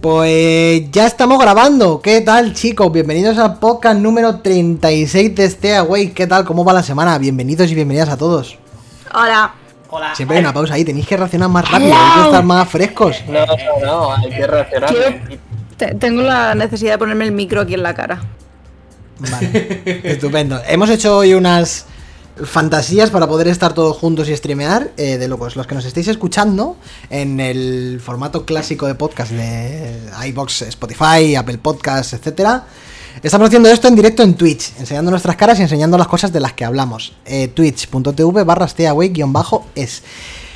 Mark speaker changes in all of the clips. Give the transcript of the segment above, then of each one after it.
Speaker 1: Pues ya estamos grabando. ¿Qué tal, chicos? Bienvenidos al podcast número 36 de Steaway. ¿Qué tal? ¿Cómo va la semana? Bienvenidos y bienvenidas a todos.
Speaker 2: Hola.
Speaker 3: Hola.
Speaker 1: Siempre hay una pausa ahí, tenéis que reaccionar más rápido, hay que estar más frescos.
Speaker 3: No, no, no, hay que reaccionar.
Speaker 2: Quiero- te- tengo la necesidad de ponerme el micro aquí en la cara.
Speaker 1: Vale. Estupendo. Hemos hecho hoy unas fantasías para poder estar todos juntos y streamear eh, de locos. Los que nos estéis escuchando en el formato clásico de podcast de iBox, Spotify, Apple Podcasts, etcétera. Estamos haciendo esto en directo en Twitch, enseñando nuestras caras y enseñando las cosas de las que hablamos. Eh, Twitch.tv barra stayaway-es.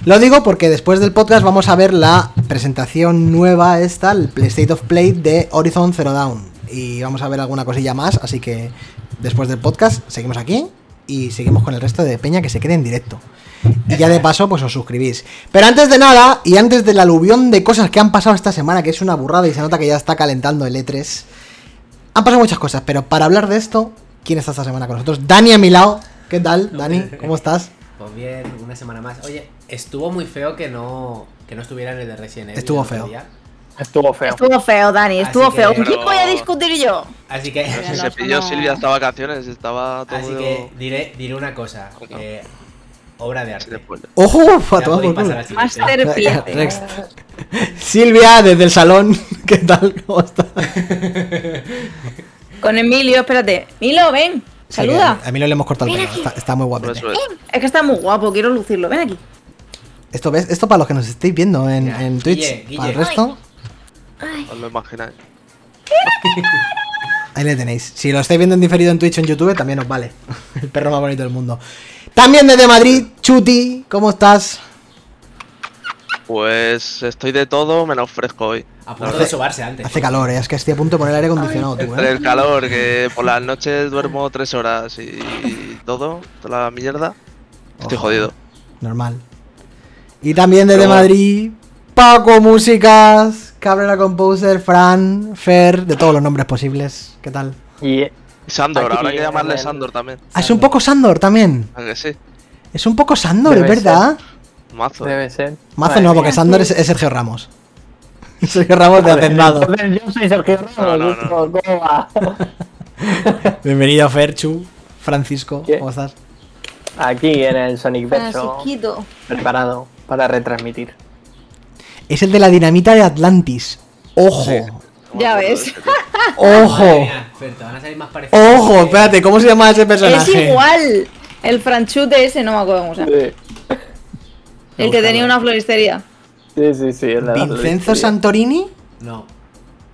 Speaker 1: Lo digo porque después del podcast vamos a ver la presentación nueva esta, el Play- State of Play de Horizon Zero Dawn. Y vamos a ver alguna cosilla más, así que después del podcast seguimos aquí y seguimos con el resto de peña que se quede en directo. Y ya de paso, pues os suscribís. Pero antes de nada, y antes del aluvión de cosas que han pasado esta semana, que es una burrada y se nota que ya está calentando el E3, han pasado muchas cosas, pero para hablar de esto, ¿quién está esta semana con nosotros? Dani a mi lado. ¿Qué tal, Dani? ¿Cómo estás?
Speaker 4: Pues bien, una semana más. Oye, estuvo muy feo que no, que no estuviera en el de Resident Evil.
Speaker 1: Estuvo
Speaker 4: el otro
Speaker 1: feo.
Speaker 4: día.
Speaker 3: Estuvo feo.
Speaker 2: Estuvo feo, Dani,
Speaker 4: Así
Speaker 2: estuvo
Speaker 4: que-
Speaker 2: feo.
Speaker 5: Pero-
Speaker 2: ¿Qué voy a discutir yo?
Speaker 4: Así que,
Speaker 5: Pero
Speaker 2: Pero
Speaker 5: si
Speaker 2: no
Speaker 5: se pilló
Speaker 2: somos-
Speaker 5: Silvia hasta vacaciones, estaba todo.
Speaker 4: así que diré, diré una cosa. eh, obra de
Speaker 5: Sí,
Speaker 4: arte.
Speaker 5: después.
Speaker 1: ¡Ojo! a
Speaker 4: Ya
Speaker 1: tomar
Speaker 4: podéis
Speaker 1: por culo.
Speaker 4: pasar al siguiente.
Speaker 2: Masterpiece.
Speaker 1: Next. Silvia, desde el salón. ¿Qué tal? ¿Cómo estás?
Speaker 2: Con Emilio, espérate. Milo, ven. Saluda.
Speaker 3: eh.
Speaker 1: Sí, a mí lo le hemos cortado el
Speaker 2: Ven
Speaker 1: pelo. Está, está muy guapo.
Speaker 5: Por eso es.
Speaker 2: Es que está muy guapo, quiero lucirlo. Ven aquí.
Speaker 1: Esto, ¿ves? Esto para los que nos estéis viendo en,
Speaker 4: Ya.
Speaker 1: en Twitch.
Speaker 4: Guille,
Speaker 1: Para
Speaker 4: Guille.
Speaker 1: el resto,
Speaker 5: Os lo imagináis.
Speaker 1: ahí le tenéis. Si lo estáis viendo en diferido en Twitch o en YouTube, también os vale. El perro más bonito del mundo. También desde Madrid, Chuti, ¿cómo estás?
Speaker 5: Pues estoy de todo menos fresco hoy.
Speaker 4: A punto
Speaker 1: Hace-
Speaker 4: de sobarse antes.
Speaker 1: Hace calor, ¿eh? es que estoy a punto de poner el aire acondicionado, tú,
Speaker 5: Entre
Speaker 1: ¿eh?
Speaker 5: el calor, que por las noches duermo tres horas y, y todo, toda la mierda. Estoy
Speaker 1: Ojo.
Speaker 5: jodido.
Speaker 1: Normal. Y también desde
Speaker 5: Pero bueno.
Speaker 1: Madrid, Paco Músicas, Cabrera Composer, Fran, Fer, de todos los nombres posibles. ¿Qué tal?
Speaker 3: Y
Speaker 5: Y Sandor,
Speaker 3: Aquí
Speaker 5: ahora hay que llamarle
Speaker 3: en el-
Speaker 5: Sandor también.
Speaker 1: Ah, es un poco Sandor también.
Speaker 5: ¿A que sí?
Speaker 1: Es un poco Sandor, es
Speaker 3: Debe
Speaker 1: verdad.
Speaker 5: Mazo. eh.
Speaker 3: debe ser.
Speaker 1: Mazo
Speaker 3: Madre
Speaker 1: no, porque
Speaker 3: mía.
Speaker 1: Sandor es, es Sergio Ramos. Sergio Ramos de
Speaker 3: Joder,
Speaker 1: Hacendado.
Speaker 3: entonces yo soy Sergio Ramos.
Speaker 5: No, no,
Speaker 3: esto, ¿Cómo va?
Speaker 1: Bienvenido, Ferchu, Francisco,
Speaker 3: ¿Qué?
Speaker 1: ¿cómo estás?
Speaker 3: Aquí en el Sonic Verso,
Speaker 2: Francisquito.
Speaker 3: preparado para retransmitir.
Speaker 1: Es el de la dinamita de Atlantis. Ojo,
Speaker 2: Ya ves.
Speaker 4: Madre
Speaker 1: ojo,
Speaker 4: mía, Fer, te van a salir más parecidos.
Speaker 1: ojo,
Speaker 4: que-
Speaker 1: espérate, ¿cómo se llama ese
Speaker 2: Es
Speaker 1: personaje?
Speaker 2: igual. El franchute ese, no me acuerdo cómo se llama.
Speaker 3: Sí,
Speaker 2: El que tenía una floristería.
Speaker 3: sí, sí. sí es la
Speaker 1: ¿Vincenzo
Speaker 3: Santos.
Speaker 1: Santorini?
Speaker 4: No.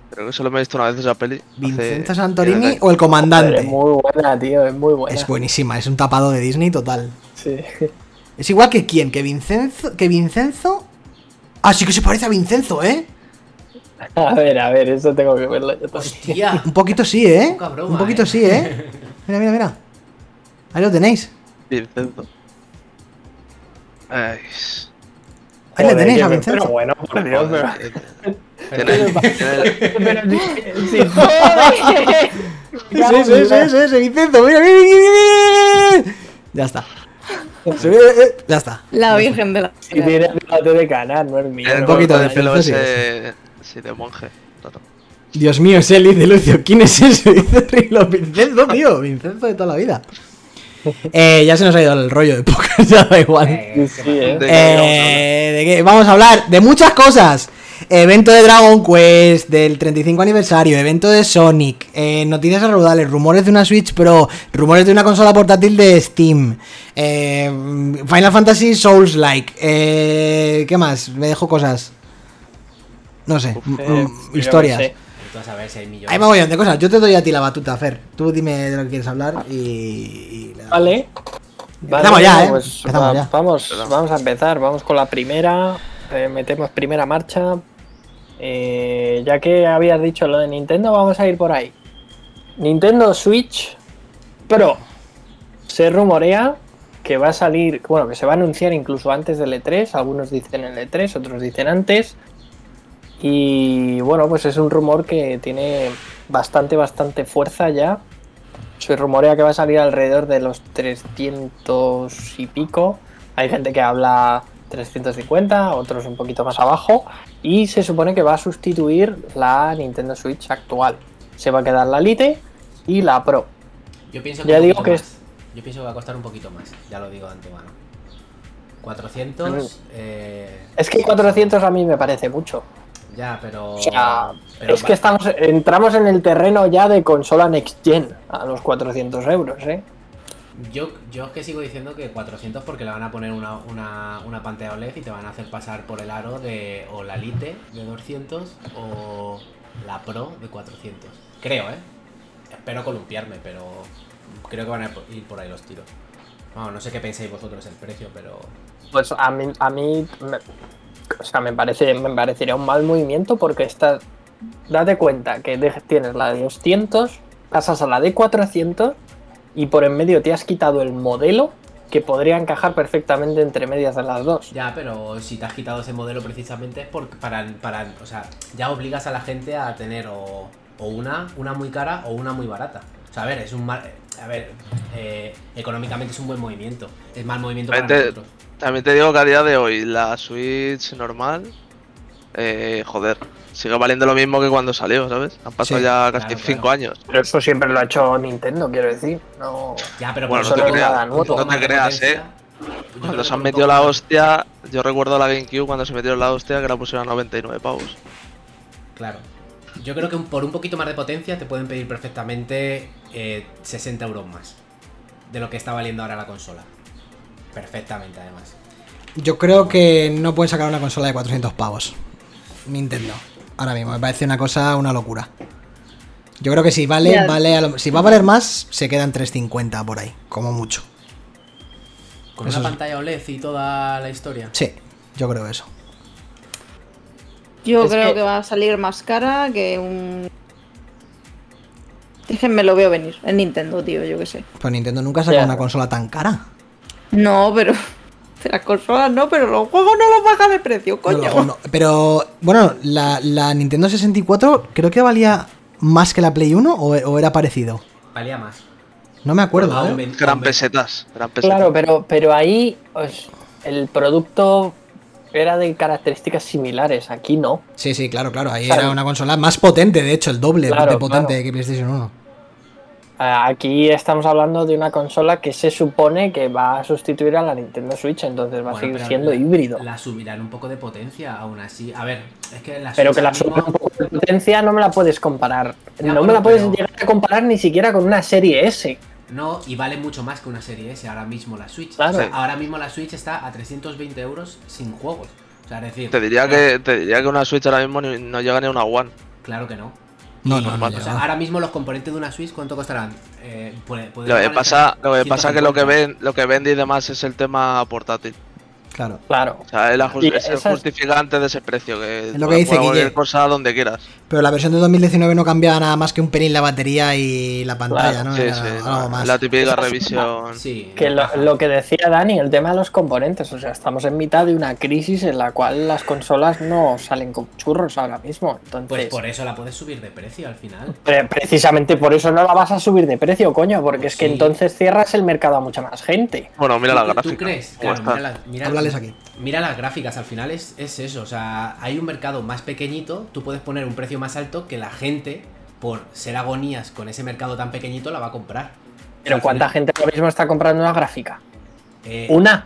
Speaker 5: Creo que solo me he visto una vez esa peli. hace-
Speaker 1: ¿Vincenzo Santorini
Speaker 5: hace-
Speaker 1: o el
Speaker 3: Es
Speaker 1: comandante?
Speaker 3: muy buena, tío, es muy buena.
Speaker 1: Es buenísima, es un tapado de Disney total.
Speaker 3: Sí.
Speaker 1: Es igual que quién, que Vincenzo, que Vincenzo. Ah, sí que se parece a Vincenzo, ¿eh?
Speaker 3: A ver, a ver, eso tengo que verlo yo también.
Speaker 4: Hostia.
Speaker 1: Un poquito sí, ¿eh?
Speaker 4: Poca broma,
Speaker 1: Un poquito
Speaker 4: ¿eh?
Speaker 1: sí, ¿eh? Mira, mira, mira. Ahí lo tenéis.
Speaker 5: Vincenzo. Ay.
Speaker 1: Ahí lo
Speaker 3: Joder,
Speaker 1: tenéis
Speaker 3: que
Speaker 1: a
Speaker 3: me-
Speaker 1: Vincenzo.
Speaker 3: Pero bueno, por Dios, pero...
Speaker 5: Joder, eh. tiene- tiene-
Speaker 3: pero sí, sí,
Speaker 1: Sí, sí, sí, sí, sí, sí, Vincenzo, mira, mira, mira, mira, mira. Ya está. Se ve- eh, Ya está.
Speaker 2: La Virgen de la.
Speaker 3: sí, tiene bigote de canal, no es mío.
Speaker 5: Tiene
Speaker 3: no,
Speaker 5: un poquito de
Speaker 1: Bueno,
Speaker 5: pelo
Speaker 1: entonces
Speaker 5: ese. Sí, de monje. claro.
Speaker 1: Dios mío, ese Liz de Lucio, ¿quién es ese? Dice Trilo, Vincenzo, tío, Vincenzo de toda la vida. Eh, ya se nos ha ido el rollo de podcast, ya da igual.
Speaker 4: Eh,
Speaker 3: Sí, sí, eh.
Speaker 5: De-
Speaker 1: Eh, ¿De qué? Vamos a hablar de muchas cosas. Evento de Dragon Quest, del 35 aniversario, evento de Sonic, eh, noticias saludables, rumores de una Switch Pro, rumores de una consola portátil de Steam, eh, Final Fantasy Souls Like, eh, ¿qué más? Me dejo cosas. No sé,
Speaker 5: Uf,
Speaker 1: m-
Speaker 3: Eh,
Speaker 1: m-
Speaker 3: yo qué
Speaker 1: mm, historias.
Speaker 3: sé.
Speaker 4: Tú vas a ver si hay millones.
Speaker 1: Hay mogollón de cosas. Yo te doy a ti la batuta, Fer. Tú dime de lo que quieres hablar y. y le damos.
Speaker 3: Vale.
Speaker 1: Empezamos ya, ¿eh?
Speaker 3: pues,
Speaker 1: Empezamos
Speaker 3: va-
Speaker 1: ya.
Speaker 3: Vamos, vamos a empezar. Vamos con la primera. eh, metemos primera marcha. Eh, ya que habías dicho lo de Nintendo, vamos a ir por ahí. Nintendo Switch Pro. Se rumorea que va a salir, bueno, que se va a anunciar incluso antes del E3. Algunos dicen el E3, otros dicen antes. Y bueno, pues es un rumor que tiene bastante, bastante fuerza ya. Se rumorea que va a salir alrededor de los 300 y pico. Hay gente que habla 350, otros un poquito más abajo, y se supone que va a sustituir la Nintendo Switch actual. Se va a quedar la Lite y la Pro.
Speaker 4: Yo pienso
Speaker 3: Ya
Speaker 4: un
Speaker 3: digo
Speaker 4: poquito
Speaker 3: que
Speaker 4: más.
Speaker 3: es-
Speaker 4: Yo pienso que va a costar un poquito más, ya lo digo de antemano. 400, eh,
Speaker 3: Mm. Es que 400 a mí me parece mucho.
Speaker 4: ya, pero,
Speaker 3: O sea,
Speaker 4: pero
Speaker 3: es que
Speaker 4: va-
Speaker 3: estamos, entramos en el terreno ya de consola Next Gen a los 400 euros, ¿eh?
Speaker 4: yo, yo es que sigo diciendo que 400 porque le van a poner una, una, una pantalla OLED y te van a hacer pasar por el aro de o la Lite de 200 o la Pro de 400. Creo, ¿eh? Espero columpiarme, pero creo que van a ir por ahí los tiros. Vamos, no sé qué pensáis vosotros el precio, pero
Speaker 3: Pues a mí, a mí me, o sea, me, parece, me parecería un mal movimiento porque esta, date cuenta que de- tienes la de 200, pasas a la de 400 y por en medio te has quitado el modelo que podría encajar perfectamente entre medias de las dos.
Speaker 4: Ya, pero si te has quitado ese modelo precisamente es porque para, para o sea, ya obligas a la gente a tener o, o una, una muy cara o una muy barata. O sea, a ver, es un mal, a ver, eh, económicamente es un buen movimiento, es mal movimiento para
Speaker 5: Vete.
Speaker 4: nosotros.
Speaker 5: También te digo que a día de hoy la Switch normal, eh, joder, sigue valiendo lo mismo que cuando salió, ¿sabes? Han pasado
Speaker 4: Sí,
Speaker 5: ya casi
Speaker 4: claro,
Speaker 5: 5
Speaker 4: claro.
Speaker 5: años.
Speaker 3: Pero eso siempre lo ha hecho Nintendo, quiero decir. No,
Speaker 4: Ya, pero
Speaker 5: Bueno,
Speaker 4: por
Speaker 5: no
Speaker 4: eso
Speaker 5: te
Speaker 4: le
Speaker 5: creas,
Speaker 4: da un
Speaker 5: no
Speaker 4: poco
Speaker 5: te
Speaker 4: más de
Speaker 5: creas,
Speaker 4: potencia.
Speaker 5: eh.
Speaker 4: Yo creo que
Speaker 5: Cuando se
Speaker 4: por
Speaker 5: han
Speaker 4: un
Speaker 5: metido
Speaker 4: poco
Speaker 5: la
Speaker 4: más-
Speaker 5: hostia, yo recuerdo la GameCube cuando se metió la hostia que la pusieron a 99 pavos.
Speaker 4: Claro. Yo creo que un- por un poquito más de potencia te pueden pedir perfectamente eh, 60 euros más de lo que está valiendo ahora la consola. Perfectamente, además.
Speaker 1: Yo creo que no pueden sacar una consola de 400 pavos. Nintendo. Ahora mismo, me parece una cosa, una locura. Yo creo que si vale,
Speaker 2: Ya.
Speaker 1: vale. a lo- si va a valer más, se quedan 350 por ahí, como mucho.
Speaker 4: Con
Speaker 1: Eso
Speaker 4: una
Speaker 1: sí.
Speaker 4: pantalla OLED y toda la historia.
Speaker 1: Sí, yo creo eso.
Speaker 2: Yo
Speaker 3: Es
Speaker 2: creo
Speaker 3: que-
Speaker 2: que... va a salir más cara que un. Déjenme lo veo venir. En Nintendo, tío, yo qué sé.
Speaker 1: Pues Nintendo nunca saca
Speaker 3: Ya.
Speaker 1: una consola tan cara.
Speaker 2: No, pero. de Las consolas no, pero los juegos no los bajan de precio,
Speaker 1: No,
Speaker 2: coño.
Speaker 1: no, no. Pero, bueno, la, la Nintendo 64 creo que valía más que la Play 1 o, o era parecido.
Speaker 4: Valía más.
Speaker 1: No me acuerdo,
Speaker 4: Ah,
Speaker 1: ¿eh?
Speaker 4: un ven-
Speaker 5: Eran
Speaker 4: un ven-
Speaker 5: pesetas, eran pesetas.
Speaker 3: Claro, pero, pero ahí os- el producto era de características similares, aquí no.
Speaker 1: Sí, sí, claro, claro. Ahí
Speaker 3: Claro.
Speaker 1: era una consola más potente, de hecho, el doble
Speaker 3: Claro,
Speaker 1: de potente
Speaker 3: claro.
Speaker 1: que PlayStation 1.
Speaker 3: Ah, Aquí estamos hablando de una consola que se supone que va a sustituir a la Nintendo Switch, entonces va
Speaker 4: Bueno,
Speaker 3: a seguir
Speaker 4: pero
Speaker 3: siendo
Speaker 4: la-
Speaker 3: híbrido.
Speaker 4: La subirán un poco de potencia aún así. A ver, es que la
Speaker 3: pero
Speaker 4: Switch
Speaker 3: que la
Speaker 4: ahora mismo-
Speaker 3: suba un poco de potencia no me la puedes comparar.
Speaker 4: Ya,
Speaker 3: no me
Speaker 4: bueno,
Speaker 3: la puedes
Speaker 4: pero-
Speaker 3: llegar a comparar ni siquiera con una serie S.
Speaker 4: No, y vale mucho más que una serie S ahora mismo la Switch.
Speaker 3: Claro.
Speaker 4: O sea, ahora mismo la Switch está a 320 euros sin juegos. O sea, es decir.
Speaker 5: Te diría
Speaker 4: claro-
Speaker 5: que te diría que una Switch ahora mismo ni- no llega ni a una One.
Speaker 4: Claro que no.
Speaker 1: No,
Speaker 4: Y-
Speaker 1: no, no
Speaker 4: O sea,
Speaker 1: llega.
Speaker 4: ahora mismo los componentes de una Switch, ¿cuánto costarán? Eh, puede- puede
Speaker 5: Lo que
Speaker 4: valer
Speaker 5: pasa, lo que pasa que lo que
Speaker 4: 150.
Speaker 5: ven, lo que vende y demás es el tema portátil.
Speaker 1: Claro.
Speaker 3: Claro.
Speaker 5: O sea, es, la jus-
Speaker 3: Y
Speaker 5: es el
Speaker 3: esas-
Speaker 5: justificante de ese precio, que
Speaker 1: Es lo que dice
Speaker 5: pueda cualquier
Speaker 1: Guille.
Speaker 5: cosa donde quieras.
Speaker 1: Pero la versión de 2019 no cambiaba nada más que un pelín la batería y la pantalla,
Speaker 3: Claro,
Speaker 1: ¿no?
Speaker 5: sí,
Speaker 1: Era
Speaker 5: sí,
Speaker 1: algo
Speaker 5: no,
Speaker 1: más.
Speaker 5: la típica
Speaker 3: Esas-
Speaker 5: revisión.
Speaker 4: Sí.
Speaker 3: Que
Speaker 4: la
Speaker 3: lo,
Speaker 4: caja.
Speaker 3: lo que decía Dani, el tema de los componentes, o sea, estamos en mitad de una crisis en la cual las consolas no salen con churros ahora mismo.
Speaker 4: Pues
Speaker 3: Entonces,
Speaker 4: por eso la puedes subir de precio al final.
Speaker 3: pre- precisamente por eso no la vas a subir de precio, coño, porque
Speaker 4: Pues
Speaker 3: es que
Speaker 4: sí.
Speaker 3: entonces cierras el mercado a mucha más gente.
Speaker 5: Bueno, mira la
Speaker 4: ¿Tú-
Speaker 5: gráfica.
Speaker 4: ¿Tú crees?
Speaker 5: ¿Cómo
Speaker 4: Claro,
Speaker 5: está?
Speaker 4: mira, las- mira-
Speaker 1: Háblales aquí.
Speaker 4: mira las gráficas, al final es, es eso. O sea, hay un mercado más pequeñito, tú puedes poner un precio más alto que la gente, por ser agonías con ese mercado tan pequeñito, la va a comprar.
Speaker 3: Pero
Speaker 4: Al
Speaker 3: ¿cuánta
Speaker 4: final,
Speaker 3: gente ahora mismo está comprando una gráfica?
Speaker 4: eh,
Speaker 3: ¿Una?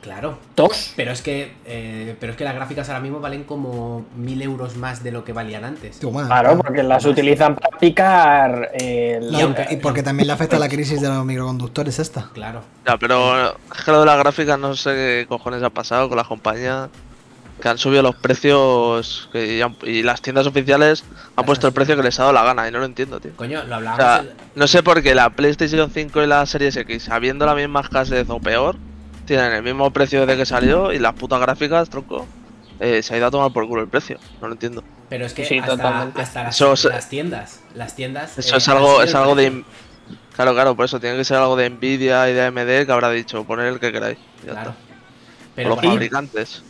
Speaker 4: Claro.
Speaker 3: ¿Dos?
Speaker 4: Pero es que eh, pero es que las gráficas ahora mismo valen como mil euros más de lo que valían antes.
Speaker 1: Tú, man,
Speaker 3: Claro,
Speaker 1: claro.
Speaker 3: porque las utilizan para picar eh,
Speaker 1: No,
Speaker 4: Y
Speaker 3: la-
Speaker 4: aunque-
Speaker 1: y porque también le afecta la crisis de los microconductores esta.
Speaker 4: Claro.
Speaker 5: Ya, pero es que lo de las gráficas no sé qué cojones ha pasado con las compañías que han subido los precios que ya han- y las tiendas oficiales han puesto el precio que les ha dado la gana y no lo entiendo, tío.
Speaker 4: Coño, lo
Speaker 5: O
Speaker 4: hablábamos.
Speaker 5: sea,
Speaker 4: el-
Speaker 5: no sé por qué la PlayStation 5 y la Series X, habiendo la misma escasez o peor, tienen el mismo precio desde que salió y las putas gráficas, tronco, eh, se ha ido a tomar por culo el precio. No lo entiendo.
Speaker 4: Pero es que
Speaker 3: Sí,
Speaker 4: hasta,
Speaker 3: totalmente.
Speaker 4: hasta las,
Speaker 5: Eso es-
Speaker 4: las tiendas. Las tiendas.
Speaker 5: Eso
Speaker 4: eh,
Speaker 5: es
Speaker 4: han
Speaker 5: algo,
Speaker 4: sido
Speaker 5: es
Speaker 4: el
Speaker 5: algo de...
Speaker 4: precio.
Speaker 5: in- Claro, claro, por eso tiene que ser algo de Nvidia y de AMD que habrá dicho, poner el que queráis. Ya
Speaker 4: Claro.
Speaker 5: está. O
Speaker 4: Pero
Speaker 5: los
Speaker 4: por ejemplo,
Speaker 5: fabricantes.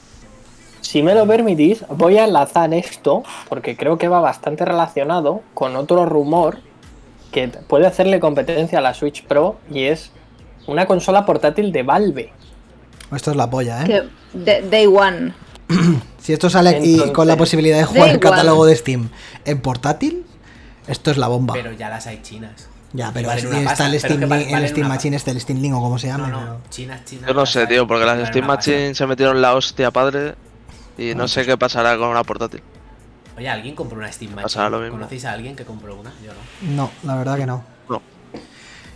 Speaker 3: Si me lo permitís, voy a enlazar esto, porque creo que va bastante relacionado con otro rumor que puede hacerle competencia a la Switch Pro y es una consola portátil de Valve.
Speaker 1: Esto es la polla, ¿eh?
Speaker 2: Que de- Day One.
Speaker 1: Si esto sale aquí
Speaker 3: Entonces,
Speaker 1: con la posibilidad de
Speaker 2: da
Speaker 1: jugar el
Speaker 2: igual.
Speaker 1: catálogo de Steam en portátil, esto es la bomba.
Speaker 4: Pero ya las hay chinas.
Speaker 1: ya,
Speaker 4: Y
Speaker 1: pero
Speaker 4: valen
Speaker 1: es-
Speaker 4: una
Speaker 1: está
Speaker 4: pasta,
Speaker 1: el
Speaker 4: pero
Speaker 1: Steam,
Speaker 4: que valen-
Speaker 1: el
Speaker 4: valen
Speaker 1: Steam
Speaker 4: una
Speaker 1: Machine,
Speaker 4: pasta.
Speaker 1: este, el Steam Link o como se llama.
Speaker 4: No, no, chinas, chinas.
Speaker 5: Yo no sé,
Speaker 4: las hay,
Speaker 5: tío, porque las
Speaker 4: valen
Speaker 5: Steam
Speaker 4: una pues- pasta.
Speaker 5: Machine se metieron la hostia padre y no sé qué pasará con una portátil.
Speaker 4: Oye, ¿alguien compró una Steam Machine?
Speaker 5: Pasará lo mismo.
Speaker 4: ¿Conocéis a alguien que compró una? Yo no.
Speaker 1: No, la verdad que no.
Speaker 5: No.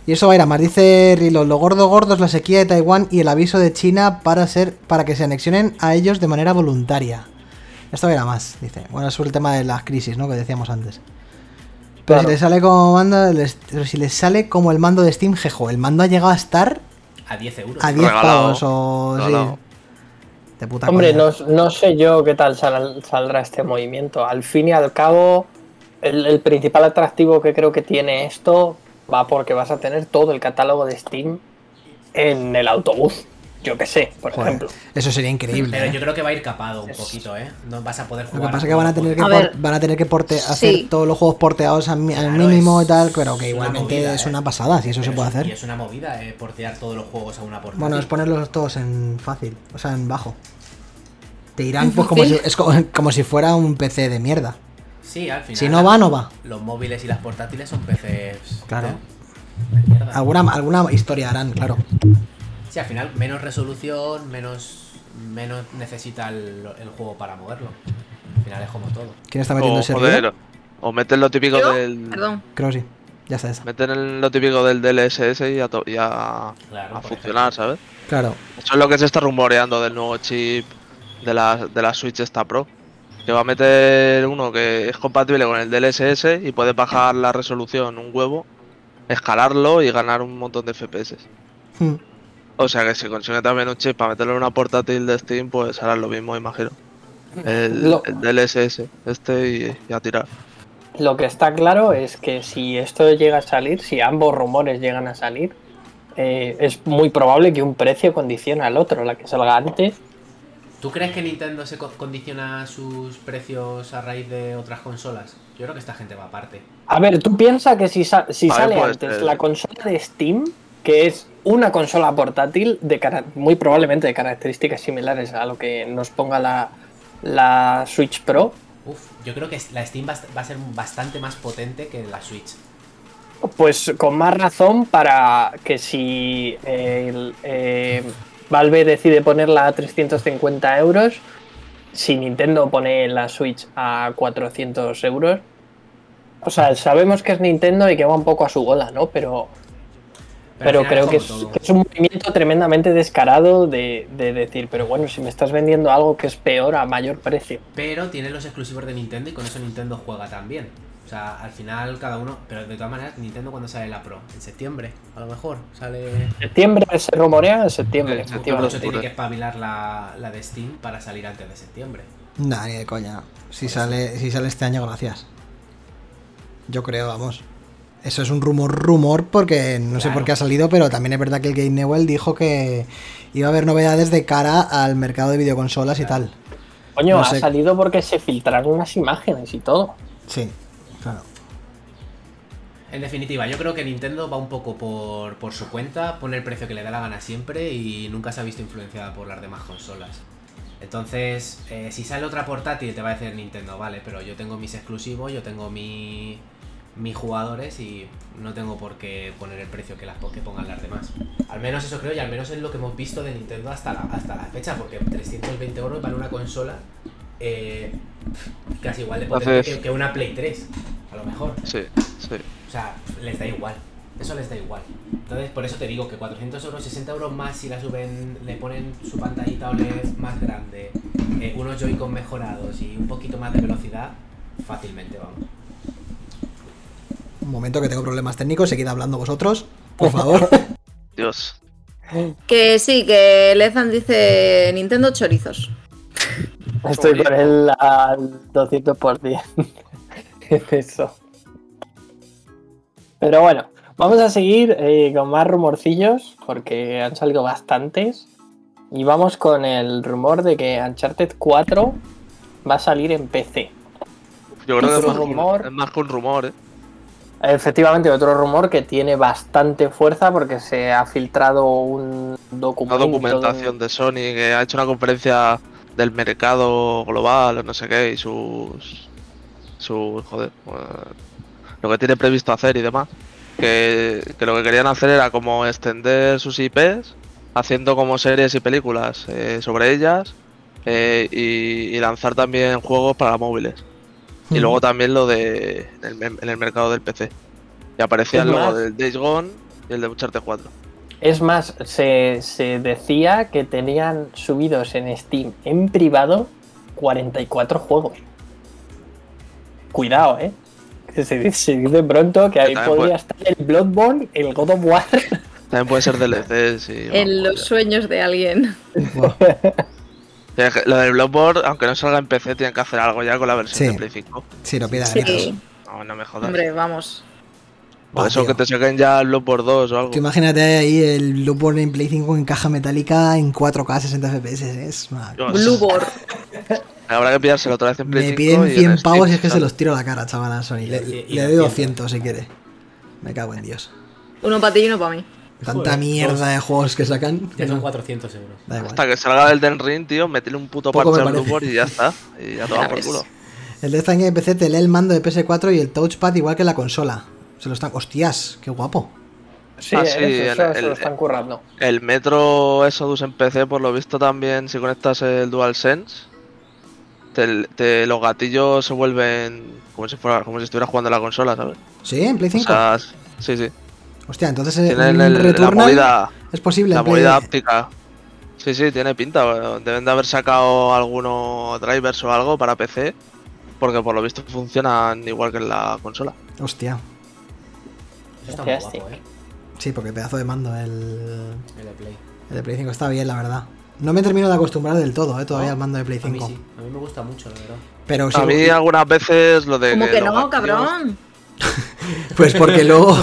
Speaker 1: Y eso va a ir a más. Dice Rilo, lo gordo gordo es la sequía de Taiwán y el aviso de China para ser para que se anexionen a ellos de manera voluntaria. Esto va a ir a más, dice. Bueno, es sobre el tema de las crisis, ¿no? Que decíamos antes. Pero
Speaker 3: Claro.
Speaker 1: si le sale como mando, les- pero si les sale como el mando de Steam, jejo. El mando ha llegado a estar
Speaker 4: A 10 euros.
Speaker 1: a 10
Speaker 5: Regalado.
Speaker 1: pavos o
Speaker 5: Regalado.
Speaker 1: Oh, sí. De puta
Speaker 3: Hombre,
Speaker 1: coña.
Speaker 3: no, no sé yo qué tal sal- saldrá este movimiento. Al fin y al cabo, el, el principal atractivo que creo que tiene esto va porque vas a tener todo el catálogo de Steam en el autobús. Yo qué sé, por
Speaker 1: Joder,
Speaker 3: ejemplo.
Speaker 1: Eso sería increíble.
Speaker 4: Pero
Speaker 1: ¿eh?
Speaker 4: yo creo que va a ir capado un poquito, ¿eh? No vas a poder
Speaker 1: Lo
Speaker 4: jugar.
Speaker 1: que pasa es que van a tener que,
Speaker 2: A
Speaker 1: por-
Speaker 2: ver.
Speaker 1: van a tener que porte-
Speaker 2: Sí.
Speaker 1: hacer todos los juegos porteados al, mi- al
Speaker 4: Claro,
Speaker 1: mínimo
Speaker 4: es-
Speaker 1: y tal, pero que
Speaker 4: es una
Speaker 1: igualmente
Speaker 4: movida,
Speaker 1: es
Speaker 4: ¿eh?
Speaker 1: una pasada, si eso se
Speaker 4: Pero
Speaker 1: puede
Speaker 4: es- Y
Speaker 1: hacer.
Speaker 4: es una movida, eh, portear todos los juegos a una portátil.
Speaker 1: Bueno, es ponerlos todos en fácil, o sea, en bajo. Te irán pues como si,
Speaker 2: fácil?
Speaker 1: es como, como si fuera un PC de mierda.
Speaker 4: Sí, al final.
Speaker 1: Si no va, no va.
Speaker 4: Los móviles y las portátiles son ¿eh? PCs.
Speaker 1: Claro.
Speaker 4: de- de mierda.
Speaker 1: Alguna, alguna historia harán, claro.
Speaker 4: Sí, al final, menos resolución, menos, menos necesita el, el juego para moverlo. Al final es como todo.
Speaker 1: ¿Quién está metiendo
Speaker 5: O,
Speaker 1: ese
Speaker 5: Oh, joder, o meten lo típico
Speaker 2: ¿Yo?
Speaker 5: del.
Speaker 2: Perdón.
Speaker 1: Creo que sí. Ya está esa.
Speaker 5: Meten lo típico del DLSS y a, to- y a,
Speaker 4: Claro,
Speaker 5: a
Speaker 4: por
Speaker 5: funcionar,
Speaker 4: ejemplo.
Speaker 5: ¿sabes?
Speaker 1: Claro.
Speaker 5: Eso es lo que se está rumoreando del nuevo chip de la, de la Switch esta Pro. Que va a meter uno que es compatible con el DLSS y puedes bajar la resolución un huevo, escalarlo y ganar un montón de FPS.
Speaker 1: Hmm.
Speaker 5: O sea que si consigue también un chip para meterlo en una portátil de Steam, pues harán lo mismo, imagino. El,
Speaker 3: Lo-
Speaker 5: el DLSS, este y, y a tirar.
Speaker 3: Lo que está claro es que si esto llega a salir, si ambos rumores llegan a salir, eh, es muy probable que un precio condicione al otro. La que salga antes
Speaker 4: ¿Tú crees que Nintendo se co- condiciona sus precios a raíz de otras consolas? Yo creo que esta gente va aparte.
Speaker 3: A ver, tú piensas que si, sa- si
Speaker 5: A ver,
Speaker 3: sale
Speaker 5: pues,
Speaker 3: antes
Speaker 5: eh,
Speaker 3: la consola de Steam, que es una consola portátil de cara- muy probablemente de características similares a lo que nos ponga la, la Switch Pro,
Speaker 4: Uf, yo creo que la Steam va a est- va a ser bastante más potente que la Switch.
Speaker 3: pues con más razón para que si el, eh, Valve decide ponerla a 350 euros, si Nintendo pone la Switch a 400 euros, o sea, sabemos que es Nintendo y que va un poco a su bola, ¿no? Pero Pero
Speaker 4: al final
Speaker 3: creo que es,
Speaker 4: como todo.
Speaker 3: que es un movimiento tremendamente descarado de, de decir, pero bueno, si me estás vendiendo algo que es peor a mayor precio.
Speaker 4: Pero tiene los exclusivos de Nintendo y con eso Nintendo juega también. O sea, al final cada uno. Pero de todas maneras, Nintendo cuando sale la Pro, en septiembre, a lo mejor. Sale.
Speaker 3: Septiembre se rumorea en septiembre,
Speaker 5: Eh,
Speaker 4: Por
Speaker 3: efectivamente.
Speaker 4: eso tiene que espabilar la, la de Steam para salir antes de septiembre.
Speaker 1: Nah, ni de coña. Si sale, si sale este año, gracias. Yo creo, vamos. Eso es un rumor, rumor, porque no sé
Speaker 4: Claro.
Speaker 1: por qué ha salido, pero también es verdad que el Gabe Newell dijo que iba a haber novedades de cara al mercado de videoconsolas y tal.
Speaker 3: Coño,
Speaker 1: no
Speaker 3: ha
Speaker 1: sé.
Speaker 3: salido porque se filtraron unas imágenes y todo.
Speaker 1: Sí, claro.
Speaker 4: En definitiva, yo creo que Nintendo va un poco por, por su cuenta, pone el precio que le da la gana siempre y nunca se ha visto influenciada por las demás consolas. Entonces, eh, si sale otra portátil te va a decir Nintendo, vale, pero yo tengo mis exclusivos, yo tengo mi, mis jugadores y no tengo por qué poner el precio que, las, que pongan las demás. Al menos eso creo y al menos es lo que hemos visto de Nintendo hasta la, hasta la fecha, porque 320 euros para una consola eh, casi igual de potente
Speaker 5: Entonces-
Speaker 4: que, que una Play 3, a lo mejor.
Speaker 5: Sí, sí.
Speaker 4: O sea, les da igual. Eso les da igual. Entonces, por eso te digo que 400 euros, 60 euros más si la suben, le ponen su pantallita OLED más grande, eh, unos Joy-Con mejorados y un poquito más de velocidad, fácilmente vamos.
Speaker 1: Un momento que tengo problemas técnicos, seguid hablando vosotros, por favor.
Speaker 5: Dios.
Speaker 2: Que sí, que Lezan dice Nintendo chorizos.
Speaker 3: Estoy con él al 200%. Es Eso. Pero bueno, vamos a seguir eh, con más rumorcillos, porque han salido bastantes. Y vamos con el rumor de que Uncharted 4 va a salir en PC.
Speaker 5: Yo creo que
Speaker 3: Es
Speaker 5: es
Speaker 3: un
Speaker 5: más, que un-
Speaker 3: rumor.
Speaker 5: es más que un rumor, ¿eh?
Speaker 3: Efectivamente, otro rumor que tiene bastante fuerza porque se ha filtrado un
Speaker 5: Una
Speaker 3: documento.
Speaker 5: documentación de Sony que ha hecho una conferencia del mercado global o no sé qué y sus. su. joder. eh, lo que tiene previsto hacer y demás. Que, que lo que querían hacer era como extender sus IPs haciendo como series y películas eh, sobre ellas eh, y, y lanzar también juegos para móviles. Y luego también lo de en el, mer- en el mercado del PC. Y aparecía
Speaker 3: Es
Speaker 5: el logo
Speaker 3: más.
Speaker 5: del Days Gone y el de Uncharted 4.
Speaker 3: Es más, se, se decía que tenían subidos en Steam en privado 44 juegos. Cuidado, eh. Que se dice, se dice pronto que ahí
Speaker 5: también
Speaker 3: podría estar el Bloodborne, el God of War.
Speaker 5: También puede ser DLCs y...
Speaker 2: En los sueños de alguien.
Speaker 5: Tiene que- Lo del Bloodborne, aunque no salga en PC, tienen que hacer algo ya con la versión
Speaker 1: Sí.
Speaker 5: de Play 5.
Speaker 1: Sí, lo pidas
Speaker 2: Sí,
Speaker 5: No, no me jodas.
Speaker 2: hombre, vamos.
Speaker 5: Por
Speaker 1: Va,
Speaker 5: eso
Speaker 1: tío.
Speaker 5: que te saquen ya el Bloodborne 2 o algo.
Speaker 1: Tú imagínate ahí el Bloodborne en Play 5 en caja metálica en 4K 60 FPS. ¿eh? Es una-
Speaker 5: Dios,
Speaker 2: Bluebor.
Speaker 5: Habrá que pillárselo otra vez en Play
Speaker 1: Me
Speaker 5: 5
Speaker 1: piden
Speaker 5: y en
Speaker 1: 100 pavos
Speaker 5: Steam,
Speaker 1: y es que se
Speaker 5: ¿sabes?
Speaker 1: los tiro a la cara, chaval, a Sony. Le,
Speaker 4: Y- y
Speaker 1: le doy
Speaker 4: 200.
Speaker 1: 200 si quiere. Me cago en Dios.
Speaker 2: Uno para ti y uno para mí.
Speaker 1: Tanta
Speaker 4: Joder,
Speaker 1: mierda de juegos que sacan.
Speaker 4: Ya son
Speaker 1: no,
Speaker 4: 400 euros.
Speaker 1: da igual.
Speaker 5: Hasta que salga el Den Ring, tío, metele un puto
Speaker 1: Poco
Speaker 5: parche
Speaker 1: me
Speaker 5: al
Speaker 1: parece.
Speaker 5: Bloodborne y ya está. Y ya
Speaker 2: Ya
Speaker 5: toma por
Speaker 2: ves.
Speaker 5: culo.
Speaker 1: El Death Stranding en PC te lee el mando de PS4 y el touchpad igual que la consola. Se lo están. ¡Hostias! ¡Qué guapo!
Speaker 3: Sí,
Speaker 5: Ah, sí,
Speaker 3: eso, eso
Speaker 5: el-
Speaker 3: se lo
Speaker 5: el-
Speaker 3: están currando.
Speaker 5: El Metro Exodus en PC, por lo visto también, si conectas el DualSense, te, te- los gatillos se vuelven como si fuera, como si estuvieras jugando a la consola, ¿sabes?
Speaker 1: ¿Sí? ¿En Play
Speaker 5: O
Speaker 1: 5?
Speaker 5: sea, s- sí, sí.
Speaker 1: Hostia, entonces eh,
Speaker 5: Tienen
Speaker 1: un
Speaker 5: el- la
Speaker 1: Returnal
Speaker 5: movida,
Speaker 1: es posible.
Speaker 5: la
Speaker 1: en Play-
Speaker 5: movida óptica. Sí, sí, tiene pinta. bueno, Deben de haber sacado algunos drivers o algo para PC, porque por lo visto funcionan igual que en la consola.
Speaker 1: Hostia.
Speaker 4: Eso está muy
Speaker 3: Hostia,
Speaker 4: guapo, eh.
Speaker 1: Sí, porque pedazo de mando el,
Speaker 4: El de Play.
Speaker 1: el de Play 5 está bien, la verdad. No me termino de acostumbrar del todo, eh, todavía
Speaker 4: ¿No?
Speaker 1: al mando de Play
Speaker 4: A mí
Speaker 1: 5.
Speaker 4: sí. A mí me gusta mucho, la verdad.
Speaker 1: Pero Pues sí,
Speaker 5: A mí algunas veces lo de...
Speaker 2: Como que
Speaker 5: los
Speaker 2: no,
Speaker 5: gatillos-
Speaker 2: cabrón.
Speaker 1: pues porque luego,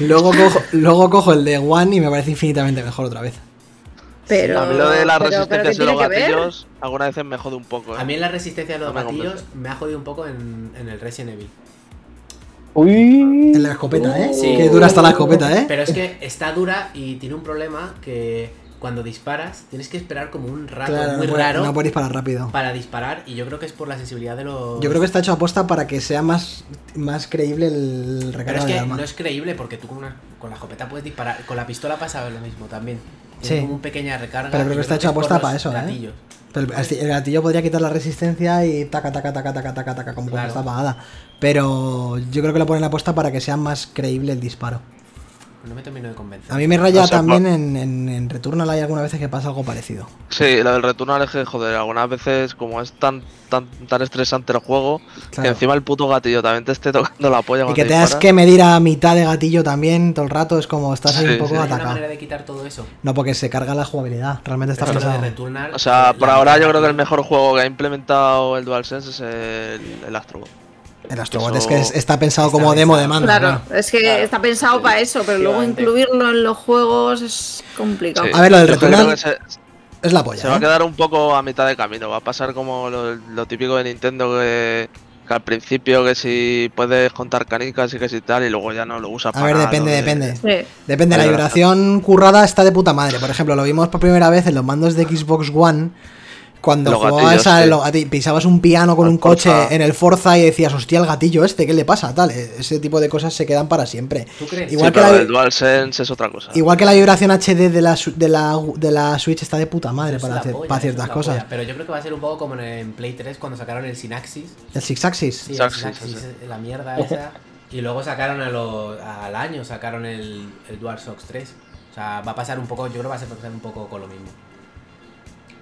Speaker 1: luego, cojo, luego cojo el de One y me parece infinitamente mejor otra vez.
Speaker 2: Pero.
Speaker 5: A mí lo de las
Speaker 2: pero- pero ¿qué
Speaker 5: resistencias de
Speaker 2: tiene
Speaker 5: los
Speaker 2: que ver?
Speaker 5: gatillos algunas veces me jode un poco. ¿eh?
Speaker 4: A mí en la resistencia de los
Speaker 5: No me convence.
Speaker 4: gatillos me ha jodido un poco en, en el Resident Evil.
Speaker 3: Uy.
Speaker 1: En la escopeta, ¿eh?
Speaker 4: Sí.
Speaker 1: Que dura hasta la escopeta, ¿eh?
Speaker 4: Uh. Pero es que está dura y tiene un problema que cuando disparas tienes que esperar como un rato
Speaker 1: Claro,
Speaker 4: muy
Speaker 1: no, puede-
Speaker 4: raro
Speaker 1: no puedes parar rápido.
Speaker 4: para disparar y yo creo que es por la sensibilidad de los...
Speaker 1: Yo creo que está hecho aposta para que sea más, más creíble el
Speaker 4: Pero
Speaker 1: recargo
Speaker 4: es
Speaker 1: del
Speaker 4: que
Speaker 1: arma.
Speaker 4: no es creíble porque tú con, una- con la escopeta puedes disparar. Con la pistola pasa lo mismo también.
Speaker 1: Sí.
Speaker 4: Tiene como una pequeña recarga.
Speaker 1: Pero creo
Speaker 4: y
Speaker 1: que
Speaker 4: yo
Speaker 1: está hecho
Speaker 4: es por
Speaker 1: aposta
Speaker 4: los
Speaker 1: para eso, ¿eh?
Speaker 4: gatillos.
Speaker 1: Pero el gasti- el gatillo podría quitar la resistencia y taca, taca, taca, taca, taca, taca, como cuando
Speaker 4: Claro.
Speaker 1: está apagada. Pero yo creo que lo ponen aposta para que sea más creíble el disparo.
Speaker 4: No me termino de convencer.
Speaker 1: A mí me raya
Speaker 5: O sea,
Speaker 1: también en, en, en Returnal hay algunas veces que pasa algo parecido.
Speaker 5: Sí, lo del Returnal es que, joder, algunas veces como es tan tan, tan estresante el juego, que
Speaker 1: Claro.
Speaker 5: encima el puto gatillo también te esté tocando la polla
Speaker 1: Y
Speaker 5: cuando
Speaker 1: que tengas
Speaker 5: disparas.
Speaker 1: que medir a mitad de gatillo también todo el rato, es como estás ahí
Speaker 5: Sí,
Speaker 1: un poco
Speaker 5: sí.
Speaker 4: No hay una
Speaker 1: atacado.
Speaker 4: manera de quitar todo eso.
Speaker 1: No, porque se carga la jugabilidad, realmente está
Speaker 4: Pero lo de
Speaker 1: pensado.
Speaker 4: Returnal,
Speaker 5: O sea, por
Speaker 4: la-
Speaker 5: ahora yo creo que el mejor juego que ha implementado el DualSense es el, el Astro Bot.
Speaker 1: El Astro Bot
Speaker 5: Eso
Speaker 1: es que es- está pensado
Speaker 4: está
Speaker 1: como demo
Speaker 4: pensado.
Speaker 1: de mando.
Speaker 2: Claro,
Speaker 1: ¿no?
Speaker 2: es que
Speaker 3: Claro.
Speaker 2: está pensado para eso, pero luego
Speaker 3: Efectivamente.
Speaker 2: incluirlo en los juegos es complicado.
Speaker 5: Sí.
Speaker 1: A ver, lo del
Speaker 5: Yo creo
Speaker 1: Returnal
Speaker 5: que se,
Speaker 1: Es la
Speaker 5: se va
Speaker 1: polla.
Speaker 5: a
Speaker 1: ¿eh?
Speaker 5: quedar un poco a mitad de camino. Va a pasar como lo, lo típico de Nintendo que, que al principio que si puedes contar canicas y que si tal y luego ya no lo usas
Speaker 1: A
Speaker 5: para
Speaker 1: ver,
Speaker 5: nada,
Speaker 1: depende,
Speaker 5: lo de-
Speaker 1: depende.
Speaker 2: Sí.
Speaker 1: Depende, la
Speaker 5: Vale,
Speaker 1: vibración currada está de puta madre. Por ejemplo, lo vimos por primera vez en los mandos de Xbox One. Cuando
Speaker 5: Los
Speaker 1: jugabas
Speaker 5: gatillos,
Speaker 1: a
Speaker 5: sí.
Speaker 1: lo- a ti- pisabas un piano con
Speaker 5: Al
Speaker 1: un coche
Speaker 5: Forza.
Speaker 1: en el Forza y decías, hostia, el gatillo este, ¿qué le pasa? Tal, e- ese tipo de cosas se quedan para siempre.
Speaker 4: ¿Tú crees?
Speaker 1: Igual
Speaker 5: sí,
Speaker 1: que
Speaker 5: pero
Speaker 1: la-
Speaker 5: el DualSense es otra cosa.
Speaker 1: Igual que la vibración HD de la, su- de la, de la Switch está de puta madre
Speaker 4: Eso
Speaker 1: para,
Speaker 4: es la
Speaker 1: hacer-
Speaker 4: polla,
Speaker 1: para
Speaker 4: eso es
Speaker 1: ciertas
Speaker 4: la
Speaker 1: cosas.
Speaker 4: polla. Pero yo creo que va a ser un poco como en, en Play 3 cuando sacaron el Synaxis.
Speaker 1: El Six Axis.
Speaker 4: Sí, el
Speaker 5: Synaxis,
Speaker 4: Synaxis, eh, la mierda esa. Y luego sacaron a lo- al año, sacaron el, el DualShock 3. O sea, va a pasar un poco, yo creo que va a ser- pasar un poco con lo mismo.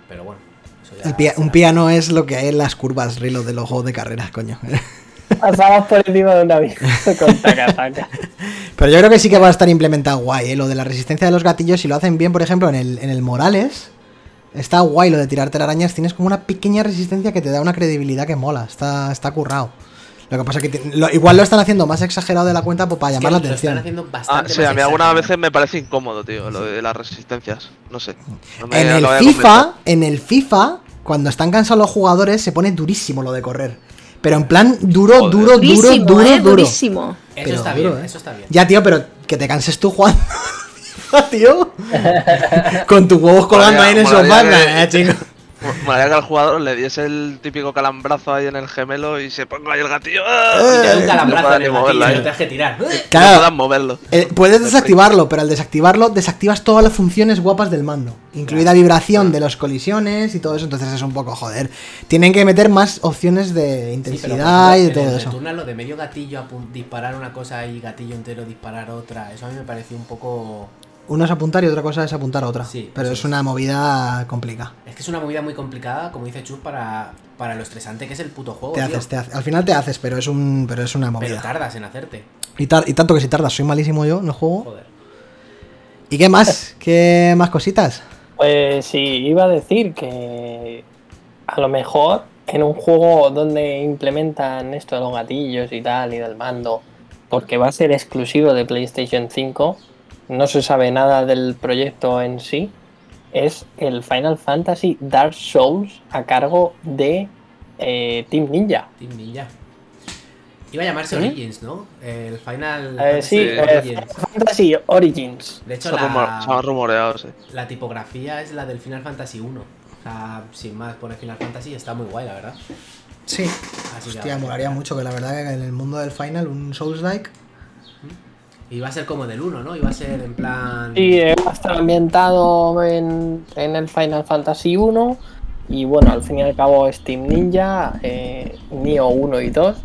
Speaker 4: Pero bueno, eso ya
Speaker 1: El pia-
Speaker 4: será.
Speaker 1: un piano es lo que hay en las curvas, Rilo, de los juegos de carreras, coño.
Speaker 3: Pasabas por encima de un avión con taca-taca.
Speaker 1: Pero yo creo que sí que va a estar implementado guay, ¿eh? Lo de la resistencia de los gatillos, si lo hacen bien, por ejemplo, en el, en el Morales, está guay lo de tirarte las arañas, tienes como una pequeña resistencia que te da una credibilidad que mola, está, está currado. Lo que pasa que te- lo- igual lo están haciendo más exagerado de la cuenta pues, para
Speaker 4: Es que
Speaker 1: llamar la
Speaker 4: lo Están
Speaker 1: atención.
Speaker 4: haciendo
Speaker 5: Ah,
Speaker 4: bastante
Speaker 5: sí, a
Speaker 4: más
Speaker 5: mí algunas
Speaker 4: exagerado.
Speaker 5: veces me parece incómodo, tío, lo de las resistencias. No sé. No me
Speaker 1: En el
Speaker 5: acabo de
Speaker 1: FIFA,
Speaker 5: convencer.
Speaker 1: en el FIFA, cuando están cansados los jugadores, se pone durísimo lo de correr. Pero en plan duro, duro,
Speaker 5: Joder.
Speaker 1: duro,
Speaker 2: Durísimo,
Speaker 1: duro,
Speaker 2: eh,
Speaker 1: duro.
Speaker 2: durísimo.
Speaker 4: Eso
Speaker 1: Pero
Speaker 4: está
Speaker 1: duro,
Speaker 4: bien,
Speaker 1: ¿eh?
Speaker 4: eso está bien.
Speaker 1: Ya, tío, pero que te canses tú jugando. tío. Con tus huevos colgando ahí en el
Speaker 5: Molaría-
Speaker 1: sofá,
Speaker 5: molaría
Speaker 1: eh,
Speaker 5: que-
Speaker 1: chico.
Speaker 5: Me haría que al jugador le diese el típico calambrazo ahí en el gemelo y se ponga ahí el gatillo. ¡ah!
Speaker 1: Eh,
Speaker 5: Y ya
Speaker 4: Te doy un calambrazo
Speaker 5: pueda
Speaker 4: en el
Speaker 5: ni moverla,
Speaker 4: gatillo,
Speaker 5: ¿eh?
Speaker 4: lo tienes que tirar.
Speaker 5: No
Speaker 1: Claro.
Speaker 5: puedan moverlo.
Speaker 1: Eh, puedes desactivarlo, pero al desactivarlo desactivas todas las funciones guapas del mando, incluida vibración de las colisiones y todo eso, entonces es un poco joder. Tienen que meter más opciones de
Speaker 4: Sí, pero, por
Speaker 1: intensidad
Speaker 4: ejemplo,
Speaker 1: y
Speaker 4: en
Speaker 1: de
Speaker 4: el
Speaker 1: todo eso.
Speaker 4: Returnal, lo de medio gatillo, apun- disparar una cosa y gatillo entero, disparar otra. Eso a mí me pareció un poco.
Speaker 1: Uno es apuntar y otra cosa es apuntar a otra,
Speaker 4: Sí,
Speaker 1: pero
Speaker 4: eso
Speaker 1: es
Speaker 4: es.
Speaker 1: una movida complicada.
Speaker 4: Es que es una movida muy complicada, como dice Chus, para, para lo estresante que es el puto juego.
Speaker 1: Te
Speaker 4: tío.
Speaker 1: haces, te haces- al final te haces, pero es un pero es una
Speaker 4: Oh, Pero
Speaker 1: movida.
Speaker 4: tardas en hacerte.
Speaker 1: Y, tar- y tanto que si tardas, soy malísimo yo, no juego.
Speaker 4: Joder.
Speaker 1: ¿Y qué más? ¿Qué más cositas?
Speaker 3: Pues sí, iba a decir que a lo mejor en un juego donde implementan esto de los gatillos y tal y del mando, porque va a ser exclusivo de PlayStation 5, no se sabe nada del proyecto en sí, es el Final Fantasy Dark Souls a cargo de eh, Team Ninja.
Speaker 4: Team Ninja. Iba a llamarse
Speaker 3: ¿Sí?
Speaker 4: Origins, ¿no? El Final.
Speaker 3: Eh, sí,
Speaker 5: Sí,
Speaker 3: eh, Final
Speaker 4: Origins.
Speaker 3: Fantasy Origins.
Speaker 4: De hecho,
Speaker 5: Se ha rumor- se ha
Speaker 4: la,
Speaker 5: rumoreado, sí.
Speaker 4: la tipografía es la del Final Fantasy 1. O sea, sin más, pone Final Fantasy y está muy guay, la verdad.
Speaker 1: Sí,
Speaker 4: Así que
Speaker 1: hostia,
Speaker 4: ahora-
Speaker 1: molaría mucho que la verdad que en el mundo del final un Souls-like
Speaker 4: Y Iba a ser como del 1, ¿no? Iba a ser en plan.
Speaker 3: Sí, eh, va a estar ambientado en, en el Final Fantasy 1 y bueno, al fin y al cabo es Team Ninja, eh, Nioh 1 y 2,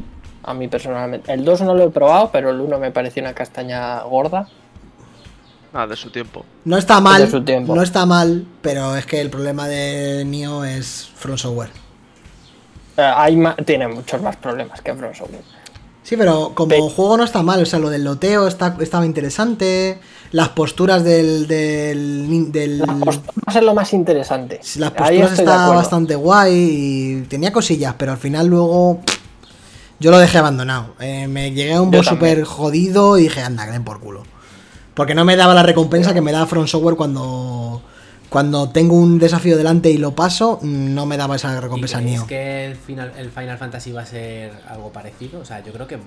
Speaker 3: a mí personalmente. El 2 no lo he probado, pero el 1 me pareció una castaña gorda.
Speaker 5: Ah, de su tiempo.
Speaker 1: No está
Speaker 3: De
Speaker 1: mal,
Speaker 3: su tiempo.
Speaker 1: no está mal, pero es que el problema de Nioh es From Software.
Speaker 3: Eh, hay ma- tiene muchos más problemas que From Software.
Speaker 1: Sí, pero como
Speaker 3: Pe-
Speaker 1: juego no está mal, o sea, lo del loteo está, estaba interesante, las posturas del... del, nin- del-
Speaker 3: Las posturas es lo más interesante.
Speaker 1: las
Speaker 3: Ahí
Speaker 1: posturas
Speaker 3: estoy de
Speaker 1: está
Speaker 3: acuerdo.
Speaker 1: bastante guay y tenía cosillas, pero al final luego yo lo dejé abandonado. Eh, me llegué a un
Speaker 3: Yo
Speaker 1: boss
Speaker 3: también.
Speaker 1: súper jodido y dije, anda, que den por culo. Porque no me daba la recompensa que me da From Software cuando, cuando tengo un desafío delante y lo paso, no me daba esa
Speaker 4: ¿Y
Speaker 1: recompensa
Speaker 4: creéis
Speaker 1: Nioh.
Speaker 4: que el Final, el Final Fantasy va a ser algo parecido? O sea, yo creo que. mm,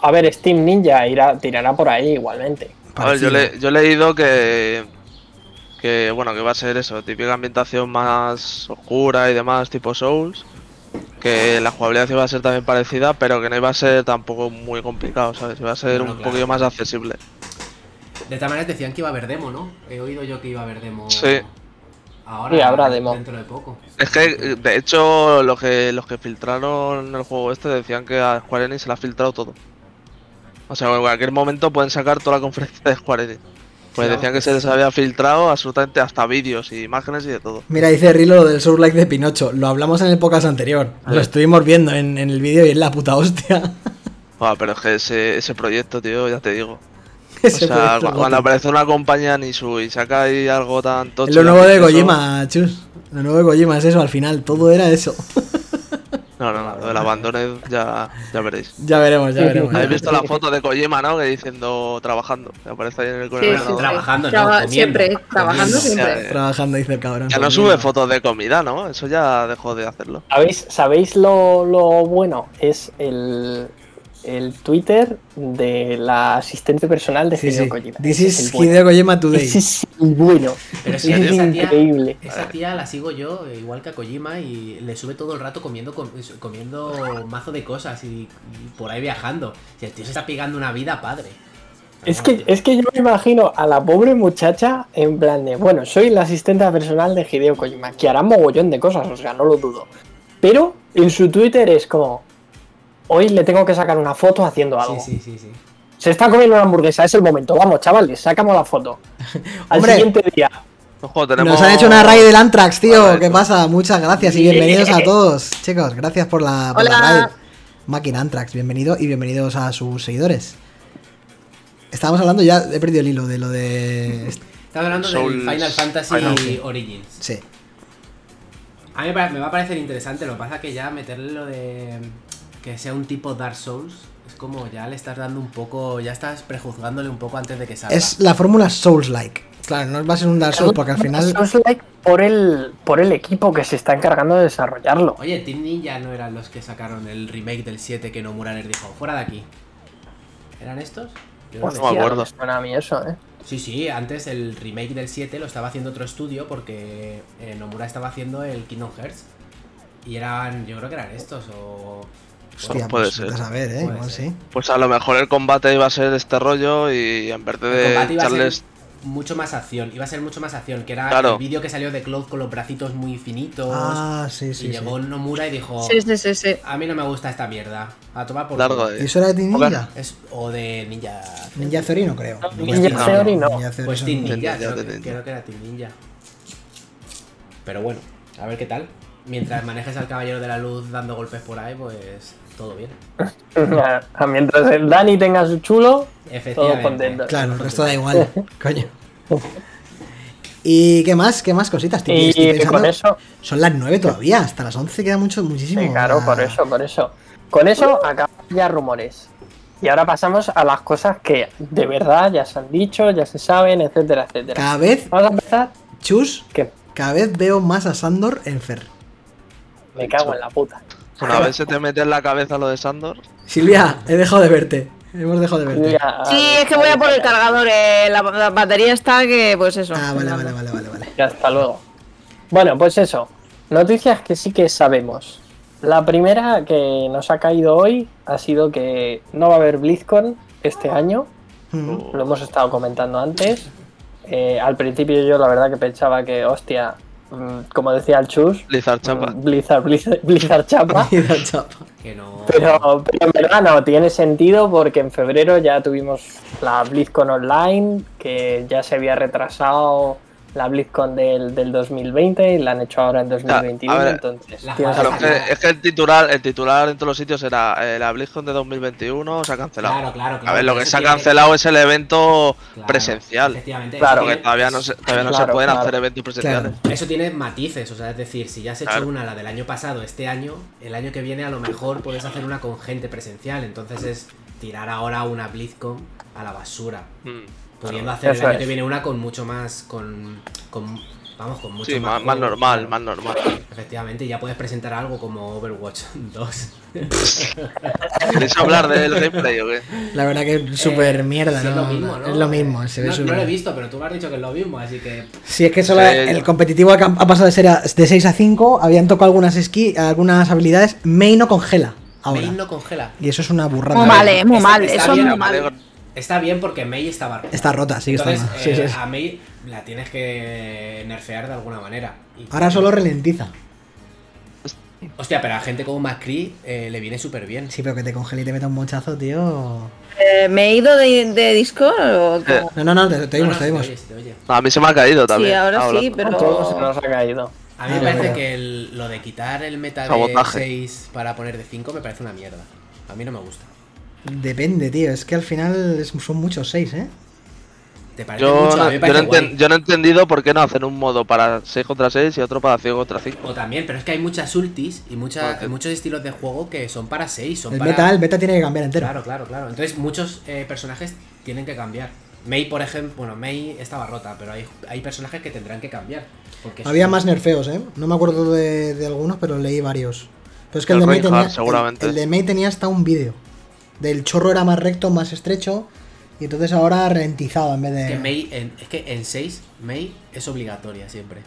Speaker 3: A ver, es Team Ninja irá, tirará por ahí igualmente.
Speaker 5: A ver, yo,
Speaker 1: Parecido.
Speaker 5: le- yo he leído que. Que bueno, que va a ser eso, típica ambientación más oscura y demás, tipo Souls. Que la jugabilidad iba a ser también parecida, pero que no iba a ser tampoco muy complicado, ¿sabes? Iba a
Speaker 4: No,
Speaker 5: ser
Speaker 4: no,
Speaker 5: un
Speaker 4: claro.
Speaker 5: poquillo más accesible.
Speaker 4: De todas maneras decían que iba a haber demo, ¿no? He oído yo que iba a haber demo.
Speaker 5: Sí.
Speaker 4: Ahora,
Speaker 3: Sí, habrá demo.
Speaker 4: dentro de poco.
Speaker 5: Es que, eh, de hecho, los que, los que filtraron el juego este decían que a Square Enix se le ha filtrado todo. O sea, en cualquier momento pueden sacar toda la conferencia de Square Enix. Pues
Speaker 4: Claro.
Speaker 5: decían que se les había filtrado absolutamente hasta vídeos y imágenes y de todo.
Speaker 1: Mira, dice Rilo lo del Soul Like de Pinocho. Lo hablamos en el podcast anterior.
Speaker 3: Ah.
Speaker 1: Lo estuvimos viendo en, en el vídeo y es la puta hostia.
Speaker 5: Buah, pero es que ese, ese proyecto, tío, ya te digo. O
Speaker 1: Ese
Speaker 5: sea,
Speaker 1: proyecto
Speaker 5: cu- cuando
Speaker 1: gótico.
Speaker 5: aparece una compañía Nisu y saca ahí algo tan tocho.
Speaker 1: Es lo nuevo
Speaker 5: tan
Speaker 1: de
Speaker 5: eso-
Speaker 1: Kojima, chus. Lo nuevo de Kojima es eso, al final, todo era eso.
Speaker 5: No, no, no, lo del abandono ya, ya veréis.
Speaker 1: ya veremos, ya veremos.
Speaker 5: Habéis visto la foto de Kojima, ¿no? Que diciendo trabajando. que Aparece ahí en el con el
Speaker 2: Sí, sí,
Speaker 5: ordenador.
Speaker 4: Trabajando,
Speaker 2: Traba-
Speaker 4: ¿no? Comiendo.
Speaker 2: siempre, trabajando
Speaker 4: Comiendo.
Speaker 2: siempre.
Speaker 1: Trabajando, dice el cabrón.
Speaker 5: Ya no sube fotos de comida, ¿no? Eso ya dejó de hacerlo.
Speaker 3: ¿Sabéis, sabéis lo, lo bueno? Es el, el Twitter de la asistente personal de
Speaker 1: Sí,
Speaker 3: Hideo
Speaker 1: sí.
Speaker 3: Kojima.
Speaker 1: This
Speaker 3: Ese es
Speaker 1: is
Speaker 3: el bueno.
Speaker 1: Hideo Kojima Today.
Speaker 3: Ese es el bueno.
Speaker 4: Pero
Speaker 3: Ese
Speaker 4: sí,
Speaker 3: es
Speaker 4: esa tía,
Speaker 3: increíble.
Speaker 4: esa tía la sigo yo, eh, igual que a Kojima, y le sube todo el rato comiendo com- comiendo mazo de cosas y, y por ahí viajando. Si el tío se está pegando una vida, padre.
Speaker 3: Es que, es que yo me imagino a la pobre muchacha en plan de, bueno, soy la asistente personal de Hideo Kojima, que hará mogollón de cosas, o sea, no lo dudo. Pero en su Twitter es como, hoy le tengo que sacar una foto haciendo algo.
Speaker 4: Sí, sí, sí, sí.
Speaker 3: Se está comiendo una hamburguesa, es el momento. Vamos, chavales, sacamos la foto. Al
Speaker 1: Hombre.
Speaker 3: siguiente día,
Speaker 5: Ojo, tenemos...
Speaker 1: Nos han hecho una raid del Antrax, tío.
Speaker 5: Vale, pues.
Speaker 1: ¿Qué
Speaker 5: esto.
Speaker 1: pasa? Muchas gracias y bienvenidos a todos. Chicos, gracias por la, por la
Speaker 2: Hola.
Speaker 1: raid. Máquina Antrax, bienvenido y bienvenidos a sus seguidores. Estábamos hablando ya, he perdido el hilo de lo de.
Speaker 4: Estaba hablando
Speaker 5: Souls-
Speaker 4: del Final Fantasy
Speaker 5: Final
Speaker 4: Origins.
Speaker 1: Sí.
Speaker 4: A mí me pare- me va a parecer interesante, lo que pasa que ya meterle lo de que sea un tipo Dark Souls es como ya le estás dando un poco, ya estás prejuzgándole un poco antes de que salga.
Speaker 1: Es la fórmula Souls-like. Claro, no va a ser un Dark Souls porque al final.
Speaker 3: Souls-like por el, por el equipo que se está encargando de desarrollarlo.
Speaker 4: Oye, Team Ninja no eran los que sacaron el remake del 7 que Nomura les dijo, fuera de aquí. ¿Eran estos? Yo no
Speaker 5: Pues
Speaker 4: me
Speaker 5: no me acuerdo.
Speaker 3: me suena a mí eso, ¿eh?
Speaker 4: Sí, sí, antes el remake del 7 lo estaba haciendo otro estudio porque eh, Nomura estaba haciendo el Kingdom Hearts. Y eran, yo creo que eran estos o...
Speaker 1: Hostia,
Speaker 5: puede
Speaker 1: pues,
Speaker 5: ser.
Speaker 1: vete A saber, ¿eh?
Speaker 4: Puede
Speaker 1: Igual
Speaker 4: ser.
Speaker 1: sí.
Speaker 5: Pues a lo mejor el combate iba a ser de este rollo y en vez
Speaker 4: El
Speaker 5: de
Speaker 4: combate iba a ser
Speaker 5: echarles.
Speaker 4: mucho más acción, iba a ser mucho más acción, que era
Speaker 5: Claro.
Speaker 4: el vídeo que salió de Cloud con los bracitos muy finitos.
Speaker 1: Ah, sí,
Speaker 4: y
Speaker 1: sí. sí.
Speaker 4: llegó Nomura y dijo,
Speaker 2: Sí, sí, sí, sí.
Speaker 4: a mí no me gusta esta mierda, a tomar por
Speaker 5: Largo eh,
Speaker 4: culo".
Speaker 5: de-
Speaker 1: ¿Y eso era de Team
Speaker 5: Hola.
Speaker 1: Ninja?
Speaker 4: Es- o de Ninja...
Speaker 1: Ninja Theory no creo.
Speaker 3: Ninja
Speaker 5: no,
Speaker 3: Theory no.
Speaker 1: Ninja Theory
Speaker 4: Pues
Speaker 1: son-
Speaker 4: Team
Speaker 5: Ninja,
Speaker 4: Ninja,
Speaker 5: Ninja,
Speaker 4: creo, que-
Speaker 5: Ninja.
Speaker 4: creo que era Team Ninja. Pero bueno, a ver qué tal. Mientras manejes al Caballero de la Luz dando golpes por ahí, pues todo bien.
Speaker 3: Mientras el Dani tenga su chulo,
Speaker 4: Efectivamente.
Speaker 3: contento.
Speaker 1: Claro, el resto da igual. Coño. ¿Y qué más? ¿Qué más cositas? Tío,
Speaker 3: y,
Speaker 1: estoy pensando-
Speaker 3: con eso,
Speaker 1: Son las 9 todavía, hasta las 11 queda mucho, muchísimo.
Speaker 3: sí, claro,
Speaker 1: Ah,
Speaker 3: por eso, por eso. Con eso acabamos ya rumores. Y ahora pasamos a las cosas que de verdad ya se han dicho, ya se saben, etcétera, etcétera.
Speaker 1: Cada vez,
Speaker 3: Vamos a empezar.
Speaker 1: chus,
Speaker 3: Que
Speaker 1: cada vez veo más a Sandor en Fer.
Speaker 3: me cago en la puta.
Speaker 5: Una vez se pues te mete en la cabeza lo de Sandor.
Speaker 1: Silvia, he dejado de verte. Hemos dejado de verte.
Speaker 3: Ya-
Speaker 2: Sí, es que voy a por el cargador. eh, la, la batería está que, pues eso.
Speaker 1: Ah, vale, vale, vale, vale, vale.
Speaker 3: Y hasta luego. Bueno, pues eso. Noticias que sí que sabemos. La primera que nos ha caído hoy ha sido que no va a haber BlizzCon este año.
Speaker 1: Mm.
Speaker 3: Lo hemos estado comentando antes. Eh, al principio yo la verdad que pensaba que, hostia, mm, como decía el Chus,
Speaker 5: Lizar chapa.
Speaker 3: mm, Blizzard, Blizzard, Blizzard chapa.
Speaker 1: Y la chapa.
Speaker 4: Que no.
Speaker 3: Pero, pero en verdad no tiene sentido porque en febrero ya tuvimos la BlizzCon Online, que ya se había retrasado la BlizzCon del, del 2020 y la han hecho ahora en 2021.
Speaker 5: a ver,
Speaker 3: entonces,
Speaker 4: las
Speaker 3: tienes
Speaker 5: Claro, es
Speaker 3: razón.
Speaker 5: que, es que el titular, el titular en todos los sitios era eh, la BlizzCon de 2021 se ha cancelado.
Speaker 4: Claro, claro, claro.
Speaker 5: a ver, lo que
Speaker 4: Eso
Speaker 5: se ha
Speaker 4: tiene-
Speaker 5: cancelado es el evento
Speaker 4: Claro,
Speaker 5: presencial.
Speaker 4: Efectivamente.
Speaker 3: Claro.
Speaker 4: eso
Speaker 5: Porque
Speaker 4: tiene-
Speaker 5: todavía no se, todavía no se
Speaker 3: Claro,
Speaker 5: pueden
Speaker 3: claro.
Speaker 5: hacer eventos presenciales.
Speaker 1: Claro.
Speaker 4: Eso tiene matices, o sea, es decir, si ya has hecho
Speaker 5: Claro.
Speaker 4: una, la del año pasado, este año, el año que viene a lo mejor puedes hacer una con gente presencial, entonces es tirar ahora una BlizzCon a la basura,
Speaker 5: Mm.
Speaker 4: pudiendo hacer Pues el
Speaker 3: Eso
Speaker 4: año
Speaker 3: es.
Speaker 4: que viene una con mucho más, con, con- vamos, con mucho
Speaker 5: Sí, más, más
Speaker 4: juego,
Speaker 5: normal,
Speaker 4: claro.
Speaker 5: más normal.
Speaker 4: Efectivamente, ya puedes presentar algo como Overwatch 2.
Speaker 5: ¿Queréis hablar del gameplay o qué?
Speaker 1: La verdad que es súper mierda,
Speaker 4: Eh, Sí,
Speaker 1: ¿no?
Speaker 4: es lo mismo, ¿no?
Speaker 1: Es lo mismo, se ve
Speaker 4: no, no
Speaker 1: súper-
Speaker 4: lo he visto, pero tú me has dicho que es lo mismo, así que
Speaker 1: Sí, es que solo
Speaker 5: Sí.
Speaker 1: el competitivo ha, cam- ha pasado de ser a- de 6 a 5, habían tocado algunas esquí, algunas habilidades, Mei no congela ahora.
Speaker 4: Mei no congela.
Speaker 1: Y eso es una burrada.
Speaker 2: Muy mal, eh, muy
Speaker 4: Está-
Speaker 2: mal.
Speaker 4: está
Speaker 2: Eso es
Speaker 4: bien,
Speaker 2: muy
Speaker 5: Me
Speaker 2: mal.
Speaker 5: alegro.
Speaker 4: Está bien porque Mei estaba rota.
Speaker 1: Está rota, sí que está
Speaker 4: Entonces,
Speaker 1: mal. Sí,
Speaker 4: eh,
Speaker 1: sí, sí.
Speaker 4: a Mei la tienes que nerfear de alguna manera. Y-
Speaker 1: Ahora solo ralentiza.
Speaker 4: Hostia, pero a gente como Macri eh, le viene súper bien.
Speaker 1: Sí, pero que te congele y te meta un mochazo, tío.
Speaker 2: Eh, ¿Me he ido de, de disco? o
Speaker 5: Eh,
Speaker 2: cómo?
Speaker 1: No, no, no, te, te
Speaker 4: No,
Speaker 1: oímos,
Speaker 4: no,
Speaker 1: te
Speaker 4: se
Speaker 1: oímos.
Speaker 4: oye, se te oye.
Speaker 5: A mí se me ha caído también.
Speaker 2: Sí, ahora sí,
Speaker 5: hablando.
Speaker 3: A todos se
Speaker 2: pero.
Speaker 3: nos ha caído.
Speaker 4: A mí me
Speaker 1: Ah,
Speaker 4: parece
Speaker 1: bueno.
Speaker 4: que el- lo de quitar el meta de
Speaker 5: Sabotaje.
Speaker 4: 6 para poner de 5 me parece una mierda. A mí no me gusta.
Speaker 1: Depende, tío. Es que al final es- son muchos seis, ¿eh?
Speaker 4: ¿Te parece
Speaker 5: Yo
Speaker 4: mucho? A
Speaker 5: no,
Speaker 4: mí me
Speaker 5: yo no
Speaker 4: parece
Speaker 5: enten-
Speaker 4: guay.
Speaker 5: yo no he entendido por qué no hacen un modo para 6 contra 6 y otro para 5 contra 5.
Speaker 4: O también, pero es que hay muchas ultis y mucha-
Speaker 5: Joder.
Speaker 4: muchos estilos de juego que son para 6. Son
Speaker 1: El
Speaker 4: para...
Speaker 1: meta, el meta tiene que cambiar entero.
Speaker 4: Claro, claro, claro. Entonces muchos eh, personajes tienen que cambiar. Mei, por ejemplo, bueno, Mei estaba rota, pero hay, hay personajes que tendrán que cambiar. Porque
Speaker 1: Había
Speaker 4: sí.
Speaker 1: más nerfeos, ¿eh? No me acuerdo de, de algunos, pero leí varios. Pero es que el,
Speaker 5: El
Speaker 1: de Mei
Speaker 5: Reinhardt,
Speaker 1: tenía. el-
Speaker 5: seguramente.
Speaker 1: El, de Mei tenía hasta un vídeo. Del chorro era más recto, más estrecho. Y entonces ahora ralentizado en vez de.
Speaker 4: Es que Mei, en, es que en 6, Mei es obligatoria siempre.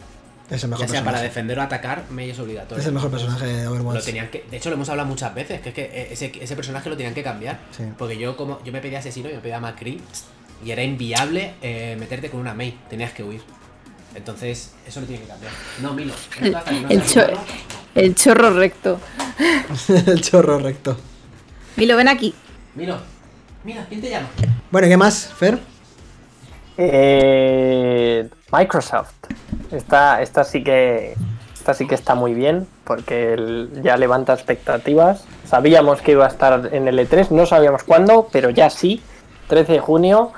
Speaker 1: Es el mejor
Speaker 4: ya sea para
Speaker 1: personaje.
Speaker 4: defender o atacar, Mei es obligatoria.
Speaker 1: Es el mejor personaje de
Speaker 4: Lo
Speaker 1: Overwatch.
Speaker 4: tenían que, de hecho, lo hemos hablado muchas veces, que es que eh, ese, ese personaje lo tenían que cambiar.
Speaker 1: Sí.
Speaker 4: Porque yo como yo me pedía asesino, yo me pedía Macri, y era inviable eh, meterte con una Mei, tenías que huir. Entonces, eso lo tiene que cambiar. No, Milo, esto hasta que no
Speaker 2: el
Speaker 4: sea
Speaker 2: cho-
Speaker 4: nuevo,
Speaker 2: El chorro recto.
Speaker 1: el chorro recto.
Speaker 2: Milo, ven aquí.
Speaker 4: Milo, mira, ¿quién te llama?
Speaker 1: Bueno, ¿qué más, Fer?
Speaker 3: Eh, Microsoft. Esta, esta sí que. Esta sí que está muy bien. Porque el- ya levanta expectativas. Sabíamos que iba a estar en el E3, no sabíamos cuándo, pero ya sí. 13 de junio.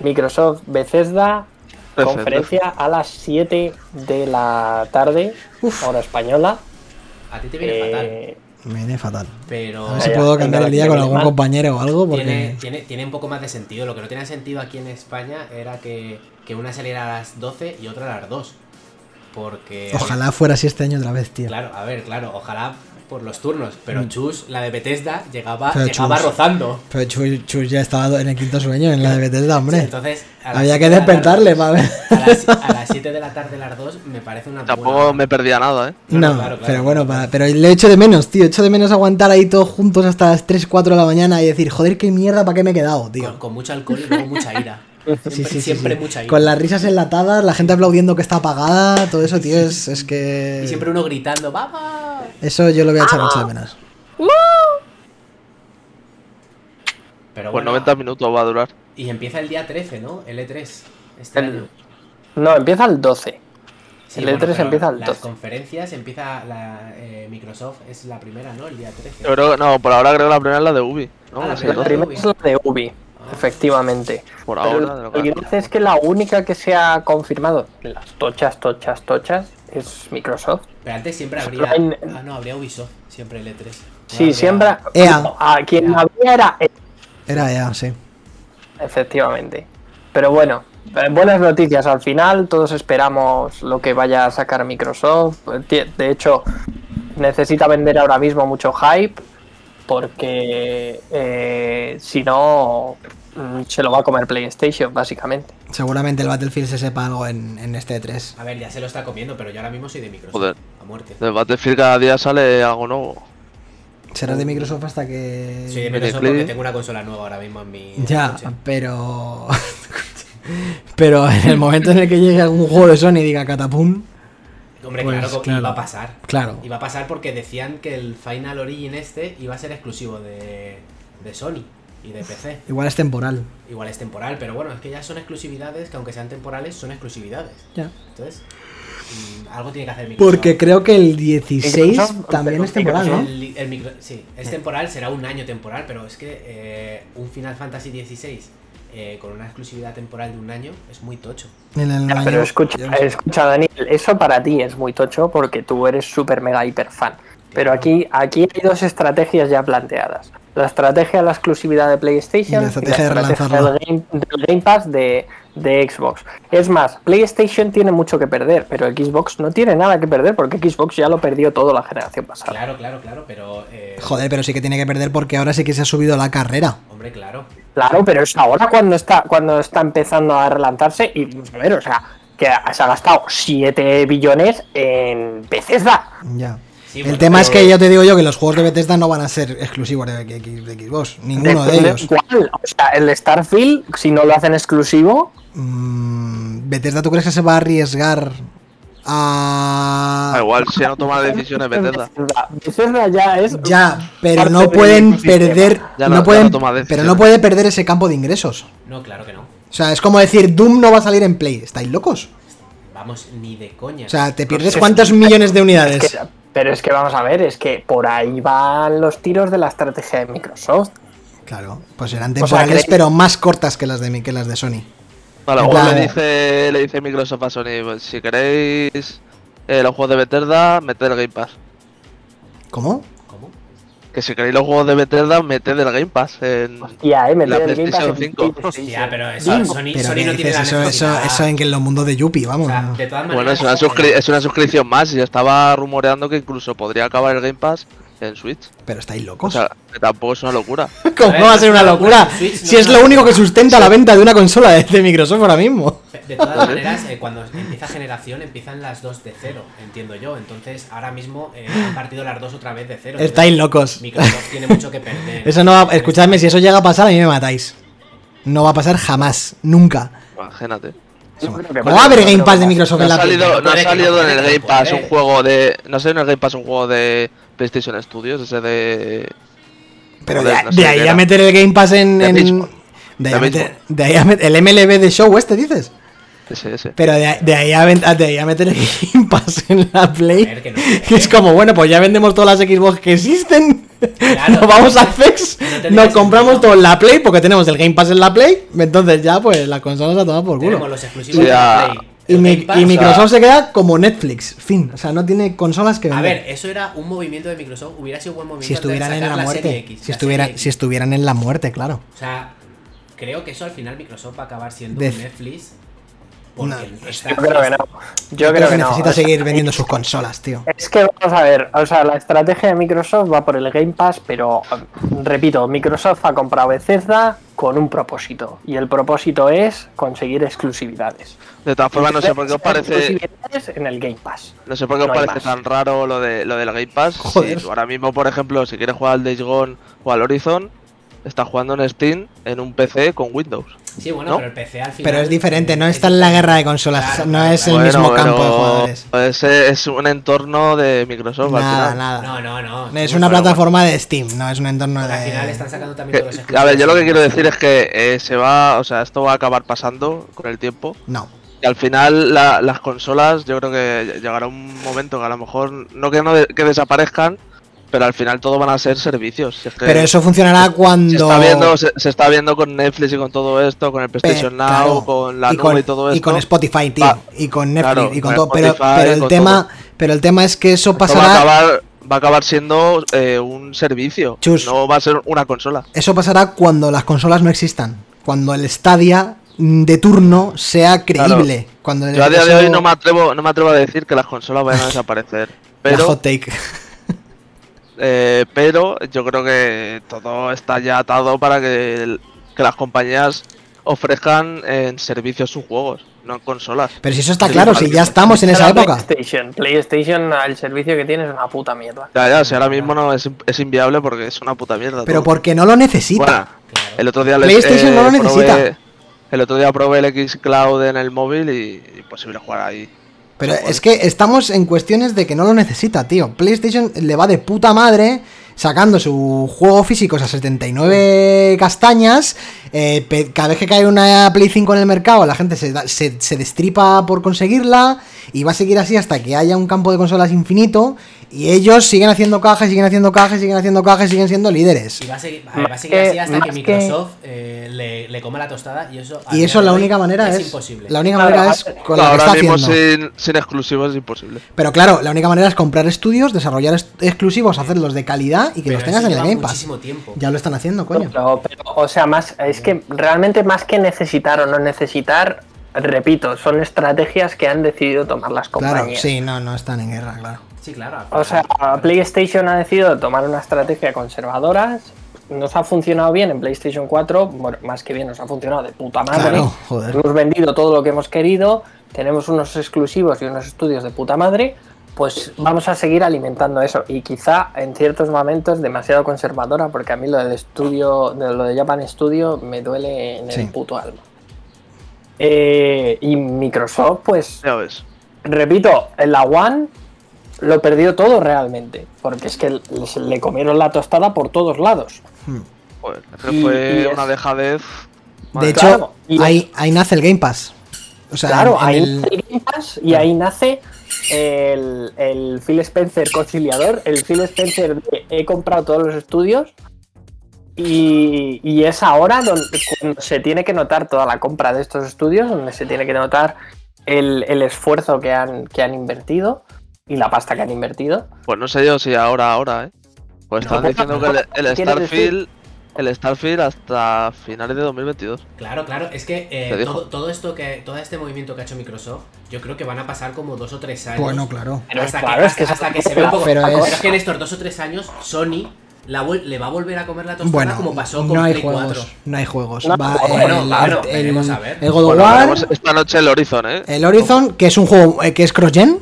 Speaker 3: Microsoft Bethesda.
Speaker 5: Bethesda.
Speaker 3: Conferencia a las 7 de la tarde,
Speaker 1: Uf.
Speaker 3: hora española.
Speaker 4: A ti te viene fatal.
Speaker 3: Eh,
Speaker 1: Me viene fatal.
Speaker 4: Pero
Speaker 1: A ver si
Speaker 3: Vaya,
Speaker 1: puedo cambiar el día con
Speaker 3: tiene
Speaker 1: algún
Speaker 3: mal.
Speaker 1: compañero o algo,
Speaker 4: tiene,
Speaker 1: porque.
Speaker 4: tiene, tiene un poco más de sentido. Lo que no tenía sentido aquí en España era que, que una saliera a las 12 y otra a las 2. Porque.
Speaker 1: Ojalá fuera así este año otra vez, tío.
Speaker 4: Claro, a ver, claro, ojalá por los turnos. Pero
Speaker 1: Mm.
Speaker 4: Chus, la de Bethesda, llegaba,
Speaker 1: Pero
Speaker 4: llegaba
Speaker 1: Chus.
Speaker 4: rozando.
Speaker 1: Pero Chus, Chus ya estaba en el quinto sueño, en la de Bethesda, hombre.
Speaker 4: Sí, entonces, a las
Speaker 1: Había que
Speaker 4: siete de la
Speaker 1: despertarle,
Speaker 4: tarde-
Speaker 1: para ver.
Speaker 4: A las, a las 7 de la tarde, las 2, me parece una. buena
Speaker 5: Tampoco
Speaker 4: hora.
Speaker 5: me perdía nada, ¿eh?
Speaker 1: No,
Speaker 4: No, no, claro, claro.
Speaker 1: pero bueno, para- pero le echo de menos, tío. Echo de menos aguantar ahí todos juntos hasta las 3, 4 de la mañana y decir, joder, qué mierda, ¿para qué me he quedado,
Speaker 4: Con,
Speaker 1: tío?
Speaker 4: con mucho alcohol y luego mucha ira. Siempre,
Speaker 1: Sí, sí, sí,
Speaker 4: siempre
Speaker 1: sí.
Speaker 4: mucha ira.
Speaker 1: Con las risas enlatadas, la gente aplaudiendo que está apagada, todo eso, tío, es, es que.
Speaker 4: Y siempre Ah. uno gritando, ¡vamos!
Speaker 1: Eso yo lo voy a echar mucho de menos.
Speaker 4: Pero
Speaker 5: Pues
Speaker 4: bueno,
Speaker 5: 90 minutos va a durar.
Speaker 4: y empieza el día 13, ¿no? L3. Este
Speaker 3: El-
Speaker 4: año.
Speaker 3: No, empieza el 12. el E3
Speaker 4: pero
Speaker 3: empieza el
Speaker 4: Las
Speaker 3: 12.
Speaker 4: conferencias empieza la, eh, Microsoft, es la primera, ¿no? El día 13.
Speaker 5: Yo creo que, no, por ahora creo que la primera es la de Ubi. ¿no?
Speaker 4: Ah, la
Speaker 5: Sí,
Speaker 4: primera.
Speaker 5: ¿no?
Speaker 3: La primera es la de Ubi,
Speaker 4: Ah.
Speaker 3: efectivamente.
Speaker 5: Por
Speaker 3: Pero
Speaker 5: ahora,
Speaker 3: lo
Speaker 5: de lo
Speaker 3: que
Speaker 5: que-
Speaker 3: dice es que la única que se ha confirmado, las tochas, tochas, tochas, es Microsoft.
Speaker 4: Pero antes siempre habría.
Speaker 3: En-
Speaker 4: Ah, no, habría Ubisoft, siempre el E E3.
Speaker 3: Pues Sí, siempre.
Speaker 1: EA.
Speaker 3: no, A quien había era EA,
Speaker 1: Era ya, sí.
Speaker 3: efectivamente. Pero bueno, eh, buenas noticias. Al final, todos esperamos lo que vaya a sacar Microsoft. Ti- De hecho, necesita vender ahora mismo mucho hype. Porque eh, si no, mm, se lo va a comer PlayStation, básicamente.
Speaker 1: Seguramente el Battlefield se sepa algo en, en este 3.
Speaker 4: A ver, ya se lo está comiendo, pero yo ahora mismo soy de Microsoft.
Speaker 5: Joder.
Speaker 4: A muerte.
Speaker 5: Del Battlefield cada día sale algo nuevo.
Speaker 1: Será
Speaker 4: Uh.
Speaker 1: de Microsoft hasta que.
Speaker 4: Soy de
Speaker 5: Mete
Speaker 4: Microsoft porque
Speaker 5: clic.
Speaker 4: tengo una consola nueva ahora mismo en mi.
Speaker 1: Ya,
Speaker 4: coche.
Speaker 1: pero. pero en el momento en el que llegue algún juego de Sony y diga catapum,
Speaker 4: Hombre,
Speaker 1: Pues,
Speaker 4: claro, que
Speaker 1: claro.
Speaker 4: iba a pasar.
Speaker 1: claro.
Speaker 4: Iba a pasar porque decían que el Final Origin este iba a ser exclusivo de, de Sony y de PC.
Speaker 1: Igual es temporal.
Speaker 4: Igual es temporal, pero bueno, es que ya son exclusividades que aunque sean temporales, son exclusividades.
Speaker 1: Ya.
Speaker 4: Entonces, mm, algo tiene que hacer Microsoft.
Speaker 1: Porque creo que el 16
Speaker 3: Microsoft,
Speaker 1: también
Speaker 3: pero
Speaker 1: es temporal, ¿no?
Speaker 4: El- el micro- sí, es temporal, será un año temporal, pero es que eh, un Final Fantasy XVI eh, con una exclusividad temporal de un año es muy tocho.
Speaker 1: En el
Speaker 3: Ya,
Speaker 1: año-
Speaker 3: pero escucha,
Speaker 1: yo no sé.
Speaker 3: escucha, Daniel, eso para ti es muy tocho porque tú eres súper mega hiper fan. Pero aquí, aquí hay dos estrategias ya planteadas. La estrategia de la exclusividad de PlayStation
Speaker 1: Y la estrategia de relanzarlo.
Speaker 3: del, game, del Game Pass de, de Xbox. Es más, PlayStation tiene mucho que perder, pero Xbox no tiene nada que perder porque Xbox ya lo perdió todo la generación
Speaker 1: Ah.
Speaker 3: pasada.
Speaker 4: Claro, claro, claro, pero... eh,
Speaker 1: Joder, pero sí que tiene que perder porque ahora sí que se ha subido la carrera.
Speaker 4: Hombre, claro.
Speaker 3: Claro, pero es ahora cuando está, cuando está empezando a relanzarse y vamos a ver, o sea, que se ha gastado 7 billones en Bethesda.
Speaker 1: Ya.
Speaker 4: Sí,
Speaker 1: el
Speaker 4: bueno,
Speaker 1: tema es
Speaker 4: pero-
Speaker 1: que yo te digo yo que los juegos de Bethesda no van a ser exclusivos de, de- de Xbox. Ninguno de
Speaker 3: Depende
Speaker 1: ellos.
Speaker 3: cuál. O sea, el Starfield, si no lo hacen exclusivo,
Speaker 1: Mm, Bethesda, ¿tú crees que se va a arriesgar
Speaker 5: Da
Speaker 3: Ah,
Speaker 1: a.
Speaker 5: igual, si no toma decisiones Bethesda.
Speaker 3: Bethesda. Bethesda ya es.
Speaker 1: Ya, pero
Speaker 3: parte
Speaker 1: no
Speaker 3: del
Speaker 1: pueden
Speaker 3: ecosistema.
Speaker 1: perder. no
Speaker 5: Ya no- ya
Speaker 1: pueden,
Speaker 5: no toma
Speaker 1: pero
Speaker 5: decisiones.
Speaker 1: no puede perder ese campo de ingresos.
Speaker 4: No, claro que no.
Speaker 1: O sea, es como decir, Doom no va a salir en Play. ¿Estáis locos?
Speaker 4: Vamos, ni de coña.
Speaker 1: O sea, te pierdes
Speaker 3: sé.
Speaker 1: cuántos millones de
Speaker 3: Es
Speaker 1: unidades.
Speaker 3: que- pero es que vamos a ver, es que por ahí van los tiros de la estrategia de Microsoft.
Speaker 1: Claro, pues serán
Speaker 3: sea,
Speaker 1: temporales,
Speaker 3: ¿creéis-
Speaker 1: pero más cortas que las de, mi- que las de Sony.
Speaker 5: Vale,
Speaker 1: En
Speaker 5: luego
Speaker 1: plan-
Speaker 5: le dice, le dice Microsoft a Sony, pues, si queréis eh, los juegos de Bethesda, meted el Game Pass.
Speaker 1: ¿Cómo?
Speaker 4: ¿Cómo?
Speaker 5: Que si queréis los juegos de Bethesda, meted el Game Pass. en-
Speaker 3: Ya, eh,
Speaker 5: La
Speaker 3: meter el Game Pass en
Speaker 5: PlayStation 5.
Speaker 3: PlayStation.
Speaker 4: Ya, pero eso, Sony,
Speaker 1: Pero
Speaker 4: Sony
Speaker 1: ¿qué
Speaker 4: no tiene
Speaker 1: dices?
Speaker 4: la
Speaker 1: eso, eso,
Speaker 4: necesidad.
Speaker 1: eso en que en los mundos de Yuppie,
Speaker 4: O
Speaker 1: vamos.
Speaker 4: sea,
Speaker 1: no.
Speaker 4: de todas maneras... eh,
Speaker 5: Bueno, es una, suscri- es una suscripción más y estaba rumoreando que incluso podría acabar el Game Pass en Switch.
Speaker 1: Pero estáis
Speaker 5: O
Speaker 1: locos.
Speaker 5: sea, que tampoco es una locura.
Speaker 1: ¿Cómo
Speaker 4: a ver,
Speaker 1: va a ser una
Speaker 4: no,
Speaker 1: locura?
Speaker 4: no, Switch
Speaker 1: Si
Speaker 4: no,
Speaker 1: es
Speaker 4: no.
Speaker 1: lo único que sustenta la venta de una consola de, de Microsoft ahora mismo.
Speaker 4: De todas maneras, eh, cuando empieza generación, empiezan las dos de cero, entiendo yo. Entonces, ahora mismo eh, han partido las dos otra vez de cero.
Speaker 1: Estáis
Speaker 4: Entonces,
Speaker 1: locos.
Speaker 4: Microsoft tiene mucho que perder.
Speaker 1: Eso no va, escuchadme, si eso llega a pasar, a mí me matáis. No va a pasar jamás, nunca.
Speaker 5: Imagínate.
Speaker 3: Yo creo que
Speaker 1: No va a haber
Speaker 3: no,
Speaker 1: Game
Speaker 3: no,
Speaker 1: Pass de
Speaker 3: no.
Speaker 1: Microsoft
Speaker 5: No
Speaker 1: en
Speaker 5: ha
Speaker 1: la Play.
Speaker 5: salido, no ha
Speaker 4: puede que no,
Speaker 5: salido en
Speaker 4: puede
Speaker 5: el
Speaker 4: que
Speaker 5: Game
Speaker 4: no,
Speaker 5: Pass
Speaker 4: puede.
Speaker 5: un juego de. No sé, en el Game Pass un juego de PlayStation Studios, ese de.
Speaker 1: Pero de,
Speaker 5: Joder, no sé
Speaker 1: de
Speaker 5: qué
Speaker 1: ahí
Speaker 5: era.
Speaker 1: a meter el Game Pass en.
Speaker 5: De
Speaker 1: en-
Speaker 5: béisbol.
Speaker 1: de ahí
Speaker 5: De
Speaker 1: a meter-
Speaker 5: béisbol.
Speaker 1: de ahí a met- el MLB de Show, este dices.
Speaker 5: Ese, ese.
Speaker 1: Pero de, de ahí a, ven- de ahí a meter el Game Pass en la Play.
Speaker 4: A ver, que no.
Speaker 1: que es como, bueno, pues ya vendemos todas las Xbox que existen.
Speaker 4: Claro,
Speaker 1: nos vamos a
Speaker 4: no
Speaker 1: Fex.
Speaker 4: tendría
Speaker 1: nos compramos
Speaker 4: sentido.
Speaker 1: todo en la Play porque tenemos el Game Pass en la Play. Entonces ya, pues las consolas a tomar por
Speaker 4: Tenemos
Speaker 1: culo.
Speaker 4: los exclusivos
Speaker 5: Sí,
Speaker 4: de
Speaker 5: a-
Speaker 4: Play.
Speaker 1: Y,
Speaker 4: El
Speaker 1: mi-
Speaker 4: Game Pass,
Speaker 1: y
Speaker 4: o sea-
Speaker 1: Microsoft se queda como Netflix, fin. O sea, no tiene consolas que
Speaker 4: A
Speaker 1: vender.
Speaker 4: ver, eso era un movimiento de Microsoft, hubiera sido un buen movimiento.
Speaker 1: si
Speaker 4: antes de
Speaker 1: estuvieran en
Speaker 4: sacar
Speaker 1: la
Speaker 4: Serie
Speaker 1: muerte.
Speaker 4: X,
Speaker 1: Si,
Speaker 4: la
Speaker 1: estuviera-
Speaker 4: Serie X.
Speaker 1: si estuvieran en la muerte, claro.
Speaker 4: O sea, creo que eso al final Microsoft va a acabar siendo
Speaker 1: De-
Speaker 4: un Netflix. Porque
Speaker 1: No,
Speaker 4: está-
Speaker 3: Yo creo que no. Yo
Speaker 1: Creo que
Speaker 3: creo que no.
Speaker 1: necesita
Speaker 3: O sea,
Speaker 1: seguir vendiendo sus consolas, tío.
Speaker 3: Es que vamos a ver, o sea, la estrategia de Microsoft va por el Game Pass, pero um, repito, Microsoft ha comprado Bethesda con un propósito. Y el propósito es conseguir exclusividades.
Speaker 5: De todas formas, no sé por qué os parece.
Speaker 3: Exclusividades en el Game Pass.
Speaker 5: No sé por qué os
Speaker 3: No hay
Speaker 5: parece
Speaker 3: más.
Speaker 5: tan raro lo, de, lo del Game Pass. si
Speaker 1: Joder.
Speaker 5: tú ahora mismo, por ejemplo, si quieres jugar al Days Gone o al Horizon, estás jugando en Steam en un PC con Windows.
Speaker 4: Sí, bueno,
Speaker 5: ¿No?
Speaker 4: pero el PC al final.
Speaker 1: Pero es diferente, no
Speaker 4: es
Speaker 1: está en la
Speaker 4: diferente.
Speaker 1: guerra de consolas,
Speaker 4: Claro,
Speaker 1: no
Speaker 4: claro,
Speaker 1: es el
Speaker 4: claro.
Speaker 1: mismo campo de jugadores.
Speaker 5: Ese es un entorno de Microsoft al
Speaker 1: Nada,
Speaker 5: final.
Speaker 1: nada.
Speaker 4: No, no, no.
Speaker 1: Es
Speaker 4: sí,
Speaker 1: una
Speaker 4: pero
Speaker 1: plataforma de Steam, no es un entorno
Speaker 4: bueno, Al final
Speaker 1: de.
Speaker 4: están sacando también todos los
Speaker 5: Que- a ver,
Speaker 4: exclusivos.
Speaker 5: yo lo que quiero decir es que eh, se va, o sea, esto va a acabar pasando con el tiempo.
Speaker 1: No.
Speaker 5: Y al final la- las consolas, yo creo que llegará un momento que a lo mejor no que no de- que desaparezcan, pero al final todo van a ser servicios. Si es que
Speaker 1: Pero eso funcionará
Speaker 5: se
Speaker 1: cuando.
Speaker 5: está viendo, se, se está viendo con Netflix y con todo esto, con el
Speaker 1: Pe-
Speaker 5: PlayStation
Speaker 1: claro,
Speaker 5: Now, con la
Speaker 1: y
Speaker 5: nube y todo esto.
Speaker 1: y con Spotify, tío.
Speaker 5: Ah,
Speaker 1: y con Netflix
Speaker 5: claro,
Speaker 1: y con
Speaker 5: con
Speaker 1: todo. Pero,
Speaker 5: Spotify,
Speaker 1: pero el
Speaker 5: con
Speaker 1: tema,
Speaker 5: todo.
Speaker 1: pero el tema es que eso
Speaker 5: Esto va a
Speaker 1: pasará.
Speaker 5: acabar, va a acabar siendo eh, un servicio,
Speaker 1: Chus.
Speaker 5: no va a ser una consola.
Speaker 1: Eso pasará cuando las consolas no existan. Cuando el Stadia mm, de turno sea creíble. Cuando
Speaker 5: Yo a día de
Speaker 1: eso-
Speaker 5: hoy no me atrevo, no me atrevo a decir que las consolas vayan a desaparecer.
Speaker 1: la
Speaker 5: Pero
Speaker 1: hot take.
Speaker 5: Eh, pero yo creo que todo está ya atado para que, el- que las compañías ofrezcan en servicios sus juegos, no en consolas.
Speaker 1: Pero si eso está
Speaker 5: Sí,
Speaker 1: claro,
Speaker 5: vale.
Speaker 1: si ya estamos en esa
Speaker 3: Pero
Speaker 1: época.
Speaker 3: PlayStation, PlayStation, el servicio que tiene es una puta mierda.
Speaker 5: Ya, ya, si ahora mismo no es, es inviable porque es una puta mierda.
Speaker 1: Pero
Speaker 5: todo.
Speaker 1: porque no lo necesita.
Speaker 5: Bueno,
Speaker 4: Claro.
Speaker 5: el otro día le- eh,
Speaker 1: PlayStation no lo
Speaker 5: probé-
Speaker 1: necesita.
Speaker 5: El otro día probé el X Cloud en el móvil y imposible jugar ahí.
Speaker 1: Pero es que estamos en cuestiones de que no lo necesita, tío. PlayStation le va de puta madre sacando su juego físico a 79 castañas. eh, pe- cada vez que cae una Play 5 en el mercado, la gente se, da- se, se destripa por conseguirla. Y va a seguir así hasta que haya un campo de consolas infinito. Y ellos siguen haciendo cajas, siguen haciendo cajas, siguen haciendo cajas, siguen siendo líderes.
Speaker 4: Y va a seguir, a ver, va a
Speaker 3: Más
Speaker 4: seguir
Speaker 3: que-
Speaker 4: así hasta que
Speaker 3: más que-
Speaker 4: Microsoft eh, le, le coma la tostada y eso. a
Speaker 1: Y
Speaker 4: día
Speaker 1: eso
Speaker 4: de
Speaker 1: la
Speaker 4: hoy
Speaker 1: única manera es.
Speaker 4: imposible.
Speaker 1: La única
Speaker 3: Claro,
Speaker 1: manera
Speaker 3: a
Speaker 1: es
Speaker 3: ver.
Speaker 1: con
Speaker 5: No,
Speaker 1: lo que está
Speaker 5: ahora mismo
Speaker 1: haciendo.
Speaker 5: sin, sin exclusivos es imposible.
Speaker 1: Pero claro, la única manera es comprar estudios, desarrollar est- exclusivos, hacerlos de calidad y que
Speaker 4: Pero
Speaker 1: los tengas
Speaker 4: eso
Speaker 1: en el
Speaker 4: lleva
Speaker 1: Game Pass.
Speaker 4: muchísimo tiempo.
Speaker 1: Ya lo están haciendo, coño.
Speaker 3: Pero- pero, o sea, más es que realmente más que necesitar o no necesitar, repito, son estrategias que han decidido tomar las
Speaker 1: Claro,
Speaker 3: compañías.
Speaker 1: sí, no, no están en guerra, claro.
Speaker 4: Sí, claro.
Speaker 3: O sea, PlayStation ha decidido tomar una estrategia conservadora. Nos ha funcionado bien en PlayStation 4, bueno, más que bien nos ha funcionado de puta madre.
Speaker 1: Claro, joder.
Speaker 3: Hemos vendido todo lo que hemos querido, tenemos unos exclusivos y unos estudios de puta madre, pues vamos a seguir alimentando eso. Y quizá en ciertos momentos demasiado conservadora, porque a mí lo del estudio, de lo de Japan Studio me duele en
Speaker 1: Sí.
Speaker 3: el puto alma. Eh, y Microsoft, pues
Speaker 5: Ya ves.
Speaker 3: repito, en la One lo perdió todo realmente, porque es que le- se le comieron la tostada por todos lados.
Speaker 1: Hmm.
Speaker 5: Joder, es que
Speaker 3: Y-
Speaker 5: fue
Speaker 3: y es-
Speaker 5: una dejadez.
Speaker 1: De
Speaker 5: Madre
Speaker 1: hecho,
Speaker 3: Claro, y-
Speaker 1: ahí, ahí nace el Game Pass. O sea,
Speaker 3: claro,
Speaker 1: en-
Speaker 3: ahí
Speaker 1: en
Speaker 3: nace
Speaker 1: el-
Speaker 3: el Game Pass y ahí nace el, el Phil Spencer conciliador, el Phil Spencer de he comprado todos los estudios. Y, y es ahora donde cuando se tiene que notar toda la compra de estos estudios, donde se tiene que notar el, el esfuerzo que han, que han invertido y la pasta que han invertido.
Speaker 5: Pues no sé yo si ahora, ahora, ¿eh? Pues
Speaker 3: No,
Speaker 5: están
Speaker 3: pues,
Speaker 5: diciendo que
Speaker 3: no,
Speaker 5: el, el
Speaker 3: ¿qué quieres
Speaker 5: Starfield, el Starfield hasta finales de 2022.
Speaker 4: Claro, claro, es que eh,
Speaker 5: Te dijo.
Speaker 4: todo, todo esto que todo este movimiento que ha hecho Microsoft, yo creo que van a pasar como dos o tres años.
Speaker 1: Bueno, claro.
Speaker 3: Pero
Speaker 4: hasta
Speaker 3: claro,
Speaker 4: que,
Speaker 3: es que
Speaker 4: hasta,
Speaker 3: eso-
Speaker 4: que se ve un poco.
Speaker 1: Pero
Speaker 4: Pero es...
Speaker 1: es-
Speaker 4: que en estos dos o tres años, Sony la vol- le va a volver a comer la tostada
Speaker 1: Bueno,
Speaker 4: como pasó con
Speaker 1: no hay
Speaker 4: Play
Speaker 1: juegos,
Speaker 4: 4.
Speaker 1: no hay juegos.
Speaker 3: No,
Speaker 1: Va
Speaker 4: bueno,
Speaker 1: el,
Speaker 4: claro,
Speaker 1: el-
Speaker 4: veremos a ver.
Speaker 1: el God of
Speaker 5: Bueno,
Speaker 1: War,
Speaker 5: veremos esta noche el Horizon, ¿eh?
Speaker 1: el Horizon, que es un juego eh, que es cross-gen,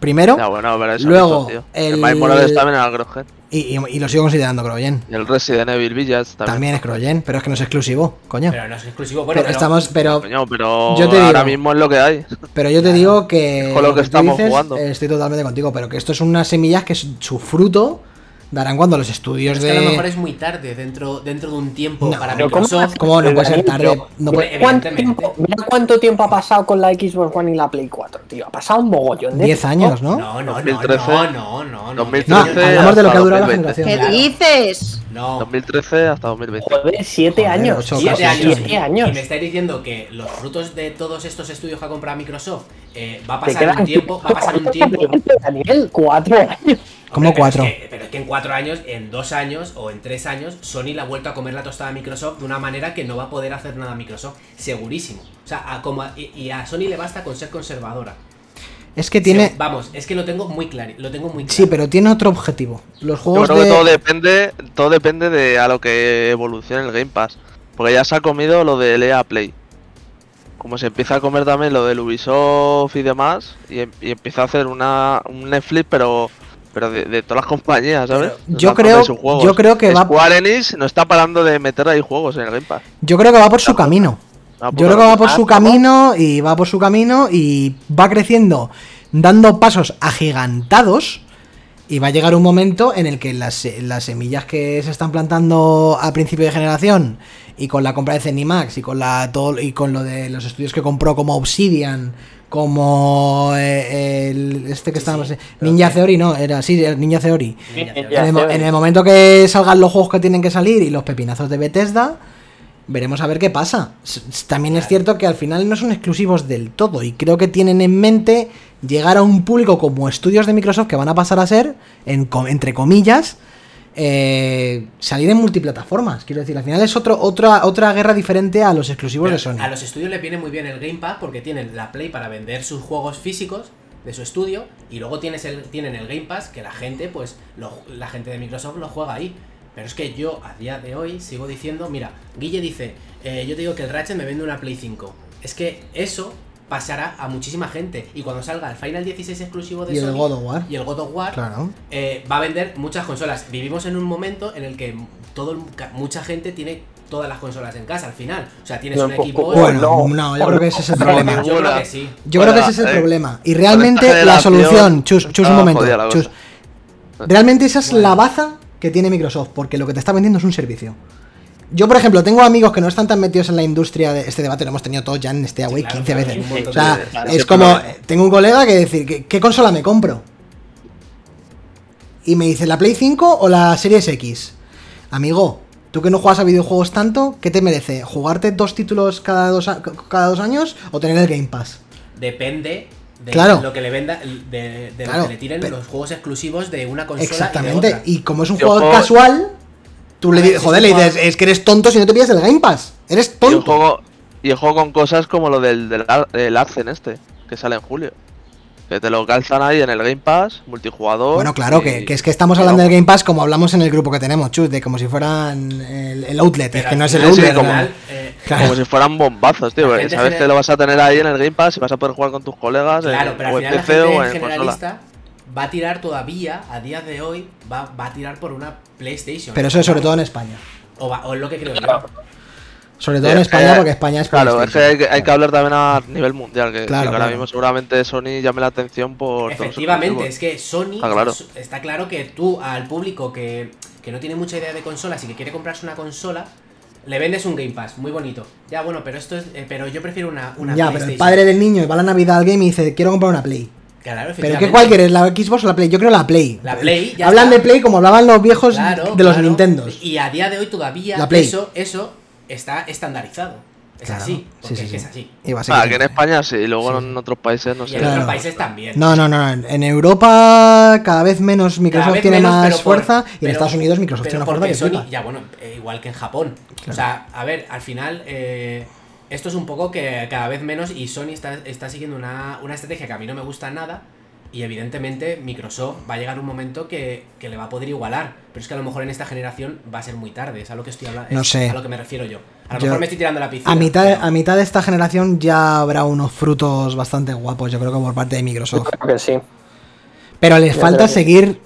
Speaker 1: primero,
Speaker 5: Ya, bueno, pero eso
Speaker 1: Luego,
Speaker 5: tío.
Speaker 1: el-
Speaker 5: el Miles Morales también era Grogen.
Speaker 1: y, y- y lo sigo considerando cross-gen.
Speaker 5: Y el Resident Evil Village también.
Speaker 1: También es cross-gen, pero es que no es exclusivo, coño. Pero,
Speaker 4: Pero no es exclusivo. Bueno, pero,
Speaker 1: estamos, pero
Speaker 5: Coño, pero
Speaker 1: Yo te digo-
Speaker 5: ahora mismo es lo que hay.
Speaker 1: Pero yo te digo que.
Speaker 5: Con lo que
Speaker 1: tú
Speaker 5: estamos jugando.
Speaker 1: eh, Estoy totalmente contigo, pero que esto es unas semillas que su, su fruto darán cuando los estudios
Speaker 4: es que a lo
Speaker 1: de.
Speaker 4: mejor es muy tarde dentro, dentro de un tiempo
Speaker 1: No,
Speaker 4: para
Speaker 3: pero ¿cómo?
Speaker 4: Microsoft.
Speaker 1: ¿Cómo no puede ser
Speaker 3: Pero-
Speaker 1: tarde? No puede-
Speaker 4: Hombre,
Speaker 3: ¿Cuánto
Speaker 4: evidentemente.
Speaker 3: tiempo, mira cuánto tiempo ha pasado con la Xbox One y la Play 4, tío. Ha pasado un mogollón de
Speaker 1: 10
Speaker 3: tiempo.
Speaker 1: años, ¿no?
Speaker 4: No, no, no,
Speaker 5: 2013,
Speaker 4: no, no, no, no.
Speaker 5: 2013,
Speaker 1: No, hablamos de lo que ha
Speaker 5: hasta
Speaker 1: durado la
Speaker 5: 2020.
Speaker 1: generación.
Speaker 2: ¿Qué
Speaker 4: Claro.
Speaker 2: dices?
Speaker 4: No,
Speaker 5: 2013 hasta 2020.
Speaker 3: Joder, siete
Speaker 1: Joder,
Speaker 3: años.
Speaker 1: ocho
Speaker 3: tío,
Speaker 1: casi,
Speaker 4: Siete años.
Speaker 1: sí.
Speaker 3: siete años.
Speaker 4: Y me estáis diciendo que los frutos de todos estos estudios que ha comprado Microsoft eh, va a
Speaker 3: Te
Speaker 4: pasar
Speaker 3: quedan
Speaker 4: un tiempo, va a pasar un tiempo.
Speaker 3: Daniel, cuatro años.
Speaker 1: Como
Speaker 4: Hombre, pero
Speaker 1: cuatro.
Speaker 4: es que- pero es que en cuatro años, en dos años o en tres años, Sony le ha vuelto a comer la tostada a Microsoft de una manera que no va a poder hacer nada Microsoft, segurísimo. O sea, a como a- y, y a Sony le basta con ser conservadora.
Speaker 1: Es que tiene.
Speaker 4: Se- vamos, es que lo tengo muy claro, lo tengo muy claro.
Speaker 1: Sí, pero tiene otro objetivo. Los
Speaker 5: Yo
Speaker 1: juegos
Speaker 5: creo que todo
Speaker 1: de.
Speaker 5: depende, todo depende de a lo que evolucione el Game Pass. Porque ya se ha comido lo del EA Play. Como se empieza a comer también lo del Ubisoft y demás, y, em- y empieza a hacer una, un Netflix, pero pero de, de todas las compañías, ¿sabes?
Speaker 1: Yo
Speaker 5: Sacando
Speaker 1: creo-
Speaker 5: sus juegos.
Speaker 1: yo creo que va-
Speaker 5: Square Enix no está parando de meter ahí juegos en el Game Pass.
Speaker 1: Yo creo que va por su camino.
Speaker 5: Una puta
Speaker 1: Yo creo que va por
Speaker 3: Ah,
Speaker 1: su
Speaker 3: ¿cómo?
Speaker 1: camino y va por su camino y va creciendo, dando pasos agigantados. Y va a llegar un momento en el que las, se- las semillas que se están plantando a principio de generación y con la compra de Zenimax y con la todo y con lo de los estudios que compró como Obsidian, como eh, el- este que
Speaker 4: Sí,
Speaker 1: estábamos
Speaker 4: sí, pero
Speaker 1: Ninja
Speaker 4: que-
Speaker 1: Theory, no, era sí, era Ninja Theory.
Speaker 4: Mira,
Speaker 3: Sí,
Speaker 4: ya-
Speaker 1: En el, mo-
Speaker 3: Theory.
Speaker 1: en el momento que salgan los juegos que tienen que salir y los pepinazos de Bethesda, veremos a ver qué pasa. S- s- También es cierto que al final no son exclusivos del todo y creo que tienen en mente llegar a un público como estudios de Microsoft que van a pasar a ser, en com- entre comillas, eh, salir en multiplataformas. Quiero decir, al final es otro, otra, otra guerra diferente a los exclusivos de
Speaker 4: Pero
Speaker 1: Sony.
Speaker 4: A los estudios les viene muy bien el Game Pass porque tienen la Play para vender sus juegos físicos de su estudio y luego tienes el, tienen el Game Pass que la gente, pues, lo- la gente de Microsoft lo juega ahí. Pero es que yo a día de hoy sigo diciendo, mira, Guille dice, eh, yo te digo que el Ratchet me vende una Play 5. Es que eso pasará a muchísima gente y cuando salga el Final 16 exclusivo de
Speaker 1: Y
Speaker 4: Sony
Speaker 1: el God of War.
Speaker 4: y el God of War,
Speaker 1: Claro.
Speaker 4: eh, va a vender muchas consolas. Vivimos en un momento en el que todo, el- ca- mucha gente tiene todas las consolas en casa al final. O sea, tienes
Speaker 3: No,
Speaker 4: un
Speaker 3: poco-
Speaker 4: equipo.
Speaker 1: Bueno,
Speaker 3: no,
Speaker 1: pues, no, yo
Speaker 3: no,
Speaker 1: creo que ese es el
Speaker 3: no,
Speaker 1: problema.
Speaker 4: yo creo
Speaker 5: Hola.
Speaker 4: que sí.
Speaker 1: Yo
Speaker 5: Bueno,
Speaker 1: creo que ese es el
Speaker 5: eh,
Speaker 1: problema. Y
Speaker 5: esta
Speaker 1: realmente la
Speaker 5: generación
Speaker 1: solución, chus, chus, un
Speaker 5: está
Speaker 1: momento,
Speaker 5: jodida la
Speaker 1: chus.
Speaker 5: cosa.
Speaker 1: Realmente esa es
Speaker 4: Bueno.
Speaker 1: la baza que tiene Microsoft, porque lo que te está vendiendo es un servicio. Yo, por ejemplo, tengo amigos que no están tan metidos en la industria de este debate, lo hemos tenido todos ya en este away
Speaker 4: claro,
Speaker 1: 15
Speaker 4: claro,
Speaker 1: veces.
Speaker 4: un montón
Speaker 1: O sea,
Speaker 4: de veces.
Speaker 5: claro.
Speaker 1: es como, eh, tengo un colega que decir, ¿qué, qué consola me compro? Y me dice, ¿la Play 5 o la Series X? Amigo, tú que no juegas a videojuegos tanto, ¿qué te merece? ¿Jugarte dos títulos cada dos, a- cada dos años o tener el Game Pass?
Speaker 4: Depende de
Speaker 1: Claro.
Speaker 4: lo que le venda, de, de
Speaker 1: Claro,
Speaker 4: lo que le tiren
Speaker 1: pero-
Speaker 4: los juegos exclusivos de una consola. y de
Speaker 1: Exactamente.
Speaker 4: otra.
Speaker 1: Y como es un
Speaker 5: Yo
Speaker 1: juego
Speaker 5: juego-
Speaker 1: casual, tú le
Speaker 4: Ah,
Speaker 1: dices,
Speaker 4: sí,
Speaker 1: joder,
Speaker 4: sí,
Speaker 1: le dices,
Speaker 4: juego-
Speaker 1: es que eres tonto si no te pillas el Game Pass. Eres
Speaker 5: Y el,
Speaker 1: tonto.
Speaker 5: juego, y el juego con cosas como lo del, del, Ar- del Arcen este, que sale en julio. Que te lo calzan ahí en el Game Pass, multijugador.
Speaker 1: Bueno, claro,
Speaker 5: y-
Speaker 1: que, que es que estamos
Speaker 5: y
Speaker 1: hablando del
Speaker 5: vamos.
Speaker 1: Game Pass como hablamos en el grupo que tenemos, chus, de como si fueran el, el outlet,
Speaker 4: Pero
Speaker 1: es que no
Speaker 4: al
Speaker 1: es el
Speaker 4: final,
Speaker 5: sí,
Speaker 1: outlet.
Speaker 4: al
Speaker 5: como-
Speaker 1: ¿no?
Speaker 4: final, eh,
Speaker 1: Claro.
Speaker 5: Como si fueran bombazos, tío.
Speaker 4: La
Speaker 5: porque
Speaker 4: gente
Speaker 5: sabes
Speaker 4: genera-
Speaker 5: que lo vas a tener ahí en el Game Pass y vas a poder jugar con tus colegas
Speaker 4: Claro,
Speaker 5: en,
Speaker 4: pero
Speaker 5: o
Speaker 4: al
Speaker 5: en
Speaker 4: final la
Speaker 5: PC o
Speaker 4: gente
Speaker 5: en consola.
Speaker 4: generalista va a tirar todavía, a día de hoy, va, va a tirar por una PlayStation.
Speaker 1: Pero eso es sobre todo en España.
Speaker 4: O, va- o es lo que creo yo.
Speaker 1: Sobre todo en
Speaker 5: Eh,
Speaker 1: España,
Speaker 5: eh,
Speaker 1: porque España es
Speaker 5: Claro, es que hay,
Speaker 1: PlayStation.
Speaker 5: que hay que hablar también a nivel mundial. Que,
Speaker 1: Claro,
Speaker 5: que ahora
Speaker 1: claro.
Speaker 5: mismo seguramente Sony llame la atención por. todos esos
Speaker 4: Efectivamente,
Speaker 5: motivos.
Speaker 4: es que Sony
Speaker 5: Ah, claro.
Speaker 4: es- está claro que tú al público que, que no tiene mucha idea de consolas y que quiere comprarse una consola, le vendes un Game Pass, muy bonito. Ya bueno, pero esto es eh, pero yo prefiero una, una
Speaker 1: Ya, pero el
Speaker 4: PlayStation.
Speaker 1: padre del niño va a la Navidad al game y dice, quiero comprar una Play.
Speaker 4: Claro,
Speaker 1: ¿Pero qué
Speaker 4: efectivamente.
Speaker 1: cuál quieres? ¿La Xbox o la Play? Yo creo la Play.
Speaker 4: La Play, ya
Speaker 1: Hablan
Speaker 4: está.
Speaker 1: de Play como hablaban los viejos
Speaker 4: Claro,
Speaker 1: de los
Speaker 4: claro.
Speaker 1: Nintendos.
Speaker 4: Y a día de hoy todavía
Speaker 1: La Play.
Speaker 4: eso eso está estandarizado. Es
Speaker 1: Claro.
Speaker 4: así, porque
Speaker 1: Sí, sí,
Speaker 4: es que
Speaker 1: sí.
Speaker 4: es así.
Speaker 1: Y va a seguir
Speaker 5: Ah, que en
Speaker 1: siendo.
Speaker 5: España sí, y luego
Speaker 1: Sí.
Speaker 5: en otros países no
Speaker 4: Y
Speaker 5: sé.
Speaker 4: en otros
Speaker 1: Claro.
Speaker 4: países también.
Speaker 1: No, no, no. En Europa cada vez menos Microsoft
Speaker 4: Cada vez
Speaker 1: tiene
Speaker 4: menos,
Speaker 1: más
Speaker 4: pero por-
Speaker 1: fuerza y en
Speaker 4: pero-
Speaker 1: Estados Unidos Microsoft
Speaker 4: pero
Speaker 1: tiene una fuerza
Speaker 4: porque
Speaker 1: que
Speaker 4: Sony,
Speaker 1: flipa.
Speaker 4: ya bueno, eh, igual que en Japón. O sea, a ver, al final eh, esto es un poco que cada vez menos y Sony está, está siguiendo una, una estrategia que a mí no me gusta nada y evidentemente Microsoft va a llegar un momento que, que le va a poder igualar, pero es que a lo mejor en esta generación va a ser muy tarde, es a lo que estoy hablando,
Speaker 1: No
Speaker 4: es
Speaker 1: sé.
Speaker 4: a lo que me refiero yo. A lo
Speaker 1: Yo-
Speaker 4: mejor me estoy tirando a la piscina.
Speaker 1: A mitad,
Speaker 4: pero-
Speaker 1: a mitad de esta generación ya habrá unos frutos bastante guapos, yo creo que por parte de Microsoft.
Speaker 3: Creo que sí.
Speaker 1: Pero les
Speaker 3: Yo
Speaker 1: falta
Speaker 3: creo que-
Speaker 1: seguir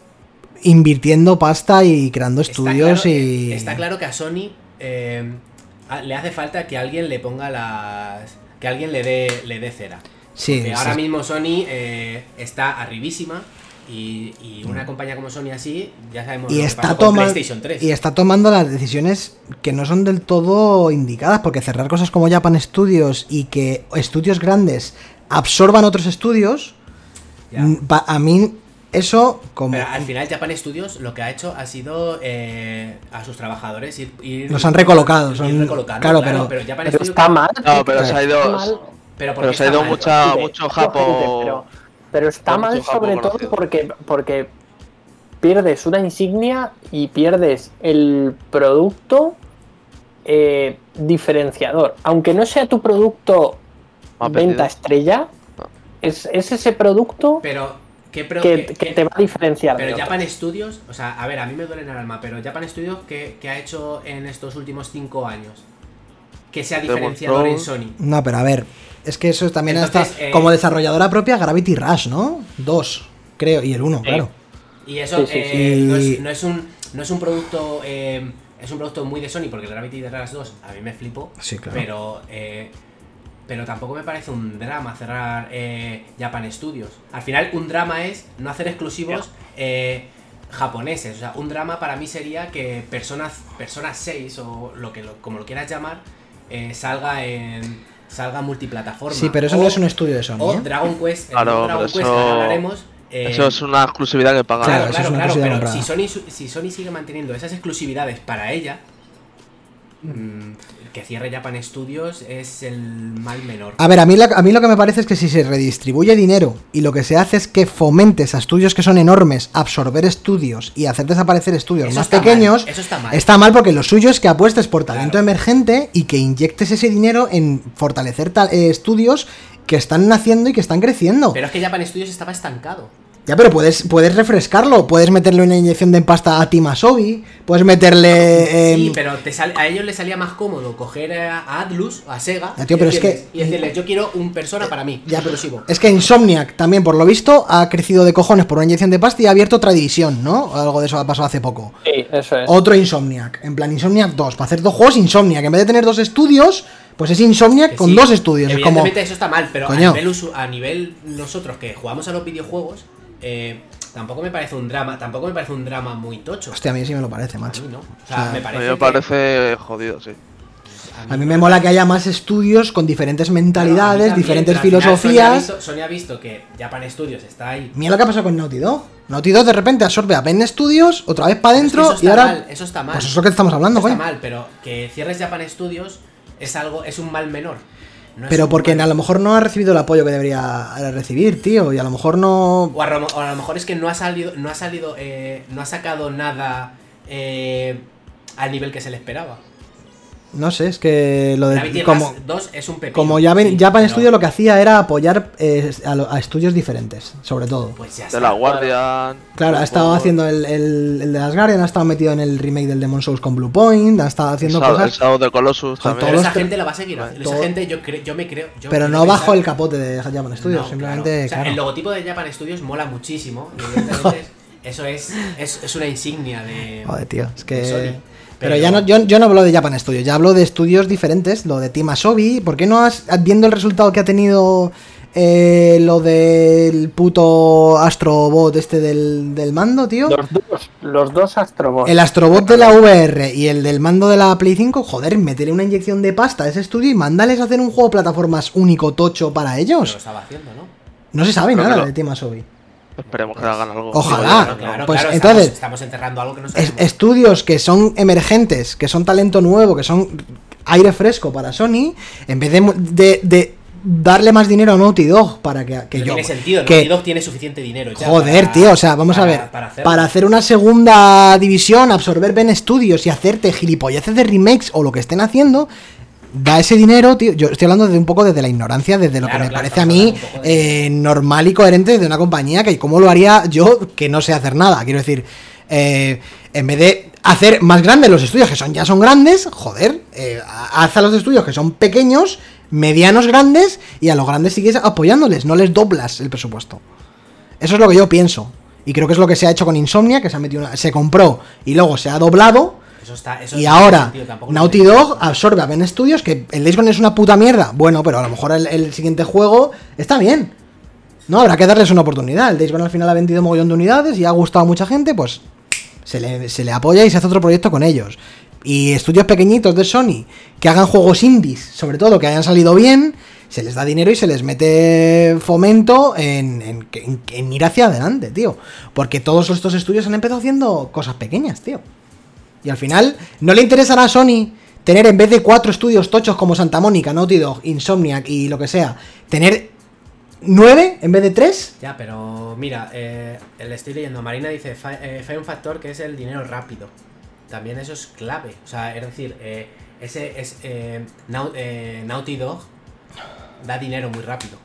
Speaker 1: invirtiendo pasta y creando
Speaker 4: Está
Speaker 1: estudios
Speaker 4: claro-
Speaker 1: y...
Speaker 4: Está claro que a Sony eh, a- le hace falta que alguien le ponga las. que alguien le dé, le dé cera.
Speaker 1: Sí,
Speaker 4: Que
Speaker 1: sí.
Speaker 4: ahora mismo Sony eh, está arribísima y, y una compañía como Sony así, ya sabemos
Speaker 1: Mm. Y
Speaker 4: lo que
Speaker 1: está,
Speaker 4: pasó con
Speaker 1: toma-
Speaker 4: PlayStation 3.
Speaker 1: y está tomando las decisiones que no son del todo indicadas, porque cerrar cosas como Japan Studios y que estudios grandes absorban otros estudios,
Speaker 4: Ya.
Speaker 1: mm, pa- a mí Eso como...
Speaker 4: Pero al final Japan Studios lo que ha hecho ha sido eh, a sus trabajadores ir, ir-
Speaker 1: Los han recolocado,
Speaker 4: ir
Speaker 1: son-
Speaker 4: recolocando,
Speaker 1: claro, pero-
Speaker 4: Japan
Speaker 3: Pero
Speaker 4: Studios
Speaker 3: está mal.
Speaker 5: No, pero se ha ido-
Speaker 3: Está mal.
Speaker 4: pero ¿por
Speaker 5: pero
Speaker 4: qué
Speaker 5: se ha
Speaker 4: está
Speaker 5: ido
Speaker 4: mal?
Speaker 5: mucha- Ah,
Speaker 3: Gente,
Speaker 5: mucho
Speaker 3: mucha
Speaker 5: japo-
Speaker 3: gente, pero, pero está
Speaker 5: mucho
Speaker 3: mal
Speaker 5: japo
Speaker 3: sobre todo
Speaker 5: conocido.
Speaker 3: porque, porque pierdes una insignia y pierdes el producto eh, diferenciador. Aunque no sea tu producto
Speaker 5: Más
Speaker 3: venta
Speaker 5: vendido.
Speaker 3: estrella, es, es ese producto
Speaker 4: Pero ¿qué pro-
Speaker 3: que,
Speaker 4: qué-
Speaker 3: que te va a diferenciar. de
Speaker 4: Pero
Speaker 3: otro.
Speaker 4: Japan Studios, o sea, a ver, a mí me duele en el alma, pero Japan Studios, ¿qué, qué ha hecho en estos últimos cinco años? Que sea
Speaker 5: Demon's
Speaker 4: diferenciador en
Speaker 5: Souls.
Speaker 4: Sony.
Speaker 1: No, pero a ver, es que eso también
Speaker 4: Entonces,
Speaker 1: está...
Speaker 4: eh,
Speaker 1: Como desarrolladora propia, Gravity Rush, ¿no? Dos, creo, y el uno, claro.
Speaker 4: Y eso
Speaker 3: Sí, sí,
Speaker 4: eh,
Speaker 1: sí.
Speaker 4: No,
Speaker 1: Y-
Speaker 4: es, no es un, no es un producto. eh, es un producto muy de Sony, porque el Gravity Rush 2 a mí me flipo.
Speaker 1: Sí, claro.
Speaker 4: Pero. eh, pero tampoco me parece un drama cerrar eh, Japan Studios. Al final, un drama es no hacer exclusivos eh, japoneses. O sea, un drama para mí sería que Persona, Persona 6 o lo que lo- como lo quieras llamar eh, salga en salga multiplataforma.
Speaker 1: Sí, pero eso
Speaker 4: O-
Speaker 1: no es un estudio de Sony,
Speaker 4: O
Speaker 1: ¿eh?
Speaker 4: Dragon Quest. el nuevo
Speaker 5: Claro, pero
Speaker 4: Dragon Quest,
Speaker 5: eso-
Speaker 4: que ahora hablaremos, eh,
Speaker 5: Eso es una exclusividad que pagan.
Speaker 1: Claro, eso
Speaker 4: Claro,
Speaker 1: es
Speaker 4: claro,
Speaker 1: una
Speaker 4: claro,
Speaker 1: exclusividad
Speaker 4: pero
Speaker 1: comprada.
Speaker 4: si Sony, su- si Sony sigue manteniendo esas exclusividades para ella, mm, que cierre Japan Studios es el mal menor.
Speaker 1: A ver, a mí, la- a mí lo que me parece es que si se redistribuye dinero y lo que se hace es que fomentes a estudios que son enormes, absorber estudios y hacer desaparecer estudios
Speaker 4: Eso
Speaker 1: más
Speaker 4: está mal,
Speaker 1: pequeños,
Speaker 4: eso está mal.
Speaker 1: porque lo suyo es que apuestes por talento
Speaker 4: Claro.
Speaker 1: emergente y que inyectes ese dinero en fortalecer tal- eh, estudios que están naciendo y que están creciendo.
Speaker 4: Pero es que Japan Studios estaba estancado.
Speaker 1: ya, pero puedes, puedes refrescarlo, puedes meterle una inyección de pasta a Timasobi, puedes meterle...
Speaker 4: sí,
Speaker 1: em,
Speaker 4: pero te sal- a ellos les salía más cómodo coger a a Atlus o a Sega
Speaker 1: Ya, tío, pero
Speaker 4: y,
Speaker 1: es
Speaker 4: decirles,
Speaker 1: que- Eh,
Speaker 4: y decirles, yo quiero un persona para mí,
Speaker 1: Ya, pero-
Speaker 4: exclusivo.
Speaker 1: Es que Insomniac también, por lo visto, ha crecido de cojones por una inyección de pasta y ha abierto otra división, ¿no? Algo de eso ha pasado hace poco.
Speaker 3: Sí, eso es.
Speaker 1: Otro Insomniac. En plan, Insomniac 2. Para hacer dos juegos, Insomniac. En vez de tener dos estudios, pues es Insomniac
Speaker 4: Que
Speaker 1: con
Speaker 4: sí,
Speaker 1: dos estudios. Es como.
Speaker 4: Evidentemente eso está mal, pero a
Speaker 1: Coño.
Speaker 4: nivel, usu- a nivel nosotros que jugamos a los videojuegos, eh, tampoco me parece un drama, tampoco me parece un drama muy tocho.
Speaker 1: Hostia, a mí sí me lo parece,
Speaker 4: A
Speaker 1: macho.
Speaker 4: mí no. O sea,
Speaker 1: O sea,
Speaker 4: me
Speaker 5: A
Speaker 4: parece.
Speaker 5: mí me
Speaker 4: que-
Speaker 5: parece jodido, sí.
Speaker 1: A mí me mola que haya más estudios con diferentes mentalidades,
Speaker 4: Pero a mí también,
Speaker 1: diferentes
Speaker 4: pero al final
Speaker 1: filosofías.
Speaker 4: Sony ha, visto, Sony ha visto que Japan Studios está ahí.
Speaker 1: Mira lo que ha pasado con Naughty Dog. Naughty Dog de repente absorbe a Ben Studios, otra vez para
Speaker 4: Pero es que
Speaker 1: adentro
Speaker 4: eso
Speaker 1: y
Speaker 4: está
Speaker 1: ahora.
Speaker 4: mal, eso está mal.
Speaker 1: Pues eso que estamos hablando,
Speaker 4: Eso
Speaker 1: coño.
Speaker 4: está mal, pero que cierres Japan Studios es algo, es un mal menor. No es
Speaker 1: Pero
Speaker 4: un
Speaker 1: porque
Speaker 4: mal-
Speaker 1: a lo mejor no ha recibido el apoyo que debería recibir, tío. Y a lo mejor no.
Speaker 4: O a, lo- o a lo mejor es que no ha salido, no ha salido, eh, no ha sacado nada eh, al nivel que se le esperaba.
Speaker 1: No sé, es que lo
Speaker 4: Gravity
Speaker 1: de. Como,
Speaker 4: Rush 2 es un pepino.
Speaker 1: como ya ven,
Speaker 4: sí,
Speaker 1: Japan
Speaker 4: pero-
Speaker 1: Studio lo que hacía era apoyar eh, a, lo- a estudios diferentes, sobre todo.
Speaker 4: Pues ya
Speaker 5: De
Speaker 4: está.
Speaker 5: la Guardian.
Speaker 1: Claro, ha
Speaker 5: por
Speaker 1: estado
Speaker 5: favor.
Speaker 1: haciendo el, el, el de las Guardian, ha estado metido en el remake del Demon Souls con Blue Point, ha estado
Speaker 5: El
Speaker 1: haciendo
Speaker 5: Shadow el
Speaker 1: cosas.
Speaker 5: Shadow de
Speaker 1: Joder,
Speaker 5: Colossus también.
Speaker 4: Pero
Speaker 1: todos
Speaker 4: esa
Speaker 1: los que-
Speaker 4: gente la va a seguir. haciendo. Esa
Speaker 1: todo-
Speaker 4: gente yo, cre- yo me creo.
Speaker 1: Pero
Speaker 4: yo quiero
Speaker 1: no bajo
Speaker 4: pensar-
Speaker 1: el capote de Japan Studios,
Speaker 4: No,
Speaker 1: simplemente.
Speaker 4: claro. O sea,
Speaker 1: claro.
Speaker 4: El logotipo de Japan Studios mola muchísimo. y evidentemente eso es, es, es una insignia de.
Speaker 1: Joder, tío, es
Speaker 4: de Sony,
Speaker 1: que. Pero ya no, yo, yo no hablo de Japan Studios, ya hablo de estudios diferentes, lo de Team Asobi. ¿Por qué no has, viendo el resultado que ha tenido eh, lo del puto Astrobot este del, del mando, tío?
Speaker 3: Los dos, los dos Astrobots.
Speaker 1: El Astrobot de la VR y el del mando de la Play 5, joder, métele una inyección de pasta a ese estudio y mándales a hacer un juego de plataformas único tocho para
Speaker 4: Pero lo
Speaker 1: ellos.
Speaker 4: estaba haciendo, ¿no?
Speaker 1: No se sabe
Speaker 5: Creo que
Speaker 1: nada
Speaker 5: lo-
Speaker 1: de Team Asobi.
Speaker 5: Esperemos que hagan algo.
Speaker 1: Ojalá.
Speaker 5: Digo, ya,
Speaker 4: Claro,
Speaker 1: pues
Speaker 4: claro,
Speaker 1: entonces-
Speaker 4: Estamos, estamos enterrando algo que no
Speaker 1: Es-
Speaker 4: sabemos.
Speaker 1: estudios que son emergentes, que son talento nuevo, que son aire fresco para Sony, en vez de, de- de darle más dinero a Naughty Dog para que, que
Speaker 4: no
Speaker 1: yo.
Speaker 4: tiene sentido.
Speaker 1: que-
Speaker 4: Que... Naughty Dog tiene suficiente dinero. Ya
Speaker 1: joder,
Speaker 4: para-
Speaker 1: tío, o sea, vamos
Speaker 4: para-
Speaker 1: a ver.
Speaker 4: Para
Speaker 1: Para,
Speaker 4: hacerlo.
Speaker 1: hacer una segunda división, absorber Ben Studios y hacerte gilipolleces de remakes o lo que estén haciendo. Da ese dinero, tío. Yo estoy hablando de un poco desde la ignorancia, desde lo
Speaker 4: Claro,
Speaker 1: que me
Speaker 4: claro,
Speaker 1: parece a
Speaker 4: estamos
Speaker 1: mí
Speaker 4: hablando un poco de-
Speaker 1: eh, normal y coherente de una compañía que, como lo haría yo, que no sé hacer nada? Quiero decir, eh, en vez de hacer más grandes los estudios que son ya son grandes, joder, eh, ha- haz a los estudios que son pequeños, medianos, grandes, y a los grandes sigues apoyándoles, no les doblas el presupuesto. Eso es lo que yo pienso. Y creo que es lo que se ha hecho con Insomnia, que se, ha metido una- se compró y luego se ha doblado.
Speaker 4: Eso está, eso
Speaker 1: Y
Speaker 4: no tiene
Speaker 1: ahora
Speaker 4: sentido, tampoco lo
Speaker 1: Naughty
Speaker 4: tiene.
Speaker 1: Dog absorbe a Ben Studios, que el Days Gone es una puta mierda. Bueno, pero a lo mejor el, el siguiente juego está bien. No, habrá que darles una oportunidad. El Days Gone al final ha vendido mogollón de unidades y ha gustado a mucha gente, pues se le, se le apoya y se hace otro proyecto con ellos. y estudios pequeñitos de Sony que hagan juegos indies, sobre todo que hayan salido bien, se les da dinero y se les mete fomento en, en- en- en ir hacia adelante, tío. Porque todos estos estudios han empezado haciendo cosas pequeñas, tío. Y al final, ¿no le interesará a Sony tener en vez de cuatro estudios tochos como Santa Mónica, Naughty Dog, Insomniac y lo que sea, tener nueve en vez de tres?
Speaker 4: Ya, pero mira, eh, le estoy leyendo. Marina dice, "Fa- eh, falla un factor que es el dinero rápido. También eso es clave. O sea, es decir, eh, ese es eh, Nau- eh, Naughty Dog da dinero muy rápido.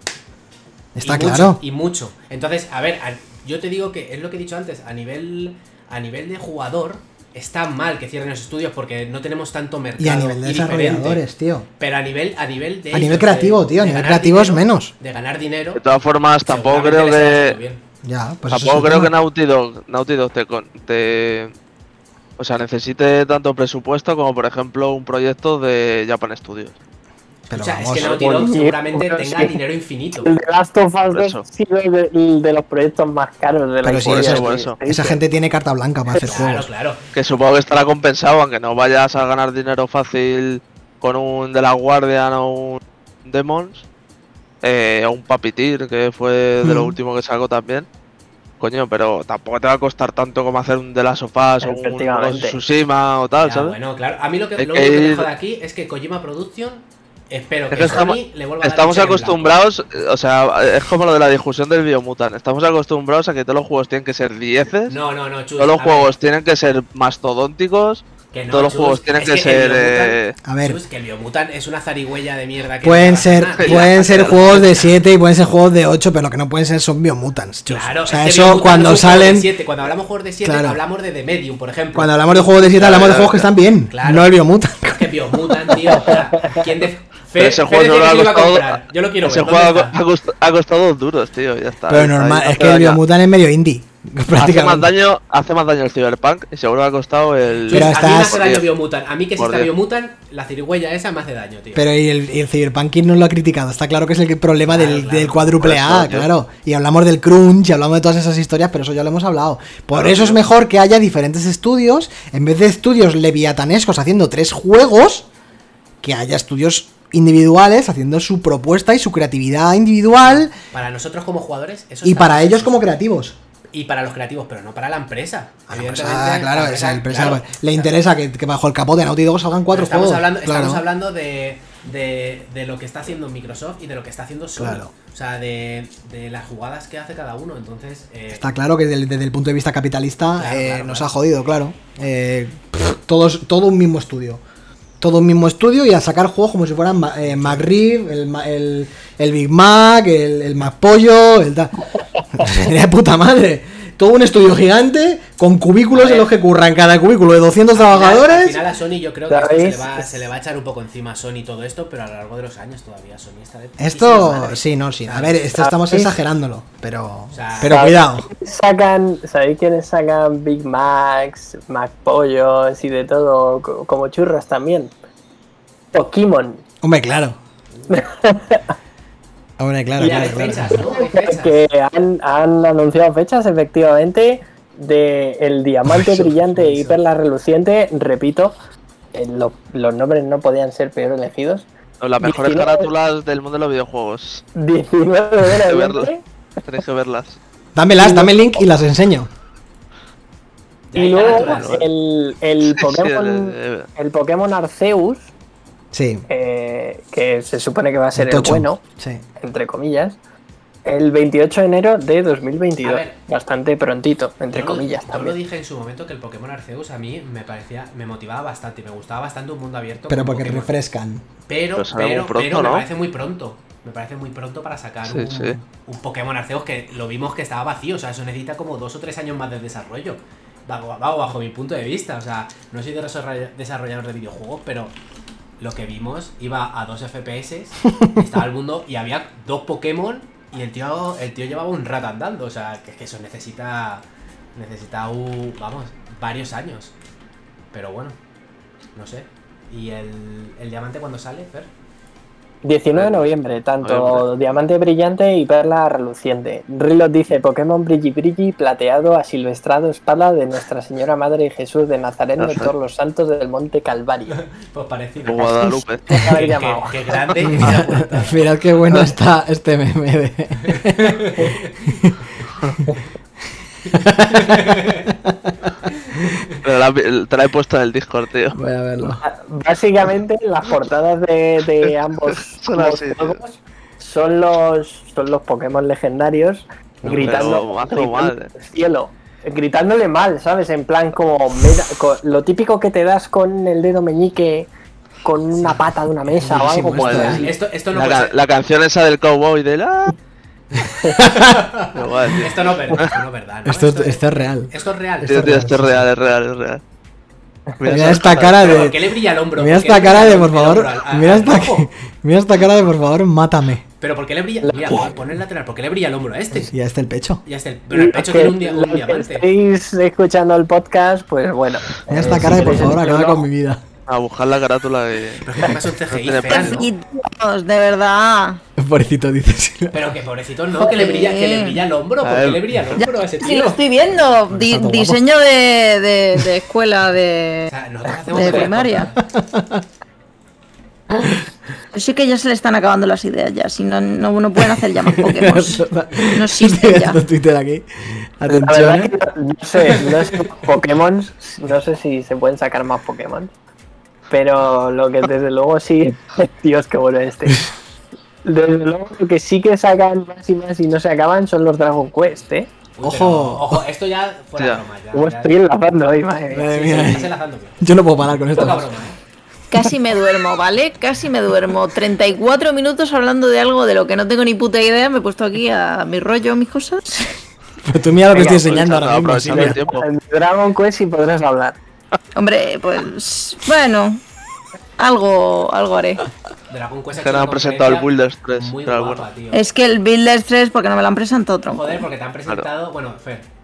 Speaker 1: Está
Speaker 4: Y mucho,
Speaker 1: claro.
Speaker 4: y mucho. Entonces, a ver, a- yo te digo que es lo que he dicho antes, a nivel, a nivel de jugador está mal que cierren los estudios porque no tenemos tanto mercado.
Speaker 1: Y a nivel de
Speaker 4: diferente.
Speaker 1: desarrolladores, tío.
Speaker 4: Pero a nivel, a nivel de
Speaker 1: A nivel
Speaker 4: ellos, de-
Speaker 1: creativo, tío, a
Speaker 4: de
Speaker 1: nivel
Speaker 4: ganar
Speaker 1: creativo es
Speaker 4: dinero-
Speaker 1: menos.
Speaker 4: De ganar dinero.
Speaker 5: De todas formas, tampoco creo
Speaker 4: seguramente les ha ido
Speaker 5: que.
Speaker 4: bien.
Speaker 1: Ya, pues eso es
Speaker 5: Tampoco
Speaker 1: el
Speaker 5: creo que
Speaker 1: tema.
Speaker 5: Naughty Dog, Naughty Dog te, con- te- O sea, necesite tanto presupuesto como, por ejemplo, un proyecto de Japan Studios.
Speaker 1: Pero
Speaker 4: o sea,
Speaker 1: vamos,
Speaker 4: es que Naughty Dog
Speaker 3: Bueno,
Speaker 4: seguramente
Speaker 3: bueno,
Speaker 4: tenga
Speaker 3: sí.
Speaker 4: dinero infinito.
Speaker 3: El The Last of Us 2
Speaker 5: Eso.
Speaker 3: ha sido de, de los proyectos más caros de la
Speaker 1: Pero sí,
Speaker 3: historia.
Speaker 1: eso,
Speaker 5: por
Speaker 3: sí,
Speaker 5: eso.
Speaker 3: sí,
Speaker 1: esa
Speaker 3: sí.
Speaker 1: gente tiene carta blanca para hacer
Speaker 4: Claro,
Speaker 1: juegos.
Speaker 4: claro.
Speaker 5: Que supongo que estará compensado, aunque no vayas a ganar dinero fácil con un de la Guardian o un Demons. eh, o un Papitir, que fue de lo
Speaker 1: Mm.
Speaker 5: último que sacó también. Coño, pero tampoco te va a costar tanto como hacer un The Last of Us o un Ghost
Speaker 3: Efectivamente.
Speaker 5: of Tsushima o tal,
Speaker 4: Ya,
Speaker 5: Ah, ¿sabes?
Speaker 4: bueno, claro. A mí lo que,
Speaker 5: Es
Speaker 4: lo único
Speaker 5: que-
Speaker 4: que me jode aquí es que Kojima Production, espero
Speaker 5: Es
Speaker 4: que,
Speaker 5: que estamos-
Speaker 4: Sony le vuelva a dar
Speaker 5: Estamos
Speaker 4: un cheque en
Speaker 5: acostumbrados, eh, o sea, es como lo de la discusión del Biomutant. Estamos acostumbrados a que todos los juegos tienen que ser
Speaker 4: blanco.
Speaker 5: dieces,
Speaker 4: No, no, no, chus.
Speaker 5: todos los
Speaker 4: a ver,
Speaker 5: juegos tienen que ser mastodónticos,
Speaker 4: que no,
Speaker 5: todos los
Speaker 4: chus,
Speaker 5: juegos tienen
Speaker 4: es
Speaker 5: que,
Speaker 4: el
Speaker 5: ser.
Speaker 4: Biomutant-
Speaker 5: eh,
Speaker 1: A ver.
Speaker 4: Chus, que el Biomutant es una zarigüeya de mierda que.
Speaker 1: Pueden
Speaker 4: no te va a
Speaker 1: ser,
Speaker 4: ganar.
Speaker 1: pueden ser juegos de 7 y pueden ser juegos de 8, pero lo que no pueden ser son biomutants. chus.
Speaker 4: Claro,
Speaker 1: o sea,
Speaker 4: este
Speaker 1: eso
Speaker 4: Biomutant
Speaker 1: cuando
Speaker 4: es un juego de
Speaker 1: salen,
Speaker 4: siete. Cuando hablamos de juegos de 7,
Speaker 1: Claro.
Speaker 4: hablamos de The Medium, por ejemplo.
Speaker 1: cuando hablamos de juegos de 7 hablamos de
Speaker 5: Claro,
Speaker 1: juegos que están bien,
Speaker 4: claro.
Speaker 1: no el biomutant.
Speaker 4: Es que Biomutant, tío. o sea, ¿Quién de. Fe,
Speaker 5: Pero ese
Speaker 4: Fe
Speaker 5: juego
Speaker 4: decía que
Speaker 5: no lo
Speaker 4: se
Speaker 5: ha
Speaker 4: lo iba a
Speaker 5: costado-
Speaker 4: comprar. Yo lo quiero
Speaker 5: Ese
Speaker 4: ver.
Speaker 5: juego
Speaker 4: ¿dónde
Speaker 5: ha,
Speaker 4: está?
Speaker 5: ha cost- ha costado dos duros, tío, ya está.
Speaker 1: Pero
Speaker 5: está
Speaker 1: normal,
Speaker 5: ahí,
Speaker 1: es que
Speaker 5: hace
Speaker 1: el
Speaker 5: daño.
Speaker 1: biomutant es medio indie,
Speaker 5: Hace más,
Speaker 1: prácticamente.
Speaker 5: daño, hace más daño el Cyberpunk y seguro ha costado el.
Speaker 1: Pero
Speaker 4: a mí me
Speaker 1: estás- eh,
Speaker 4: hace daño Biomutant. A mí que si
Speaker 5: Por
Speaker 4: está
Speaker 5: Dios.
Speaker 4: Biomutant, la cirigüeya esa me hace daño, tío.
Speaker 1: Pero y el, y el Cyberpunk ¿quién no lo ha criticado, está claro que es el problema
Speaker 4: Claro,
Speaker 1: del,
Speaker 4: claro,
Speaker 1: del cuádruple
Speaker 5: por eso,
Speaker 1: A,
Speaker 5: tío.
Speaker 1: claro. Y hablamos del crunch, y hablamos de todas esas historias, pero eso ya lo hemos hablado. Por
Speaker 5: Claro,
Speaker 1: eso es
Speaker 5: tío.
Speaker 1: mejor que haya diferentes estudios, en vez de estudios leviatanescos haciendo tres juegos, que haya estudios individuales haciendo su propuesta y su creatividad individual,
Speaker 4: Para nosotros como jugadores, eso
Speaker 1: y
Speaker 4: está
Speaker 1: para
Speaker 4: mal.
Speaker 1: ellos como creativos.
Speaker 4: Y para los creativos, pero no para la empresa.
Speaker 1: Ah,
Speaker 4: Evidentemente,
Speaker 1: pues, ah, claro,
Speaker 4: la
Speaker 1: o sea, el
Speaker 4: empresa,
Speaker 1: empresario
Speaker 4: claro.
Speaker 1: le interesa que, que bajo el capote de Naughty Dog salgan
Speaker 4: Pero
Speaker 1: cuatro
Speaker 4: estamos
Speaker 1: juegos.
Speaker 4: Hablando,
Speaker 1: claro.
Speaker 4: Estamos hablando de, de, de lo que está haciendo Microsoft y de lo que está haciendo Sony.
Speaker 1: Claro.
Speaker 4: O sea, de, de las jugadas que hace cada uno. Entonces, eh,
Speaker 1: Está claro que desde, desde el punto de vista capitalista
Speaker 4: Claro,
Speaker 1: eh,
Speaker 4: claro,
Speaker 1: nos
Speaker 4: claro.
Speaker 1: ha jodido, claro. Eh, pff, todos, todo un mismo estudio. Todo un mismo estudio y a sacar juegos como si fueran Ma- eh, McRib, el, Ma- el, el Big Mac, el, el McPollo, el tal. de puta madre. Todo un estudio gigante con cubículos
Speaker 4: A ver.
Speaker 1: en los que curran cada cubículo de 200
Speaker 4: al final- Al
Speaker 1: trabajadores.
Speaker 4: final a Sony yo creo que esto se,
Speaker 3: ¿Sabéis?
Speaker 4: le va, se le va a echar un poco encima a Sony todo esto, pero a lo largo de los años todavía Sony está de putísima
Speaker 1: Esto,
Speaker 4: madre.
Speaker 1: sí, no, sí. A ver, esto estamos
Speaker 3: ¿Sabéis?
Speaker 1: exagerándolo, pero,
Speaker 4: Ah, O sea,
Speaker 1: pero cuidado.
Speaker 3: Sacan, ¿sabéis quiénes sacan Big Macs, McPollos y de todo, co- como churros también? Pokémon.
Speaker 1: Hombre, claro. Hombre, claro,
Speaker 4: Y hay
Speaker 1: claro, claro.
Speaker 4: fechas, ¿no? Hay fechas.
Speaker 3: que han, han anunciado fechas efectivamente de el diamante
Speaker 1: Eso,
Speaker 3: brillante y
Speaker 4: eso.
Speaker 3: perla reluciente, repito, eh, lo- los nombres no podían ser peor elegidos.
Speaker 5: Las mejores
Speaker 3: 19.
Speaker 5: carátulas del mundo de los videojuegos.
Speaker 3: 19 de
Speaker 5: De
Speaker 3: noviembre
Speaker 5: verlo. Tenéis que verlas.
Speaker 1: Dámelas, dame el link y las enseño.
Speaker 4: Ya ¿eh?
Speaker 3: y
Speaker 4: hay
Speaker 3: luego pues,
Speaker 4: carátulas, ¿no?
Speaker 3: el, el
Speaker 5: Sí,
Speaker 3: Pokémon
Speaker 5: eh, eh,
Speaker 3: el Pokémon Arceus,
Speaker 1: Sí.
Speaker 3: eh, que se supone que va a ser el
Speaker 1: Tocho.
Speaker 3: bueno,
Speaker 1: Sí.
Speaker 3: entre comillas, el 28 de enero de 2022,
Speaker 4: A ver.
Speaker 3: bastante prontito, entre
Speaker 4: Yo lo-
Speaker 3: comillas
Speaker 4: yo lo
Speaker 3: también.
Speaker 4: dije en su momento que el Pokémon Arceus a mí me parecía, me motivaba bastante, me gustaba bastante un mundo abierto.
Speaker 1: Pero
Speaker 4: con
Speaker 1: porque
Speaker 4: Pokémon.
Speaker 1: refrescan.
Speaker 4: Pero,
Speaker 5: Pues será muy
Speaker 4: pero,
Speaker 5: pronto,
Speaker 4: pero me
Speaker 5: ¿no?
Speaker 4: parece muy pronto. Me parece muy pronto para sacar
Speaker 5: Sí,
Speaker 4: un,
Speaker 5: sí.
Speaker 4: un Pokémon Arceus que lo vimos que estaba vacío. O sea, eso necesita como dos o tres años más de desarrollo. Bajo, bajo, bajo mi punto de vista. O sea, no soy de desarroll- desarrollador de videojuegos, pero lo que vimos iba a dos FPS, estaba el mundo y había dos Pokémon y el tío, el tío llevaba un rato andando. O sea, que es que eso necesita, necesita un- vamos, varios años. Pero bueno, no sé. ¿Y el, el diamante cuando sale, Fer?
Speaker 3: 19 de noviembre, tanto
Speaker 5: Noviembre.
Speaker 3: diamante brillante y perla reluciente. Rilot dice Pokémon Brilli Brilli, plateado, asilvestrado, espada de Nuestra Señora Madre y Jesús de Nazaret de
Speaker 5: Ajá.
Speaker 3: todos los santos del Monte Calvario.
Speaker 4: Pues parecido.
Speaker 5: Guadalupe.
Speaker 3: Por
Speaker 4: Qué-
Speaker 3: haber
Speaker 4: qué-
Speaker 3: llamado.
Speaker 4: qué grande y mira pues, cuenta.
Speaker 1: Mirad qué bueno está este meme de...
Speaker 5: Pero la- te la he puesto en el Discord, tío.
Speaker 1: Voy a verlo.
Speaker 3: Ah, Básicamente las portadas de, de ambos
Speaker 5: Son
Speaker 3: ambos
Speaker 5: así, tío.
Speaker 3: juegos son los son los Pokémon legendarios
Speaker 5: No,
Speaker 3: gritando
Speaker 5: pero hazlo
Speaker 3: gritando
Speaker 5: mal.
Speaker 3: al cielo gritándole mal, ¿sabes? En plan como mira, co- lo típico que te das con el dedo meñique con una pata de una mesa o
Speaker 1: Buenísimo
Speaker 3: algo pues, por el
Speaker 1: esto,
Speaker 3: estilo.
Speaker 4: Esto, esto no
Speaker 5: La,
Speaker 4: puede
Speaker 5: ca-
Speaker 4: ser.
Speaker 5: la canción esa del cowboy de la. Igual, tío.
Speaker 4: Esto no es verdad. Esto no es verdad. ¿no?
Speaker 1: Esto, esto es real.
Speaker 4: esto es real.
Speaker 5: Tío, tío, esto es real, es real, es real.
Speaker 1: Mira
Speaker 5: esa
Speaker 1: esta
Speaker 5: cara.
Speaker 1: cara
Speaker 4: Pero, ¿por qué
Speaker 1: de...
Speaker 4: le brilla el hombro?
Speaker 1: Mira
Speaker 4: ¿Por qué le
Speaker 1: esta
Speaker 4: brilla
Speaker 1: cara
Speaker 4: el
Speaker 1: de, por
Speaker 4: hombro
Speaker 1: favor...
Speaker 4: al- al-
Speaker 1: Mira
Speaker 4: al
Speaker 1: esta,
Speaker 4: rojo?
Speaker 1: mira esta cara de, por favor, mátame.
Speaker 4: Pero ¿por qué le brilla? Mira, pon el lateral, ¿por qué le brilla el hombro a este?
Speaker 1: Y ya está el pecho.
Speaker 4: Ya está el, pero el pecho tiene un, dia- un
Speaker 3: Los que
Speaker 4: diamante.
Speaker 3: estéis escuchando el podcast, pues bueno.
Speaker 1: Mira
Speaker 3: eh,
Speaker 1: esta
Speaker 3: si
Speaker 1: cara de, por
Speaker 3: queréis
Speaker 1: favor,
Speaker 3: echarle un
Speaker 1: acaba con mi
Speaker 3: ojo.
Speaker 1: vida.
Speaker 5: A buscar la carátula de.
Speaker 4: Pero es que además es un CGI
Speaker 5: No tiene
Speaker 4: fea, ¿no?
Speaker 2: Pobrecitos, de verdad.
Speaker 1: Pobrecito, dices.
Speaker 4: Pero que pobrecito no, que le brilla, que le brilla el hombro, ¿por
Speaker 5: A
Speaker 4: qué
Speaker 5: ver.
Speaker 4: le brilla el hombro a ese
Speaker 2: Sí, lo
Speaker 4: tío?
Speaker 2: estoy viendo. Di-
Speaker 1: Está todo guapo.
Speaker 2: diseño de, de, de escuela
Speaker 4: O
Speaker 2: de,
Speaker 4: sea, nosotros hacemos
Speaker 2: de
Speaker 4: otras
Speaker 2: primaria.
Speaker 4: cosas.
Speaker 2: Sí que ya se le están acabando las ideas ya. Si no, no, no pueden hacer ya más Pokémon. No
Speaker 1: Estoy
Speaker 2: existe ya.
Speaker 1: viendo Twitter aquí.
Speaker 3: La verdad
Speaker 1: Atención,
Speaker 3: es
Speaker 1: eh.
Speaker 3: que no, no sé, no sé, Pokémon, no sé si se pueden sacar más Pokémon. Pero lo que desde luego sí, Dios que bueno este. Desde luego lo que sí que sacan más y más y no se acaban son los Dragon Quest, eh.
Speaker 4: Uy, pero,
Speaker 1: Ojo.
Speaker 4: ojo, esto ya fuera
Speaker 5: Ya.
Speaker 4: broma. Ya,
Speaker 3: Como
Speaker 4: ya-
Speaker 3: estoy enlazando hoy, madre mía.
Speaker 1: Madre
Speaker 4: sí,
Speaker 1: mía,
Speaker 4: sí,
Speaker 1: eh.
Speaker 4: estás enlazando bien.
Speaker 1: Yo no puedo parar con
Speaker 4: Poca
Speaker 1: esto.
Speaker 4: broma, ¿eh?
Speaker 2: Casi me duermo, ¿vale? Casi me duermo. 34 minutos hablando de algo de lo que no tengo ni puta idea. Me he puesto aquí a mi rollo, mis cosas.
Speaker 1: Pero tú mira lo que
Speaker 3: Venga,
Speaker 1: estoy enseñando ahora mismo.
Speaker 5: aprovechando el
Speaker 1: Silvia.
Speaker 5: tiempo.
Speaker 3: En Dragon Quest sí podrás hablar.
Speaker 2: Hombre, pues. Bueno. Algo, algo haré.
Speaker 4: Dragon Quest ha
Speaker 5: Que
Speaker 4: hecho
Speaker 5: no han
Speaker 4: una
Speaker 5: presentado el
Speaker 4: conferencia
Speaker 5: Builders 3.
Speaker 4: Muy
Speaker 5: pero
Speaker 4: guapa,
Speaker 5: bueno.
Speaker 4: tío.
Speaker 2: Es que el Builders 3, porque no me lo han presentado tronco.
Speaker 4: Joder, porque te han presentado. Bueno, Fer.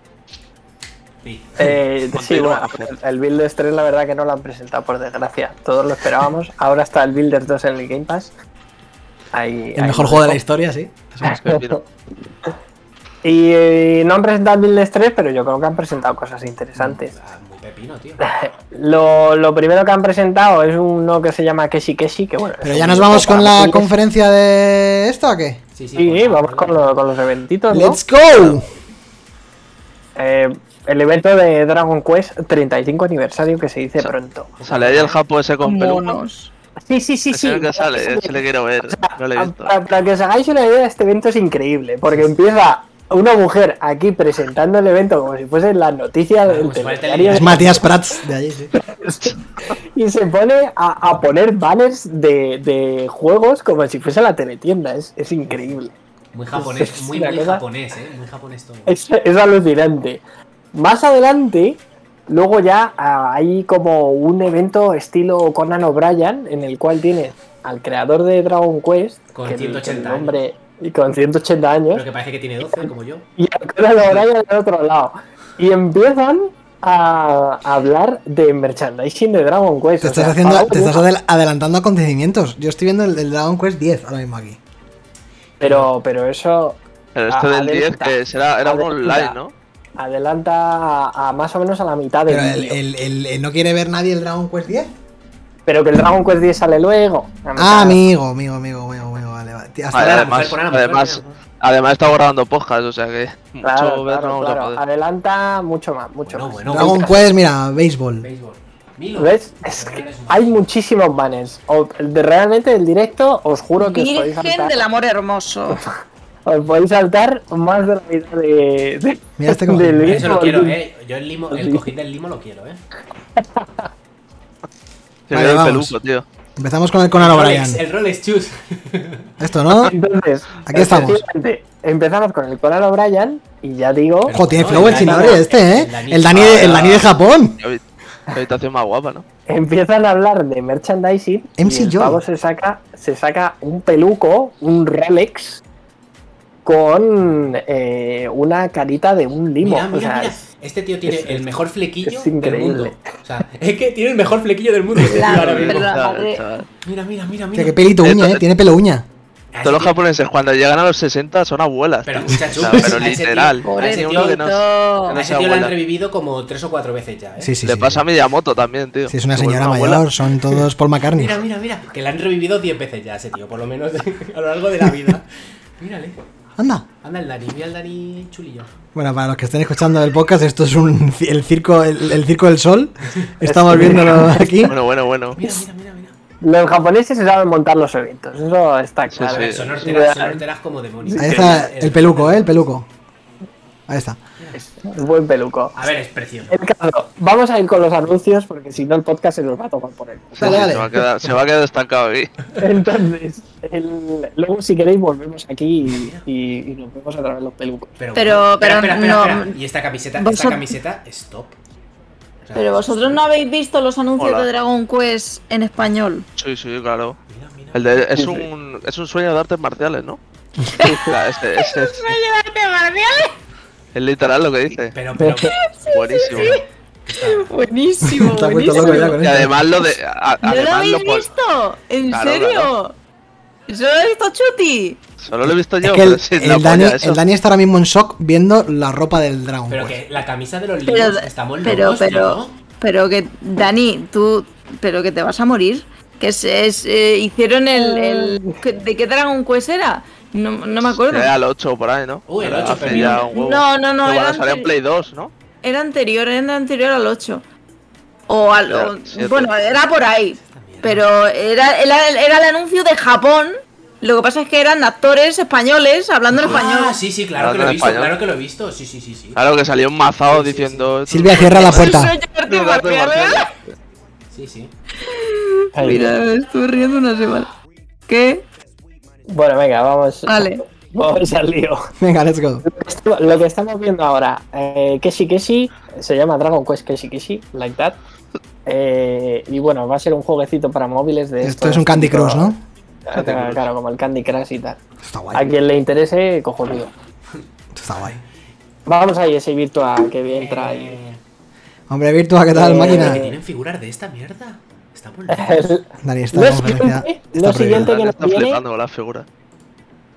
Speaker 4: Sí.
Speaker 3: Eh, sí, bueno,
Speaker 5: Continúa.
Speaker 3: el Builders 3 la verdad que no lo han presentado por desgracia. Todos lo esperábamos. Ahora está el Builders 2 en el Game Pass. Ahí,
Speaker 1: El
Speaker 3: ahí
Speaker 1: mejor
Speaker 3: lo
Speaker 1: juego de
Speaker 3: dejo.
Speaker 1: la historia, sí.
Speaker 5: Que mira,
Speaker 3: Y eh, no han presentado el Builders 3, pero yo creo que han presentado cosas interesantes.
Speaker 4: Ah, Muy pepino, tío.
Speaker 3: Lo, lo primero que han presentado es uno que se llama Keshi Keshi, que bueno...
Speaker 1: Pero
Speaker 3: es
Speaker 1: ya
Speaker 3: un
Speaker 1: nos
Speaker 3: videojuego
Speaker 1: vamos con
Speaker 3: para
Speaker 1: la
Speaker 3: móviles.
Speaker 1: conferencia de esta o qué?
Speaker 4: Sí, pues sí,
Speaker 3: Sí,
Speaker 4: por
Speaker 3: sí,
Speaker 4: favor.
Speaker 3: vamos con, lo- con los eventitos, ¿no?
Speaker 1: Let's go.
Speaker 3: Eh, el evento de Dragon Quest 35 aniversario que se dice
Speaker 5: Sí.
Speaker 3: pronto.
Speaker 5: Sale ahí el japo ese con peluca.
Speaker 2: Monos.
Speaker 3: Sí, sí, sí,
Speaker 5: Ese
Speaker 3: sí.
Speaker 5: es el que sale, ese le quiero ver. No lo he visto.
Speaker 3: Para, para que os hagáis una idea, este evento es increíble, porque empieza una mujer aquí presentando el evento como si fuese la noticia del
Speaker 4: Como si fuera el
Speaker 3: telediario.
Speaker 1: Es Matías Prats de allí, sí.
Speaker 3: y se pone a, a poner banners de, de juegos como si fuese la teletienda. Es, es increíble.
Speaker 4: Muy japonés,
Speaker 3: Es
Speaker 4: muy,
Speaker 3: una
Speaker 4: muy
Speaker 3: cosa-
Speaker 4: japonés, eh. Muy japonés todo.
Speaker 3: Es, es alucinante. Más adelante, luego ya ah, hay como un evento estilo Conan O'Brien en el cual tienes al creador de Dragon Quest
Speaker 4: Con
Speaker 3: que el- que el
Speaker 4: 180
Speaker 3: nombre- y con 180 años.
Speaker 4: Pero que parece que tiene 12, como yo.
Speaker 3: y ahora lo harán en el otro lado. Y empiezan a hablar de merchandising de Dragon Quest.
Speaker 1: Te
Speaker 3: o
Speaker 1: estás,
Speaker 3: sea,
Speaker 1: haciendo,
Speaker 3: Pablo,
Speaker 1: te estás adel- adelantando acontecimientos. Yo estoy viendo el del Dragon Quest 10 ahora mismo aquí.
Speaker 3: Pero, pero eso
Speaker 5: Pero este
Speaker 3: Ah,
Speaker 5: del
Speaker 3: adelanta.
Speaker 5: 10 que será, era un online, ¿no?
Speaker 3: adelanta a, a más o menos a la mitad del
Speaker 1: Pero el,
Speaker 3: vídeo.
Speaker 1: el- el- el- ¿no quiere ver nadie el Dragon Quest 10?
Speaker 3: Pero que el Dragon Quest 10 sale luego. La
Speaker 1: Ah,
Speaker 3: mitad.
Speaker 1: amigo, amigo, amigo, amigo, amigo, vale, vale. Tío, hasta
Speaker 5: Vale,
Speaker 4: la
Speaker 1: ahora-
Speaker 4: mujer,
Speaker 5: además,
Speaker 4: pon a la mujer,
Speaker 5: además,
Speaker 4: pon a la mujer.
Speaker 5: además estamos grabando podcast, o sea que mucho
Speaker 3: Claro,
Speaker 5: ver
Speaker 3: claro,
Speaker 5: no vamos
Speaker 3: claro.
Speaker 5: a poder.
Speaker 3: Adelanta mucho más, mucho
Speaker 4: Bueno,
Speaker 3: más.
Speaker 4: bueno.
Speaker 1: Dragon Quest, mira, béisbol.
Speaker 4: Béisbol. Milo.
Speaker 3: ¿Ves? Es que hay muchísimos banners. O- de- realmente el directo, os juro que os podéis
Speaker 2: Virgen
Speaker 3: saltar.
Speaker 2: del amor hermoso.
Speaker 3: Os podéis saltar más de la mitad de. de-
Speaker 1: Mira este como-
Speaker 3: del
Speaker 1: Eso
Speaker 4: Eso
Speaker 3: vídeo,
Speaker 4: lo quiero,
Speaker 3: porque-
Speaker 4: eh. Yo el limo, el
Speaker 3: Sí.
Speaker 4: cojín del limo lo quiero, eh.
Speaker 5: Se
Speaker 1: Vale,
Speaker 5: queda el
Speaker 1: vamos.
Speaker 5: peluco, tío.
Speaker 1: Empezamos con el Conan
Speaker 4: Rolex,
Speaker 1: O'Brien.
Speaker 4: el Rolex Chus.
Speaker 1: Esto, ¿no?
Speaker 3: Entonces,
Speaker 1: Aquí estamos.
Speaker 3: efectivamente, Empezamos con el Conan O'Brien y ya digo,
Speaker 1: Ojo, tiene
Speaker 4: bueno,
Speaker 1: flow el
Speaker 4: el Dani-
Speaker 1: chinadre este, ¿eh?
Speaker 4: el
Speaker 1: El Dani
Speaker 4: Dani-
Speaker 1: de, el Dani de Japón.
Speaker 5: Qué habi- qué habitación más guapa, ¿no?
Speaker 3: empiezan a hablar de merchandising
Speaker 1: MC
Speaker 3: y el
Speaker 1: Joy.
Speaker 3: pavo se saca, se saca un peluco, un Rolex con eh, una carita de un limo.
Speaker 4: Mira,
Speaker 3: o
Speaker 4: mira,
Speaker 3: sea,
Speaker 4: mira.
Speaker 3: es-
Speaker 4: Este tío tiene
Speaker 3: es-
Speaker 4: el mejor flequillo
Speaker 3: es
Speaker 4: del
Speaker 3: increíble.
Speaker 4: mundo. O sea, es que tiene el mejor flequillo del mundo. este tío ahora mismo.
Speaker 2: pero la
Speaker 5: Chaval,
Speaker 2: madre-
Speaker 5: chaval.
Speaker 4: Mira, mira, mira,
Speaker 1: O sea,
Speaker 4: mira.
Speaker 1: qué pelito uña,
Speaker 5: Esto-
Speaker 1: ¿eh? Tiene pelo uña.
Speaker 4: A ese
Speaker 5: Todos los
Speaker 4: tío-
Speaker 5: japoneses cuando llegan a los 60 son abuelas.
Speaker 4: Pero
Speaker 5: tío.
Speaker 4: escucha,
Speaker 5: O sea,
Speaker 4: chupas,
Speaker 5: pero
Speaker 4: a ese tío-
Speaker 5: literal.
Speaker 4: por
Speaker 5: Hay
Speaker 4: ese
Speaker 5: uno que no-
Speaker 2: tío-
Speaker 5: que
Speaker 4: Oh. A
Speaker 5: no
Speaker 4: ese
Speaker 5: sea
Speaker 4: tío lo han
Speaker 5: abuela.
Speaker 4: revivido como tres o cuatro veces ya, ¿eh?
Speaker 1: Sí, sí,
Speaker 5: Le
Speaker 1: sí.
Speaker 5: pasa a Miyamoto también, tío.
Speaker 1: Si es una
Speaker 5: Se vuelve
Speaker 1: señora
Speaker 5: abuela.
Speaker 1: mayor, son todos Paul McCartney.
Speaker 4: Mira, mira, mira. Que la han revivido diez veces ya, ese tío, por lo menos a lo largo de la vida. Mírale.
Speaker 1: Anda.
Speaker 4: Anda el Dani, mira el Dani chulillo.
Speaker 1: Bueno, para los que estén escuchando el podcast, esto es un, el, circo, el, el circo del sol. Estamos viéndolo aquí.
Speaker 5: Bueno, bueno, bueno.
Speaker 4: Mira, mira, mira, mira.
Speaker 3: Los japoneses se saben montar los eventos, eso está
Speaker 5: Sí,
Speaker 3: claro.
Speaker 5: sí.
Speaker 4: Son horteras, son horteras como demonios.
Speaker 1: Ahí está el peluco, ¿eh? El peluco. Ahí está.
Speaker 3: Es buen peluco.
Speaker 4: A ver, es precioso.
Speaker 2: Eh,
Speaker 3: El caso, vamos a ir con los anuncios porque si no el podcast se nos va a tomar por él.
Speaker 5: Sí,
Speaker 1: Dale,
Speaker 5: sí,
Speaker 1: dale.
Speaker 5: Se, va a quedar, se va a quedar estancado aquí.
Speaker 3: Entonces, el- luego si queréis volvemos aquí y, y- y nos vemos a través de los pelucos.
Speaker 4: Pero,
Speaker 2: Pero-
Speaker 4: espera, espera,
Speaker 2: pero
Speaker 4: espera,
Speaker 2: no-
Speaker 4: espera. Y esta camiseta, esta
Speaker 2: Vosotros-
Speaker 4: camiseta es top. O sea,
Speaker 2: Pero vosotros no habéis visto los anuncios
Speaker 5: Hola.
Speaker 2: de Dragon Quest en español.
Speaker 5: Sí, sí, claro.
Speaker 4: Mira, mira.
Speaker 5: El de, es, un, es un sueño de artes marciales, ¿no? Claro, es, es- es- es literal lo que dice.
Speaker 4: Pero, pero,
Speaker 5: Buenísimo.
Speaker 2: Buenísimo,
Speaker 1: Te has vuelto loco ya
Speaker 2: buenísimo.
Speaker 1: con
Speaker 5: Y
Speaker 1: esto.
Speaker 5: además lo de. a-
Speaker 2: ¿No lo
Speaker 5: además lo
Speaker 2: habéis
Speaker 5: pon-
Speaker 2: visto? ¿En
Speaker 5: Claro,
Speaker 2: serio?
Speaker 5: claro.
Speaker 2: ¿Eso lo he visto Chuti?
Speaker 5: Solo lo he visto
Speaker 1: Es
Speaker 5: yo,
Speaker 1: que
Speaker 5: pero
Speaker 1: el,
Speaker 5: sí,
Speaker 1: el
Speaker 5: la
Speaker 1: Dani,
Speaker 5: polla, eso.
Speaker 1: el Dani está ahora mismo en shock viendo la ropa del pues. Dragon
Speaker 4: pero
Speaker 1: Quest.
Speaker 4: que la camisa de los
Speaker 2: Pero,
Speaker 4: libros estamos
Speaker 2: pero,
Speaker 4: locos,
Speaker 2: pero,
Speaker 4: tío.
Speaker 2: pero que, Dani, tú, pero que te vas a morir. Que es, es, eh, hicieron el, el- que- ¿De qué Dragon Quest era? No, no me acuerdo.
Speaker 5: Era el 8 por ahí, ¿no?
Speaker 4: Uy, el
Speaker 5: Era
Speaker 4: 8,
Speaker 5: hace
Speaker 4: pero-
Speaker 5: ya un huevo.
Speaker 2: No, no, no,
Speaker 5: Que
Speaker 2: era
Speaker 5: Cuando salió en
Speaker 2: anterior.
Speaker 5: Play 2, ¿no?
Speaker 2: Era anterior, era anterior al 8. O al.
Speaker 5: Era
Speaker 2: o-
Speaker 5: siete.
Speaker 2: bueno, era por ahí. Pero era, era, era el anuncio de Japón. Lo que pasa es que eran actores españoles hablando en
Speaker 4: Ah,
Speaker 2: español.
Speaker 4: sí, sí, claro que lo
Speaker 5: Hablando
Speaker 4: he
Speaker 5: en
Speaker 4: visto,
Speaker 5: español.
Speaker 4: claro que lo he visto. Sí, sí, sí, sí.
Speaker 5: Claro que salió un mazado
Speaker 4: Sí, sí, sí.
Speaker 5: diciendo. esto
Speaker 1: Silvia,
Speaker 5: es un
Speaker 1: cierra la
Speaker 2: Eso es
Speaker 1: puerta.
Speaker 2: un arte
Speaker 5: sueño de artes
Speaker 2: marcial, ¿eh?
Speaker 5: marciales.
Speaker 4: Sí, sí.
Speaker 2: Mira, me estoy riendo una semana. ¿Qué?
Speaker 3: Bueno, venga, vamos.
Speaker 2: Vale.
Speaker 3: Vamos al lío.
Speaker 1: Venga, let's go.
Speaker 3: Esto- Lo que estamos viendo ahora, eh, Keshi Keshi, se llama Dragon Quest Keshi Keshi, like that. Eh, y bueno, va a ser un jueguecito para móviles de
Speaker 1: Esto
Speaker 3: estos
Speaker 1: es un Candy
Speaker 3: tipo-
Speaker 1: Crush, ¿no?
Speaker 3: Claro,
Speaker 5: Candy Crush.
Speaker 3: claro, como el Candy Crush y tal.
Speaker 1: Esto está
Speaker 3: A
Speaker 1: guay.
Speaker 3: quien le interese, cojonudo.
Speaker 1: Esto está guay.
Speaker 3: Vamos ahí, ese Virtua que bien entra y-
Speaker 4: Eh,
Speaker 1: Hombre, Virtua, ¿qué tal,
Speaker 3: Eh,
Speaker 1: máquina?
Speaker 4: que tienen figuras de esta mierda. Estamos locos.
Speaker 3: El-
Speaker 1: Dani está
Speaker 3: Lo
Speaker 1: en conferencia. Está
Speaker 3: siguiente, lo
Speaker 1: prohibido.
Speaker 3: siguiente que
Speaker 5: Dani
Speaker 3: nos
Speaker 5: está
Speaker 3: viene,
Speaker 5: flipando con las figuras.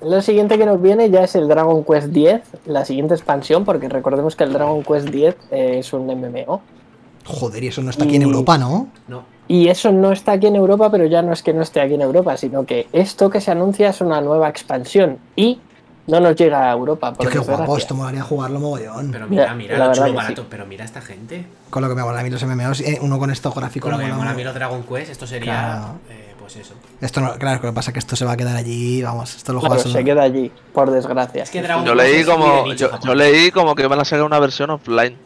Speaker 3: lo siguiente que nos viene ya es el Dragon Quest X, la siguiente expansión, porque recordemos que el Dragon Quest X eh, es un MMO.
Speaker 1: Joder, y eso no está aquí en
Speaker 5: Mm,
Speaker 3: Y-
Speaker 1: Europa, ¿no?
Speaker 4: No,
Speaker 3: Y eso no está aquí en Europa, pero ya no es que no esté aquí en Europa, sino que esto que se anuncia es una nueva expansión y no nos llega a Europa. Por
Speaker 1: Tío, qué
Speaker 3: desgracia.
Speaker 1: guapo, esto me molaría jugarlo mogollón.
Speaker 4: pero mira,
Speaker 3: Ya,
Speaker 4: mira,
Speaker 3: la
Speaker 4: lo
Speaker 3: verdad
Speaker 4: chulo
Speaker 3: que sí.
Speaker 4: barato. Pero mira esta gente.
Speaker 1: Con lo que me mola a mí los MMOs, eh, uno con estos gráficos.
Speaker 4: Con lo
Speaker 1: no
Speaker 4: que
Speaker 1: mola
Speaker 4: mola a
Speaker 1: nada.
Speaker 4: mí los Dragon Quest, esto sería.
Speaker 1: Claro.
Speaker 4: eh, pues eso.
Speaker 1: Esto no, claro, lo que pasa es que esto se va a quedar allí, vamos, esto lo
Speaker 3: Claro,
Speaker 1: juegas
Speaker 3: se
Speaker 1: solo.
Speaker 3: queda allí, por desgracia.
Speaker 4: Es que Dragon
Speaker 5: Yo
Speaker 4: Quest
Speaker 5: leí
Speaker 4: es muy de
Speaker 5: como.
Speaker 4: nicho,
Speaker 5: Yo,
Speaker 4: Japón.
Speaker 5: yo leí como que van a sacar una versión offline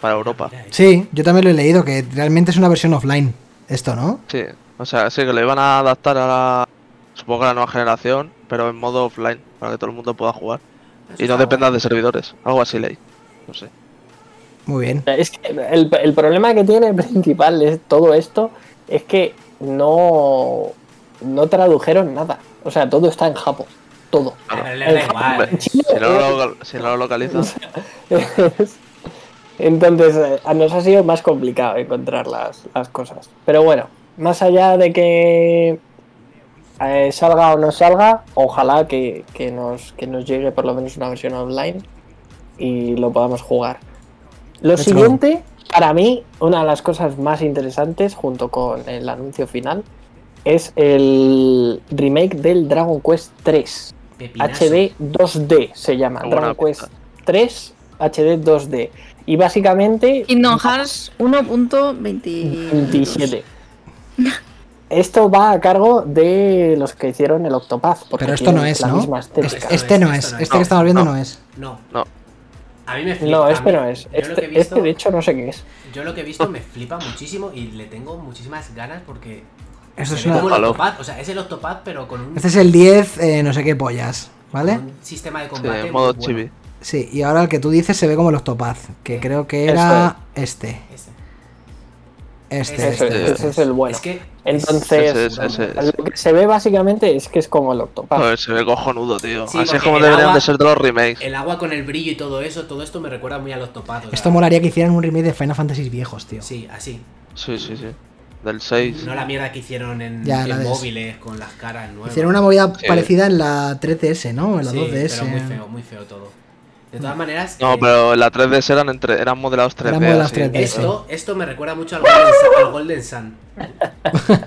Speaker 5: para Europa.
Speaker 4: Mira eso.
Speaker 1: Sí, yo también lo he leído, que realmente es una versión offline, esto, ¿no?
Speaker 5: Sí. O sea, sí que lo iban a adaptar a la. Supongo a la nueva generación, pero en modo offline, para que todo el mundo pueda jugar. Y no dependas de servidores. Algo así leí. No sé.
Speaker 1: Muy bien.
Speaker 3: Es que el, el problema que tiene principal de todo esto es que no, no tradujeron nada. O sea, todo está en Japón. Todo.
Speaker 4: Ah, pero
Speaker 3: El
Speaker 4: les da igual.
Speaker 3: Japón-
Speaker 4: eh.
Speaker 3: Chino,
Speaker 5: Si no lo, si no lo localizas.
Speaker 3: Entonces, eh, a nos ha sido más complicado encontrar las, las cosas. Pero bueno, más allá de que eh, salga o no salga, ojalá que, que nos, que nos llegue por lo menos una versión online y lo podamos jugar. Lo
Speaker 1: Let's go.
Speaker 3: siguiente, para mí, una de las cosas más interesantes, junto con el anuncio final, es el remake del Dragon Quest 3.
Speaker 4: Pepinazo.
Speaker 3: HD 2D se llama.
Speaker 5: Qué buena
Speaker 3: Dragon Quest
Speaker 5: pinta.
Speaker 3: 3 HD 2D. Y básicamente
Speaker 2: Kingdom Hearts 1.20.
Speaker 3: 27. Esto va a cargo de los que hicieron el Octopath. porque
Speaker 1: Pero esto no
Speaker 3: tienen
Speaker 1: es,
Speaker 3: la
Speaker 1: ¿no?
Speaker 3: misma
Speaker 1: Es-
Speaker 3: estética.
Speaker 1: Este no es,
Speaker 4: Esto no es.
Speaker 1: este que estamos viendo no es.
Speaker 4: No,
Speaker 5: No.
Speaker 4: a mí me flipa.
Speaker 1: Ah,
Speaker 3: No,
Speaker 4: a
Speaker 3: este
Speaker 4: mí-
Speaker 3: no es.
Speaker 4: yo lo que
Speaker 3: Este,
Speaker 4: he visto-
Speaker 3: este, de hecho no sé qué es.
Speaker 4: Yo lo que he visto me flipa muchísimo y le tengo muchísimas ganas porque.
Speaker 1: Esto
Speaker 4: se
Speaker 1: es
Speaker 4: ve
Speaker 1: una-
Speaker 4: como el
Speaker 5: Ojalá.
Speaker 4: Octopad, o sea, es el Octopad, pero con un,
Speaker 1: Este es el 10, eh, no sé qué pollas, ¿vale?
Speaker 4: con un sistema de
Speaker 5: Sí,
Speaker 4: combate.
Speaker 5: en
Speaker 4: muy
Speaker 5: modo
Speaker 4: bueno.
Speaker 5: chibi.
Speaker 1: Sí, y ahora el que tú dices se ve como los Topaz, que creo que era este.
Speaker 4: Ese.
Speaker 1: Este,
Speaker 3: Eso,
Speaker 1: este,
Speaker 3: es,
Speaker 1: este.
Speaker 3: ese es el bueno.
Speaker 4: Es que.
Speaker 3: Entonces, eh,
Speaker 5: Ese es, ese es.
Speaker 3: lo que se ve básicamente es que es como el Octopath.
Speaker 5: Joder, se ve cojonudo, tío.
Speaker 4: Sí,
Speaker 5: Así es
Speaker 4: porque
Speaker 5: como
Speaker 4: el
Speaker 5: deberían
Speaker 4: agua-
Speaker 5: de ser todos los remakes.
Speaker 4: El agua con el brillo y todo eso, todo esto me recuerda muy a los topados.
Speaker 1: Esto molaría que hicieran un remake de Final Fantasy viejos, tío.
Speaker 4: Sí, así.
Speaker 5: Sí, sí, sí. Del 6.
Speaker 4: No la mierda que hicieron en,
Speaker 1: Ya, la
Speaker 4: en
Speaker 1: de-
Speaker 4: móviles con las caras nuevas.
Speaker 1: Hicieron una movida
Speaker 5: Sí.
Speaker 1: parecida en la 3DS, ¿no? En la
Speaker 4: Sí,
Speaker 1: 2DS.
Speaker 4: Pero muy feo, muy feo todo. De
Speaker 1: Mm.
Speaker 4: todas maneras, eh,
Speaker 5: No, pero en la 3DS eran, entre, eran modelados 3D.
Speaker 1: Eran modelados
Speaker 5: así.
Speaker 1: 3D, sí.
Speaker 4: esto, esto me recuerda mucho al Golden Sun. al Golden Sun.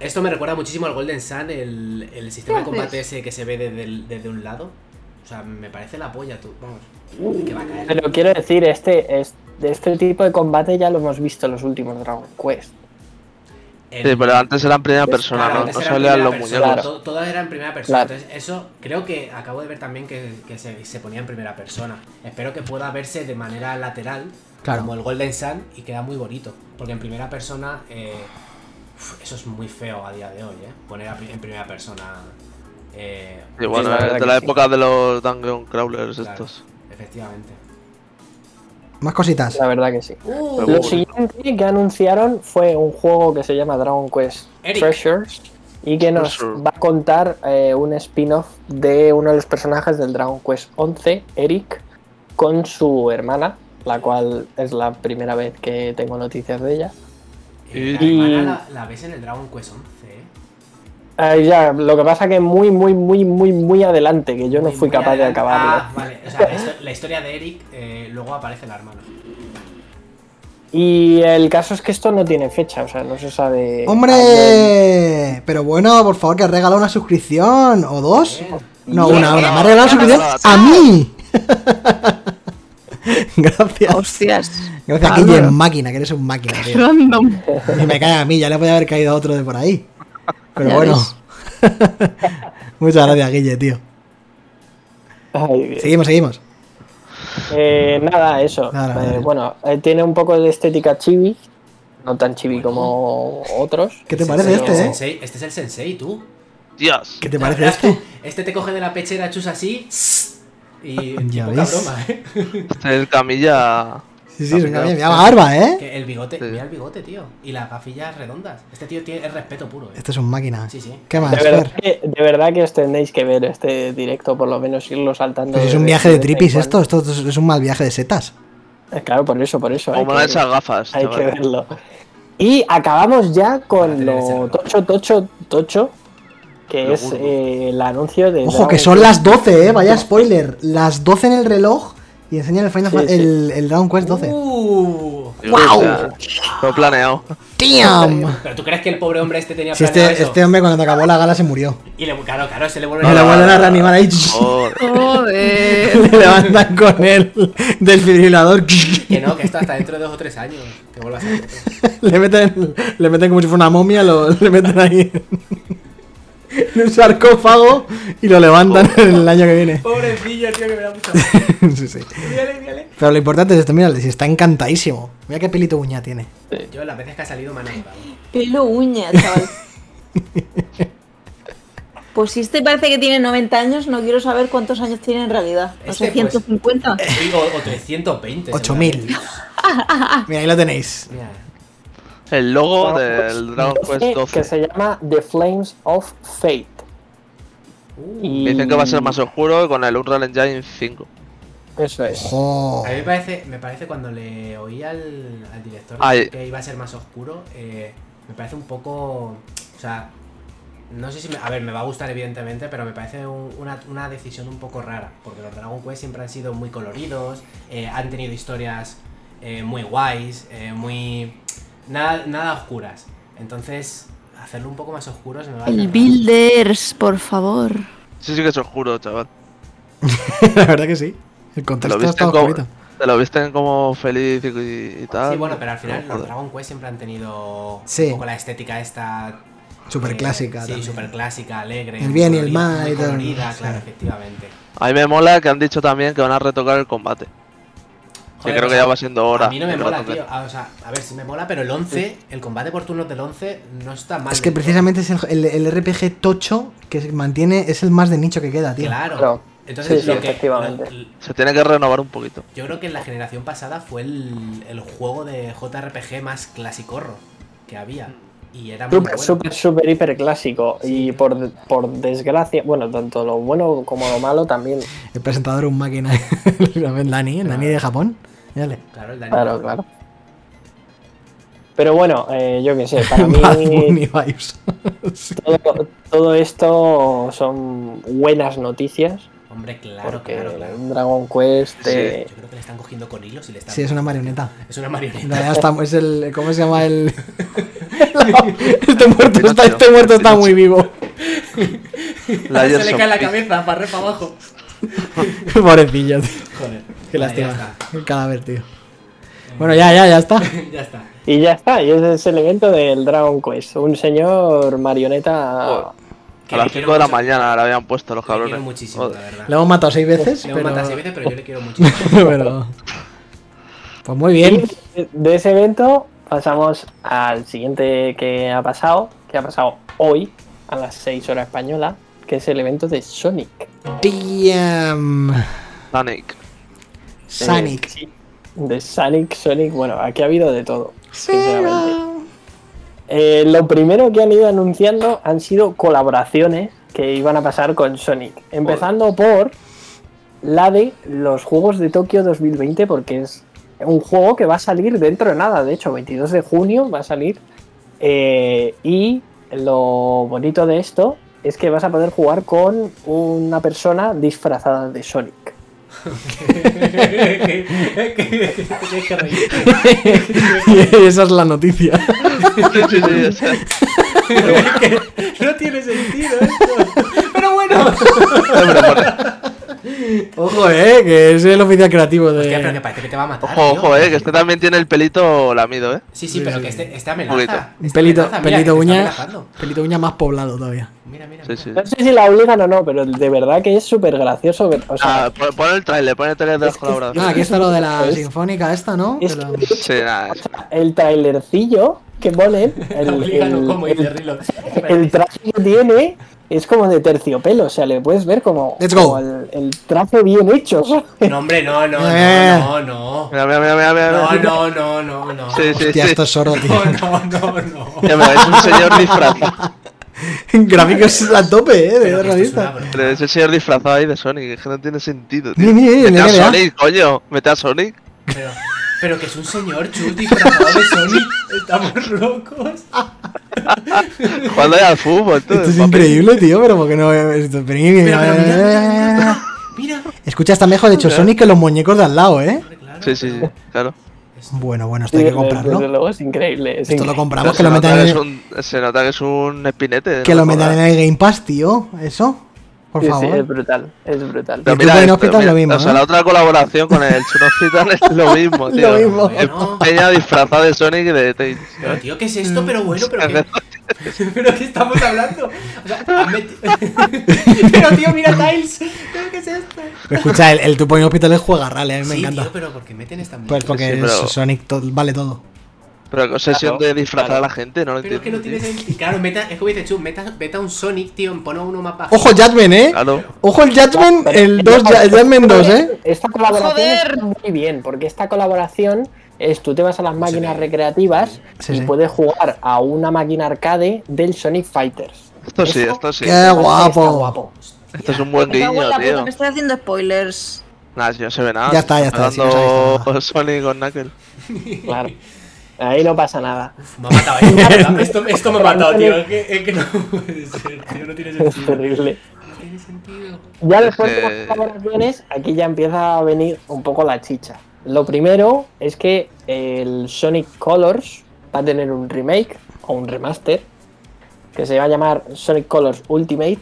Speaker 4: Esto me recuerda muchísimo al Golden Sun, el, el sistema de
Speaker 2: ¿Qué
Speaker 4: combate
Speaker 2: haces?
Speaker 4: ese que se ve desde, el- desde un lado. O sea, me parece la polla, tú. Vamos,
Speaker 3: Uh.
Speaker 4: que va a caer.
Speaker 3: Pero quiero decir, este, es- de este tipo de combate ya lo hemos visto en los últimos Dragon Quest.
Speaker 4: El-
Speaker 5: Sí, pero antes eran primera
Speaker 3: Pues
Speaker 5: persona,
Speaker 3: claro,
Speaker 5: ¿no?
Speaker 4: antes
Speaker 5: No
Speaker 4: era en
Speaker 5: se leían
Speaker 4: primera
Speaker 5: los
Speaker 4: persona,
Speaker 5: muñecos.
Speaker 4: to- Todas eran en primera persona.
Speaker 3: Claro.
Speaker 4: Entonces, eso creo que acabo de ver también que, que se, se ponía en primera persona. Espero que pueda verse de manera lateral,
Speaker 1: Claro.
Speaker 4: como el Golden Sun, y queda muy bonito. Porque en primera persona, eh, uf, eso es muy feo a día de hoy, ¿eh? Poner a pri- en primera persona. eh,
Speaker 5: Y bueno,
Speaker 3: la
Speaker 5: es
Speaker 3: verdad
Speaker 5: de
Speaker 3: que
Speaker 5: la
Speaker 3: sí.
Speaker 5: época de los Dungeon Crawlers
Speaker 4: claro,
Speaker 5: estos.
Speaker 4: Efectivamente.
Speaker 1: Más cositas.
Speaker 3: La verdad que sí.
Speaker 5: Pero
Speaker 3: Lo
Speaker 5: bueno.
Speaker 3: siguiente que anunciaron fue un juego que se llama Dragon Quest
Speaker 4: Eric.
Speaker 3: Treasures y que nos
Speaker 5: Treasure.
Speaker 3: va a contar eh, un spin-off de uno de los personajes del Dragon Quest 11, Eric, con su hermana, la cual es la primera vez que tengo noticias de ella.
Speaker 4: Eh, la
Speaker 3: Y-
Speaker 4: hermana la, la ves en el Dragon Quest 11, ¿eh?
Speaker 3: Eh, ya, lo que pasa que muy, muy, muy, muy, muy adelante, que yo no
Speaker 4: Muy-
Speaker 3: fui
Speaker 4: muy
Speaker 3: capaz de
Speaker 4: adelante.
Speaker 3: acabarlo.
Speaker 4: Ah, vale. O sea, la, histo- la historia de Eric, eh, luego aparece la hermana.
Speaker 3: Y el caso es que esto no tiene fecha, o sea, no se sabe. aún.
Speaker 1: ¡Hombre! Pero bueno, por favor, que regala una suscripción. ¿O
Speaker 3: Pues,
Speaker 1: dos?
Speaker 4: Bien.
Speaker 1: No,
Speaker 5: Bien.
Speaker 1: una, una. Me ha regalado una suscripción a mí. Gracias.
Speaker 2: Hostias.
Speaker 1: Gracias,
Speaker 2: Álvaro.
Speaker 1: Guille, máquina, que eres un máquina, tío.
Speaker 2: Random.
Speaker 1: Y me cae a mí, ya le podía haber caído a otro de por ahí. Pero
Speaker 2: Ya
Speaker 1: bueno.
Speaker 2: ves.
Speaker 1: Muchas gracias, Guille, tío.
Speaker 3: Ay, Dios.
Speaker 1: Seguimos, seguimos.
Speaker 3: Eh, nada, eso.
Speaker 1: Nada,
Speaker 3: Eh,
Speaker 1: vale.
Speaker 3: bueno, eh, tiene un poco de estética chibi, no tan chibi como otros.
Speaker 1: ¿Qué te
Speaker 4: El
Speaker 1: parece
Speaker 4: sensei-
Speaker 1: este,
Speaker 4: el
Speaker 1: eh?
Speaker 4: sensei- este es el sensei, tú.
Speaker 5: Dios.
Speaker 1: ¿Qué te parece
Speaker 4: La verdad
Speaker 1: este?
Speaker 4: es que Este te coge de la pechera, chus así. Y
Speaker 1: Ya
Speaker 4: ya poca
Speaker 1: ves.
Speaker 4: broma, ¿eh?
Speaker 5: Este es Camilla.
Speaker 1: Sí, sí, es
Speaker 5: Camilla.
Speaker 1: una bien. Mira, barba, ¿eh?
Speaker 4: Que el bigote,
Speaker 5: Sí.
Speaker 4: mira el bigote, tío. Y las gafillas redondas. Este tío tiene es respeto puro, ¿eh?
Speaker 1: Este es un máquina.
Speaker 4: Sí, sí.
Speaker 1: ¿Qué más,
Speaker 3: De verdad,
Speaker 1: Fer?
Speaker 3: que, de verdad que os tendréis que ver este directo, por lo menos irlo saltando.
Speaker 1: Pues es un viaje de tripis esto, esto es es un mal viaje de setas.
Speaker 3: Eh, Claro, por eso, por eso. hay
Speaker 5: Como
Speaker 3: que-
Speaker 5: esas gafas.
Speaker 3: hay que
Speaker 5: chaval.
Speaker 3: verlo. Y acabamos ya
Speaker 4: Para
Speaker 3: con
Speaker 4: tener ese
Speaker 3: lo
Speaker 4: reloj.
Speaker 3: tocho, tocho, tocho, que
Speaker 5: Lo
Speaker 3: es
Speaker 5: gordo.
Speaker 3: eh, el anuncio de.
Speaker 1: Ojo, que
Speaker 3: Dragon
Speaker 1: son
Speaker 3: Quest.
Speaker 1: las 12, ¿eh? Vaya spoiler. Las 12 en el reloj y enseñan el Final
Speaker 3: Sí,
Speaker 1: Fa-
Speaker 3: sí.
Speaker 1: El, el Dragon Quest 12.
Speaker 4: Uh,
Speaker 5: Yo, o sea, Lo he planeado.
Speaker 1: ¡Damn!
Speaker 4: Pero tú crees que el pobre hombre este tenía
Speaker 1: Si
Speaker 4: planeado
Speaker 1: este,
Speaker 4: eso?
Speaker 1: este hombre cuando acabó la gala se murió.
Speaker 4: Y le, claro, claro, se le vuelve
Speaker 1: No Oh. le
Speaker 4: la-
Speaker 1: vuelven a reanimar ahí.
Speaker 5: Joder.
Speaker 2: Joder.
Speaker 1: Le levantan con el desfibrilador.
Speaker 4: Que no, que esto hasta dentro de dos o tres años. Que vuelva a ser otro.
Speaker 1: Le meten, le meten como si fuera una momia, lo, le meten ahí en- en un sarcófago y lo levantan el año que viene.
Speaker 4: Pobrecillo, tío, que me da mucha.
Speaker 1: Sí, sí.
Speaker 4: Mírale, mírale.
Speaker 1: Pero lo importante es esto, mira, si está encantadísimo. Mira qué pelito uña tiene.
Speaker 4: Yo las veces que ha salido me han animado.
Speaker 2: Pelo uña, chaval. Pues si este parece que tiene 90 años, no quiero saber cuántos años tiene en realidad. No sé,
Speaker 4: Este, pues.
Speaker 2: 150.
Speaker 4: O, o 320.
Speaker 1: 8000. Mira, ahí lo tenéis.
Speaker 4: seguramente. Mira.
Speaker 5: El logo del Dragon Quest
Speaker 3: pues, Que
Speaker 5: 12.
Speaker 3: se llama The Flames of Fate.
Speaker 4: Uh.
Speaker 3: Y-
Speaker 5: Dicen que va a ser más oscuro con el Unreal Engine 5.
Speaker 3: Eso es.
Speaker 1: Ojo.
Speaker 4: A mí me parece, me parece cuando le oí al, al director
Speaker 5: Ay.
Speaker 4: decir que iba a ser más oscuro, eh, me parece un poco. O sea, no sé si. Me, a ver, me va a gustar, evidentemente, pero me parece un- una, una decisión un poco rara. Porque los Dragon Quest siempre han sido muy coloridos, eh, han tenido historias eh, muy guays, eh, muy. Nada, nada oscuras. Entonces, hacerlo un poco más oscuro se me va a. hacer
Speaker 2: El
Speaker 4: raro.
Speaker 2: Builders, por favor.
Speaker 5: Sí, sí que es oscuro, chaval.
Speaker 1: La verdad que sí. El
Speaker 5: Te lo
Speaker 1: contexto está
Speaker 5: visten como,
Speaker 1: oscurito.
Speaker 5: te lo visten como feliz y, y tal.
Speaker 4: Sí, bueno, pero al final los
Speaker 5: Joder.
Speaker 4: Dragon Quest siempre han tenido
Speaker 1: Sí.
Speaker 4: un poco la estética esta
Speaker 1: Súper clásica.
Speaker 4: Sí, súper clásica, alegre.
Speaker 1: El
Speaker 4: muy
Speaker 1: bien y el
Speaker 4: colorida-
Speaker 1: mal
Speaker 4: muy
Speaker 1: y todo.
Speaker 4: colorida,
Speaker 1: Sí.
Speaker 4: claro, efectivamente.
Speaker 5: A mí me mola que han dicho también que van a retocar el combate.
Speaker 4: Joder,
Speaker 5: que creo
Speaker 4: pues
Speaker 5: que ya va siendo hora.
Speaker 4: A mí no me
Speaker 5: que lo
Speaker 4: mola,
Speaker 5: retoquen.
Speaker 4: tío. Ah, O sea, a ver si me mola, pero el 11, el combate por turnos del 11 no está mal.
Speaker 1: Es que
Speaker 4: del todo.
Speaker 1: precisamente es el, el- el RPG tocho que se mantiene, es el más de nicho que queda, tío.
Speaker 4: Claro.
Speaker 3: Claro.
Speaker 4: Entonces,
Speaker 3: Sí,
Speaker 4: lo
Speaker 3: sí,
Speaker 4: que-
Speaker 3: efectivamente.
Speaker 4: lo-
Speaker 5: Se tiene que renovar un poquito.
Speaker 4: yo creo que en la generación pasada fue el, el juego de JRPG más clasicorro. que había. Y era muy
Speaker 3: Súper,
Speaker 4: bueno.
Speaker 3: súper, súper, hiper clásico.
Speaker 4: Sí.
Speaker 3: Y por, por desgracia, bueno, tanto lo bueno como lo malo también.
Speaker 1: El presentador un máquina. Nani, Nani de Japón. Mírale.
Speaker 4: Claro, el Dani.
Speaker 3: Claro, claro. Pero bueno, eh, yo qué sé, para
Speaker 1: Bad
Speaker 3: mí
Speaker 1: Bunny vibes. Sí.
Speaker 3: todo, todo esto son buenas noticias.
Speaker 4: Hombre, claro,
Speaker 3: porque
Speaker 4: claro, claro.
Speaker 3: Dragon Quest.
Speaker 5: Sí.
Speaker 3: eh,
Speaker 4: Yo creo que le están cogiendo con hilos y le están.
Speaker 1: Sí, es una marioneta.
Speaker 4: es una
Speaker 1: En
Speaker 4: marioneta.
Speaker 1: realidad está- es el. ¿Cómo se llama el.? este muerto está, este
Speaker 5: Pinocho.
Speaker 1: muerto está muy vivo.
Speaker 5: La
Speaker 4: se le
Speaker 5: Gerson.
Speaker 4: cae la cabeza para arriba para abajo.
Speaker 1: Pobrecillo, tío.
Speaker 4: Joder.
Speaker 1: Qué
Speaker 4: Vale, ya
Speaker 1: lástima. El cadáver, tío. Bueno, ya, ya, ya está.
Speaker 4: está. Ya está.
Speaker 3: Y ya está, y ese es el evento del Dragon Quest. Un señor marioneta.
Speaker 4: Que
Speaker 5: A
Speaker 4: le
Speaker 5: las
Speaker 4: quiero
Speaker 5: 5 de la
Speaker 4: mucho.
Speaker 5: mañana la habían puesto los
Speaker 4: Le quiero
Speaker 5: cabrones.
Speaker 4: muchísimo,
Speaker 5: Joder.
Speaker 4: la verdad.
Speaker 1: Lo hemos matado seis veces.
Speaker 4: Le
Speaker 1: pero...
Speaker 4: hemos matado seis veces, pero yo le quiero muchísimo.
Speaker 1: pero- Pues muy bien.
Speaker 3: Y de- de ese evento pasamos al siguiente que ha pasado, que ha pasado hoy, a las 6 horas española, que es el evento de Sonic.
Speaker 1: Damn.
Speaker 5: Sonic.
Speaker 3: De-
Speaker 1: Sonic.
Speaker 3: sí, De Sonic, Sonic, bueno, aquí ha habido de todo, sinceramente. Eh, lo primero que han ido anunciando han sido colaboraciones que iban a pasar con Sonic. Empezando por la de los Juegos de Tokio 2020, porque es un juego que va a salir dentro de nada. De hecho, 22 de junio va a salir. Eh, y lo bonito de esto es que vas a poder jugar con una persona disfrazada de Sonic.
Speaker 4: Tienes que reír.
Speaker 1: Y esa es la noticia.
Speaker 5: Sí, sí, sí, o sea,
Speaker 4: No tiene sentido esto. Pero bueno.
Speaker 1: Ojo, eh, que es el oficial creativo de.
Speaker 4: Hostia, pero que parece que te va a matar.
Speaker 5: Ojo,
Speaker 4: tío.
Speaker 5: ojo, eh, que este también tiene el pelito lamido, eh.
Speaker 4: Sí, sí,
Speaker 1: Sí,
Speaker 4: pero
Speaker 1: sí.
Speaker 4: que este, este
Speaker 5: Poquito.
Speaker 4: amenaza.
Speaker 1: Un
Speaker 4: Este
Speaker 1: pelito,
Speaker 4: amenaza, mira,
Speaker 1: pelito
Speaker 4: que te está
Speaker 1: uña.
Speaker 4: amenazando.
Speaker 1: Pelito uña más poblado todavía.
Speaker 4: Mira, mira.
Speaker 5: Sí,
Speaker 4: mira.
Speaker 5: sí.
Speaker 3: No sé si la obligan o no, pero de verdad que es súper gracioso. ver- O sea,
Speaker 5: Ah, pon, pon el trailer, pon el trailer de las colaboraciones.
Speaker 1: Ah, aquí está lo de la
Speaker 3: Es-
Speaker 1: sinfónica esta, ¿no?
Speaker 3: es
Speaker 1: De la-
Speaker 3: que-
Speaker 5: Sí, nada, es-
Speaker 3: el trailercillo que ponen, el,
Speaker 4: Oblígalo,
Speaker 3: el-
Speaker 4: como dice
Speaker 3: el-
Speaker 4: Rilo.
Speaker 3: el traje que tiene es como de terciopelo, o sea, le puedes ver como,
Speaker 1: Let's go.
Speaker 3: como el, el traje bien hecho. ¿sabes?
Speaker 4: No, hombre, no, no,
Speaker 1: Eh.
Speaker 4: no, no, no.
Speaker 5: Mira, mira, mira, mira, mira.
Speaker 4: No,
Speaker 5: mira.
Speaker 4: no, no, no, no.
Speaker 5: Sí, sí,
Speaker 1: Hostia,
Speaker 5: sí.
Speaker 1: esto es sordo, tío.
Speaker 4: No, no, no, no.
Speaker 5: Ya me- es un señor disfrazado.
Speaker 1: Gráficos a tope, eh, de
Speaker 4: Pero que esto es una
Speaker 1: realista.
Speaker 4: broma.
Speaker 5: Es un señor disfrazado ahí de Sonic, es que no tiene sentido, tío.
Speaker 1: Ni- ni- ni-
Speaker 5: Mete a
Speaker 1: ni- ni-
Speaker 5: Sonic, coño. Mete a Sonic.
Speaker 4: Pero, pero que es un señor chuti disfrazado de Sonic. Estamos locos.
Speaker 5: Jugando ahí al fútbol, tú.
Speaker 1: Esto es
Speaker 5: papi.
Speaker 1: increíble, tío, pero porque no. esto- pero-
Speaker 4: Pero, pero mira, mira, mira, mira.
Speaker 1: Escucha, está mejor hecho Sonic que los muñecos de al lado, eh.
Speaker 4: Mira, claro,
Speaker 5: Sí, sí, sí,
Speaker 4: pero-
Speaker 5: claro.
Speaker 1: Bueno, bueno, esto hay que
Speaker 3: Desde
Speaker 1: comprarlo.
Speaker 3: luego es increíble. es
Speaker 1: Esto lo
Speaker 3: increíble.
Speaker 1: compramos, que
Speaker 5: se,
Speaker 1: lo
Speaker 5: nota
Speaker 1: metan
Speaker 5: que es
Speaker 1: en,
Speaker 5: un, se nota que es un espinete.
Speaker 1: que
Speaker 5: no
Speaker 1: lo
Speaker 5: me
Speaker 1: metan en
Speaker 5: jodas.
Speaker 1: el Game Pass, tío. Eso, por
Speaker 3: Sí, sí, es
Speaker 1: favor.
Speaker 3: brutal, es brutal.
Speaker 5: Pero
Speaker 1: Y tú con el
Speaker 5: esto,
Speaker 1: hospital lo mismo,
Speaker 5: O sea,
Speaker 1: ¿eh?
Speaker 5: la otra colaboración con el Chun Hospital es lo mismo, tío.
Speaker 1: Lo mismo.
Speaker 5: Es
Speaker 4: Bueno.
Speaker 5: Peña disfrazada de Sonic y de Tails.
Speaker 4: Pero tío, ¿qué es esto? Pero bueno, pero qué, pero ¿qué estamos hablando? O sea, han metido- pero tío, mira Tiles. Pero, ¿Qué es esto?
Speaker 1: Pero escucha, el, el tu Point Hospital es juegarrale, a mí me
Speaker 4: sí,
Speaker 1: encanta.
Speaker 4: tío, pero porque meten esta
Speaker 1: Pues porque
Speaker 5: Sí, pero-
Speaker 1: es Sonic to- vale todo.
Speaker 5: Pero qué obsesión
Speaker 3: Claro,
Speaker 5: de disfrazar
Speaker 3: claro.
Speaker 5: a la gente, no lo
Speaker 4: Pero es
Speaker 5: entiendo.
Speaker 4: que no tiene
Speaker 5: tío.
Speaker 4: sentido. Claro, meta, es como dice Chu, meta, meta un Sonic, tío, pon uno más bajo.
Speaker 1: Ojo, Judgment, eh.
Speaker 5: Claro.
Speaker 1: Ojo, el Judgment, el 2, el Judgment 2, eh.
Speaker 3: Esta colaboración
Speaker 2: Joder.
Speaker 3: está muy bien, porque esta colaboración es tú te vas a las máquinas
Speaker 4: Sí.
Speaker 3: recreativas
Speaker 1: Sí,
Speaker 3: y
Speaker 1: sí.
Speaker 3: puedes jugar a una máquina arcade del Sonic Fighters.
Speaker 5: Esto sí, esto sí.
Speaker 1: Qué
Speaker 3: Está
Speaker 1: guapo.
Speaker 3: guapo.
Speaker 5: Esto es un buen
Speaker 2: Me cago en
Speaker 5: guiño,
Speaker 2: la
Speaker 5: tío.
Speaker 2: puta, me estoy haciendo spoilers.
Speaker 5: Nada, si no se ve nada.
Speaker 1: Ya está, ya está, si no se ha visto
Speaker 5: Hablando
Speaker 1: nada.
Speaker 5: Sonic con Knuckles.
Speaker 3: Claro. Ahí no pasa nada.
Speaker 4: Uf, me ha matado, eh, me ha matado. Esto, esto me ha matado, tío. Es que, es que no puede ser, tío, no tiene
Speaker 3: Es
Speaker 4: sentido.
Speaker 3: terrible.
Speaker 4: No tiene sentido.
Speaker 3: Ya
Speaker 5: Es
Speaker 3: después de
Speaker 5: que-
Speaker 3: las colaboraciones, aquí ya empieza a venir un poco la chicha. Lo primero es que el Sonic Colors va a tener un remake o un remaster que se va a llamar Sonic Colors Ultimate.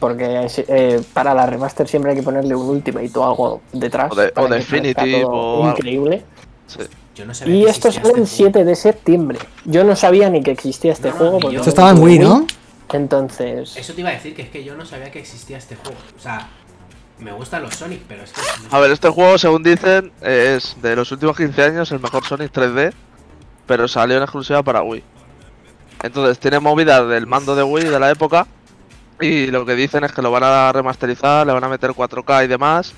Speaker 3: Porque es- eh, para la remaster siempre hay que ponerle un Ultimate o algo detrás.
Speaker 5: O de- o
Speaker 3: para que
Speaker 5: Definitive
Speaker 3: parezca todo
Speaker 5: o algo.
Speaker 3: Increíble.
Speaker 5: Sí.
Speaker 4: Yo no sabía
Speaker 3: Y
Speaker 4: que
Speaker 3: esto
Speaker 4: existía
Speaker 3: sale el
Speaker 4: este juego.
Speaker 3: 7 de septiembre. Yo no sabía ni que existía este
Speaker 4: No, no,
Speaker 3: juego.
Speaker 4: ni
Speaker 3: porque
Speaker 4: yo.
Speaker 1: Esto estaba en Wii, ¿no?
Speaker 3: Entonces.
Speaker 4: Eso te iba a decir que es que yo no sabía que existía este juego. O sea, me gustan los Sonic, pero es que.
Speaker 5: A ver, este juego, según dicen, eh, es de los últimos 15 años el mejor Sonic 3D, pero salió en exclusiva para Wii. Entonces, tiene movidas del mando de Wii de la época, y lo que dicen es que lo van a remasterizar, le van a meter 4K y demás,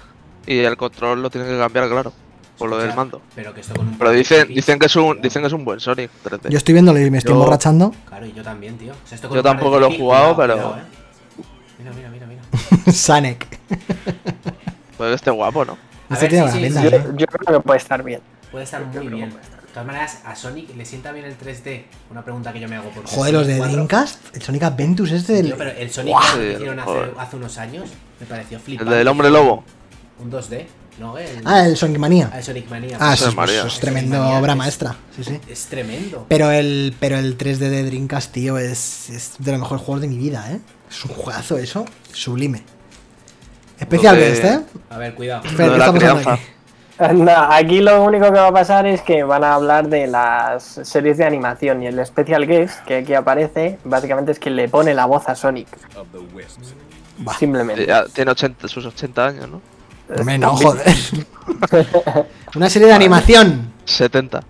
Speaker 5: y el control lo tienen que cambiar, claro. por lo del mando.
Speaker 4: Pero que esto con un
Speaker 5: Pero dicen,
Speaker 4: joystick-
Speaker 5: dicen que es un dicen que es un buen Sonic 3D.
Speaker 1: Yo estoy viéndolo y me estoy
Speaker 5: Yo-
Speaker 1: emborrachando.
Speaker 4: Claro, y yo también, tío. O sea, esto con
Speaker 5: Yo
Speaker 4: un par de
Speaker 5: tampoco lo he
Speaker 4: clics,
Speaker 5: jugado,
Speaker 4: cuidado,
Speaker 5: pero-
Speaker 4: cuidado, eh. Mira, mira, mira, mira.
Speaker 1: Sanek.
Speaker 5: Pues este guapo, ¿no?
Speaker 4: A
Speaker 1: Este
Speaker 4: ver,
Speaker 1: tiene
Speaker 4: sí, sí,
Speaker 1: buena
Speaker 4: sí.
Speaker 1: pinta, ¿eh?
Speaker 3: Yo, yo creo que puede estar bien.
Speaker 4: Puede estar
Speaker 3: Yo creo
Speaker 4: muy
Speaker 3: que
Speaker 4: bien.
Speaker 3: puede estar.
Speaker 4: De todas maneras, a Sonic le sienta bien el 3D. Una pregunta que yo me hago. Porque
Speaker 1: Joder, los de
Speaker 4: Sonic 4,
Speaker 1: Dreamcast. El Sonic Adventures este
Speaker 4: tío,
Speaker 1: del.
Speaker 4: pero el Sonic
Speaker 5: Guau.
Speaker 4: 4 que hicieron hace,
Speaker 5: Joder.
Speaker 4: hace unos años me pareció
Speaker 5: El
Speaker 4: flipante.
Speaker 5: del hombre lobo.
Speaker 4: Un 2D, ¿no? El,
Speaker 1: Ah, el Sonic Manía.
Speaker 4: ah, el Sonic Mania.
Speaker 1: Ah,
Speaker 5: Eso
Speaker 1: eso
Speaker 5: es
Speaker 1: es,
Speaker 5: María.
Speaker 1: eso es
Speaker 4: El
Speaker 1: tremendo
Speaker 4: Sonic Mania
Speaker 1: obra
Speaker 4: es-
Speaker 1: maestra. Sí, sí.
Speaker 4: Es tremendo.
Speaker 1: Pero el, pero el 3D de Dreamcast, tío, es, es de los mejores juegos de mi vida, ¿eh? Es un juegazo eso. Sublime. Especial
Speaker 5: Lo de-
Speaker 1: Guest, ¿eh?
Speaker 4: A ver, cuidado.
Speaker 1: Espera,
Speaker 5: de
Speaker 1: ¿qué
Speaker 5: la
Speaker 1: está pasando
Speaker 5: crianza.
Speaker 1: aquí?
Speaker 3: Anda, aquí lo único que va a pasar es que van a hablar de las series de animación y el Special Guest que aquí aparece, básicamente es quien le pone la voz a Sonic,
Speaker 1: Bah,
Speaker 3: simplemente.
Speaker 5: Ya Tiene 80, sus 80 años, ¿no?
Speaker 1: hombre, no, joder. Una serie de animación.
Speaker 5: 70.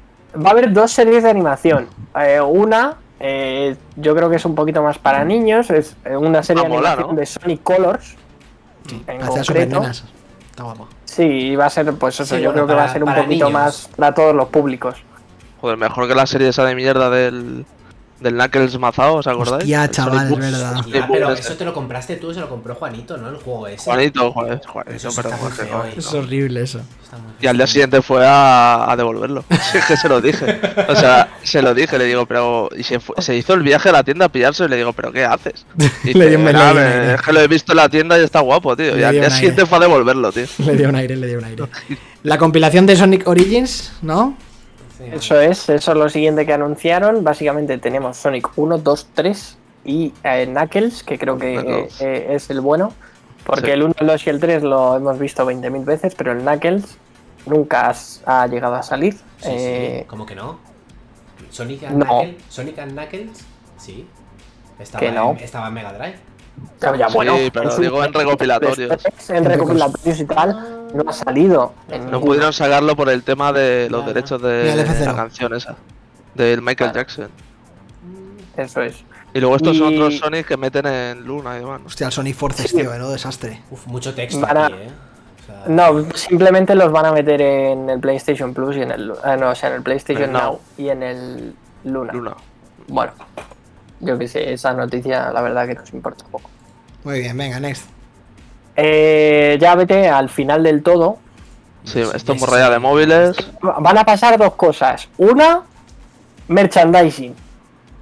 Speaker 3: Va a haber dos series de animación. Eh, una, eh, yo creo que es un poquito más para niños, es eh, una serie
Speaker 5: Va a
Speaker 3: de
Speaker 5: molar,
Speaker 3: animación
Speaker 5: ¿no?
Speaker 3: de Sonic Colors. En
Speaker 1: Hacia super
Speaker 3: concreto.
Speaker 1: nenas. Está guapo.
Speaker 3: Sí, y va a ser, pues eso,
Speaker 4: Sí,
Speaker 3: yo
Speaker 4: bueno,
Speaker 3: creo que va a
Speaker 4: para-
Speaker 3: ser un
Speaker 4: para
Speaker 3: poquito
Speaker 4: niños.
Speaker 3: más para todos los públicos.
Speaker 5: Joder, mejor que la serie esa de mierda del. Del Knuckles mazao, ¿os acordáis?
Speaker 1: Hostia,
Speaker 5: El
Speaker 1: chaval, es
Speaker 5: Sonic Boom.
Speaker 1: verdad.
Speaker 5: Sonic
Speaker 4: Ah,
Speaker 5: Boom
Speaker 4: pero
Speaker 5: ese.
Speaker 4: eso te lo compraste tú, se lo compró Juanito, ¿no? El juego ese.
Speaker 5: Juanito, joder, Juanito,
Speaker 4: Eso sí
Speaker 5: pero
Speaker 4: está muy
Speaker 5: joder,
Speaker 4: feo,
Speaker 5: joder.
Speaker 4: eh. Es
Speaker 1: horrible eso.
Speaker 4: Está muy
Speaker 5: Y al día
Speaker 4: feo.
Speaker 5: siguiente fue a, a devolverlo. Si es que se lo dije. O sea, se lo dije, le digo, pero. Y se, fue- se hizo el viaje a la tienda a pillarse y le digo, ¿pero qué haces? Y
Speaker 1: Le
Speaker 5: dice,
Speaker 1: dio un- le
Speaker 5: "Nada,
Speaker 1: dio un
Speaker 5: me-
Speaker 1: aire".
Speaker 5: es que lo he visto en la tienda y está guapo, tío.
Speaker 1: Le
Speaker 5: Y al
Speaker 1: dio
Speaker 5: día
Speaker 1: un
Speaker 5: siguiente
Speaker 1: aire.
Speaker 5: fue a devolverlo, tío.
Speaker 1: Le dio un aire, le dio un aire. La compilación de Sonic Origins, ¿no?
Speaker 4: Sí,
Speaker 3: Eso es, eso es lo siguiente que anunciaron. Básicamente tenemos Sonic 1, 2, 3 y eh, Knuckles, que creo que eh,
Speaker 5: Knuckles.
Speaker 3: eh, es el bueno. Porque
Speaker 5: Sí.
Speaker 3: el 1, el 2 y el 3 lo hemos visto 20.000 veces, pero el Knuckles nunca has- ha llegado a salir.
Speaker 4: Sí,
Speaker 3: Eh,
Speaker 4: sí, ¿Cómo que no? Sonic and
Speaker 3: no.
Speaker 4: Knuckles. Sonic and Knuckles, sí. Estaba,
Speaker 3: Que no.
Speaker 4: en, estaba en Mega Drive.
Speaker 3: ya- ya,
Speaker 5: Sí, pero
Speaker 3: es un-
Speaker 5: digo en recopilatorios.
Speaker 3: En recopilatorios y tal, no ha salido. en
Speaker 5: No
Speaker 3: ningún-
Speaker 5: pudieron sacarlo por el tema de los
Speaker 4: Claro.
Speaker 5: derechos
Speaker 1: Mira, el
Speaker 5: de
Speaker 1: F0.
Speaker 5: la canción esa. Del Michael Jackson.
Speaker 3: Eso es.
Speaker 5: Y luego estos son
Speaker 3: Y-
Speaker 5: otros Sonic que meten en Luna y demás.
Speaker 1: Hostia, el Sonic Forces, tío, menudo desastre.
Speaker 4: Uf, mucho texto
Speaker 3: Van a-
Speaker 4: aquí, ¿eh? O sea,
Speaker 3: No, simplemente los van a meter en el PlayStation Plus y en el. ah, no, o sea, en el PlayStation
Speaker 5: Pero no.
Speaker 3: Now y en el Luna.
Speaker 5: Luna.
Speaker 3: Bueno, yo que sé, esa noticia la verdad que nos importa poco.
Speaker 1: Muy bien, venga, next.
Speaker 3: Eh, ya vete al final del todo.
Speaker 5: Sí, esto es morrea de móviles.
Speaker 3: Van a pasar dos cosas. Una, merchandising.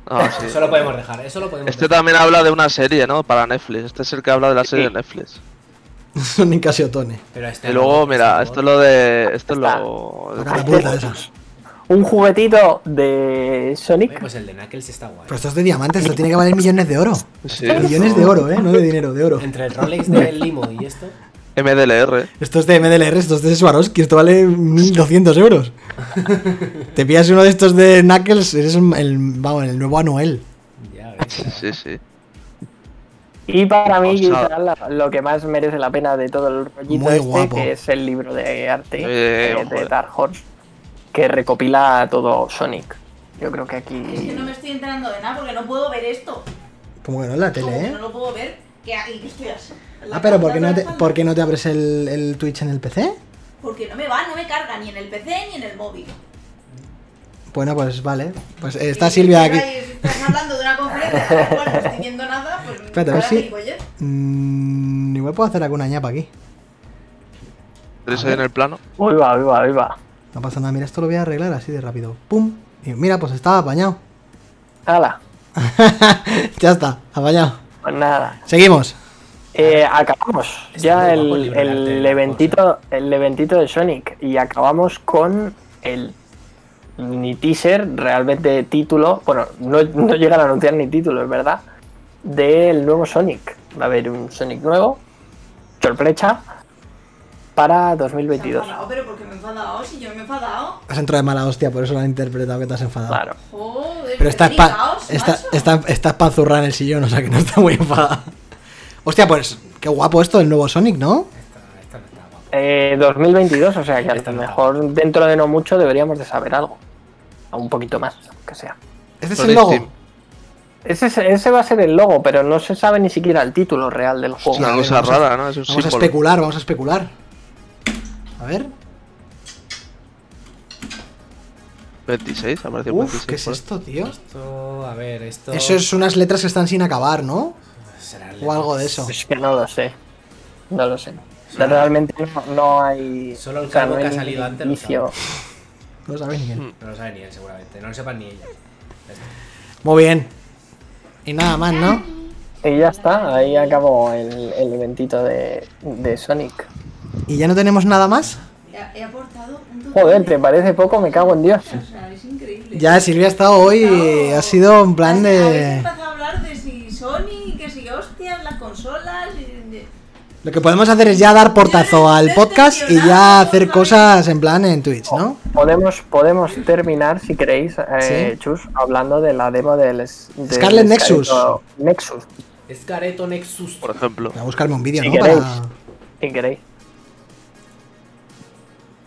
Speaker 5: Ah, sí.
Speaker 4: Eso lo podemos dejar, eso lo podemos
Speaker 5: Este
Speaker 4: dejar.
Speaker 5: también habla de una serie, ¿no? Para Netflix. Este es el que habla de la serie
Speaker 3: Sí.
Speaker 5: de Netflix.
Speaker 1: Sonic Casiotone.
Speaker 4: Pero este
Speaker 5: Y luego,
Speaker 4: no,
Speaker 5: mira,
Speaker 4: este
Speaker 5: esto es lo de. Esto es
Speaker 3: Está.
Speaker 5: lo.
Speaker 1: La catapulta esa.
Speaker 3: Un juguetito de
Speaker 4: no. Eh,
Speaker 3: Sonic.
Speaker 4: Pues el de Knuckles está guay.
Speaker 1: Pero esto es de diamantes, esto tiene que valer millones de oro.
Speaker 5: Sí,
Speaker 1: Millones
Speaker 5: esto-
Speaker 1: de oro, ¿eh? No de dinero, de oro.
Speaker 4: Entre el Rolex de Limo y esto.
Speaker 5: MDLR.
Speaker 1: Esto es de MDLR, esto es de Swarovski, esto vale 1200 euros. Te pillas uno de estos de Knuckles, eres un- el, vamos, el nuevo Anuel.
Speaker 4: Ya ves.
Speaker 5: Sí, sí, sí.
Speaker 3: Y para mí,
Speaker 5: Osado.
Speaker 3: quizás la- lo que más merece la pena de todo el
Speaker 1: pues, ah.
Speaker 3: rollito
Speaker 1: Muy
Speaker 3: este,
Speaker 1: guapo.
Speaker 3: que es el libro de arte
Speaker 5: Eh,
Speaker 3: eh, de
Speaker 5: joder.
Speaker 3: Dark Horse, que recopila todo Sonic. Yo creo que aquí.
Speaker 6: Es que no me estoy enterando de nada porque no puedo ver esto.
Speaker 1: Como que no en la
Speaker 6: Como
Speaker 1: tele,
Speaker 6: que
Speaker 1: ¿eh?
Speaker 6: no lo puedo ver. Que aquí que estoy así.
Speaker 1: Ah, pero ¿por qué no te, por qué no te abres el, el Twitch en el PC?
Speaker 6: Porque no me va, no me carga ni en el PC ni en el móvil.
Speaker 1: Bueno, pues vale. Pues eh, está
Speaker 6: Y-
Speaker 1: Silvia
Speaker 6: y-
Speaker 1: aquí.
Speaker 6: Estás hablando de una conferencia de la cual no estoy viendo nada, pues.
Speaker 1: Espérate, a ver
Speaker 6: ahora
Speaker 1: si-
Speaker 6: gilipollez.
Speaker 1: Mm, igual puedo hacer alguna ñapa aquí.
Speaker 5: ¿Tres ahí en el plano?
Speaker 3: Uy, va, uy, va, uy, va.
Speaker 1: No pasa nada, mira, esto lo voy a arreglar así de rápido. ¡Pum! Y mira, pues estaba apañado.
Speaker 3: Hala,
Speaker 1: ya está, apañado.
Speaker 3: pues nada.
Speaker 1: Seguimos.
Speaker 3: Eh, acabamos
Speaker 4: Está muy
Speaker 3: ya
Speaker 4: guapo el
Speaker 3: el,
Speaker 4: libro de arte Este de
Speaker 3: el
Speaker 4: Dark
Speaker 3: eventito, el eventito de Sonic y acabamos con el ni teaser, realmente título, bueno, no, no llegan a anunciar ni título, es verdad, del nuevo Sonic. Va a haber un Sonic nuevo, sorpresa, para
Speaker 6: Se ha
Speaker 3: 2022.
Speaker 6: enfadado, pero porque me he enfadado, si yo me he enfadado.
Speaker 1: Has entrado de mala hostia, por eso lo han interpretado que te has enfadado.
Speaker 3: Claro.
Speaker 6: Joder,
Speaker 1: Pero estás, pa
Speaker 6: ligaos,
Speaker 1: está,
Speaker 6: macho.
Speaker 1: está, estás panzurra en el sillón, o sea que no está muy enfadada. Hostia, pues qué guapo esto del nuevo Sonic, ¿no?
Speaker 4: Esta, esta no está guapa.
Speaker 3: Eh, 2022, o sea que a
Speaker 4: Está
Speaker 3: lo
Speaker 4: notado.
Speaker 3: mejor dentro de no mucho deberíamos de saber algo. O Un poquito más, que sea.
Speaker 1: Este es
Speaker 5: Sonic
Speaker 1: el logo.
Speaker 5: Team.
Speaker 3: Ese, es- ese va a ser el logo, pero no se sabe ni siquiera el título real del juego.
Speaker 5: Es una
Speaker 1: a ver,
Speaker 5: cosa
Speaker 1: vamos a-
Speaker 5: rara, ¿no? Es un
Speaker 1: Vamos a
Speaker 5: símbolo.
Speaker 1: especular, vamos a especular. A ver.
Speaker 5: 26, apareció
Speaker 1: Uf,
Speaker 5: 26.
Speaker 1: ¿qué es
Speaker 5: por-
Speaker 1: esto, tío?
Speaker 4: Esto, a ver, esto.
Speaker 1: Eso es unas letras que están sin acabar, ¿no?
Speaker 4: será
Speaker 1: O algo de eso.
Speaker 3: Es que no lo sé. No lo sé. Realmente no, no hay.
Speaker 4: Solo el
Speaker 3: o sea,
Speaker 4: cargo
Speaker 3: no hay
Speaker 4: que ha
Speaker 3: ningún
Speaker 4: salido antes lo
Speaker 3: indicio.
Speaker 1: No sabéis ni quién.
Speaker 4: No lo sabe ni él, seguramente. No lo sepan ni ellas. Ya está.
Speaker 1: Muy bien. Y nada más, ¿no?
Speaker 3: Y ya está, ahí acabó el, el eventito de, de Sonic.
Speaker 1: ¿Y ya no tenemos nada más?
Speaker 6: Mira, he aportado un total
Speaker 3: Joder,
Speaker 6: de-
Speaker 3: ¿te parece poco? Me cago en Dios.
Speaker 6: O sea, es increíble.
Speaker 1: Ya, Silvia ha estado hoy. Ha sido en plan
Speaker 6: Habéis
Speaker 1: de.
Speaker 6: empezado a hablar de si Sony, que si hostias, las consolas. y- de-
Speaker 1: Lo que podemos hacer es ya dar portazo al podcast y ya hacer cosas en plan en Twitch, ¿no?
Speaker 3: Podemos, podemos terminar, si queréis, eh,
Speaker 1: Sí.
Speaker 3: Chus, hablando de la demo del... s- del
Speaker 1: Scarlet Nexus.
Speaker 3: Scarlet Nexus,
Speaker 4: Escareto Nexus.
Speaker 5: Por ejemplo.
Speaker 1: Voy a buscarme un vídeo,
Speaker 3: Si
Speaker 1: ¿no?
Speaker 3: queréis.
Speaker 1: Para-
Speaker 3: si queréis.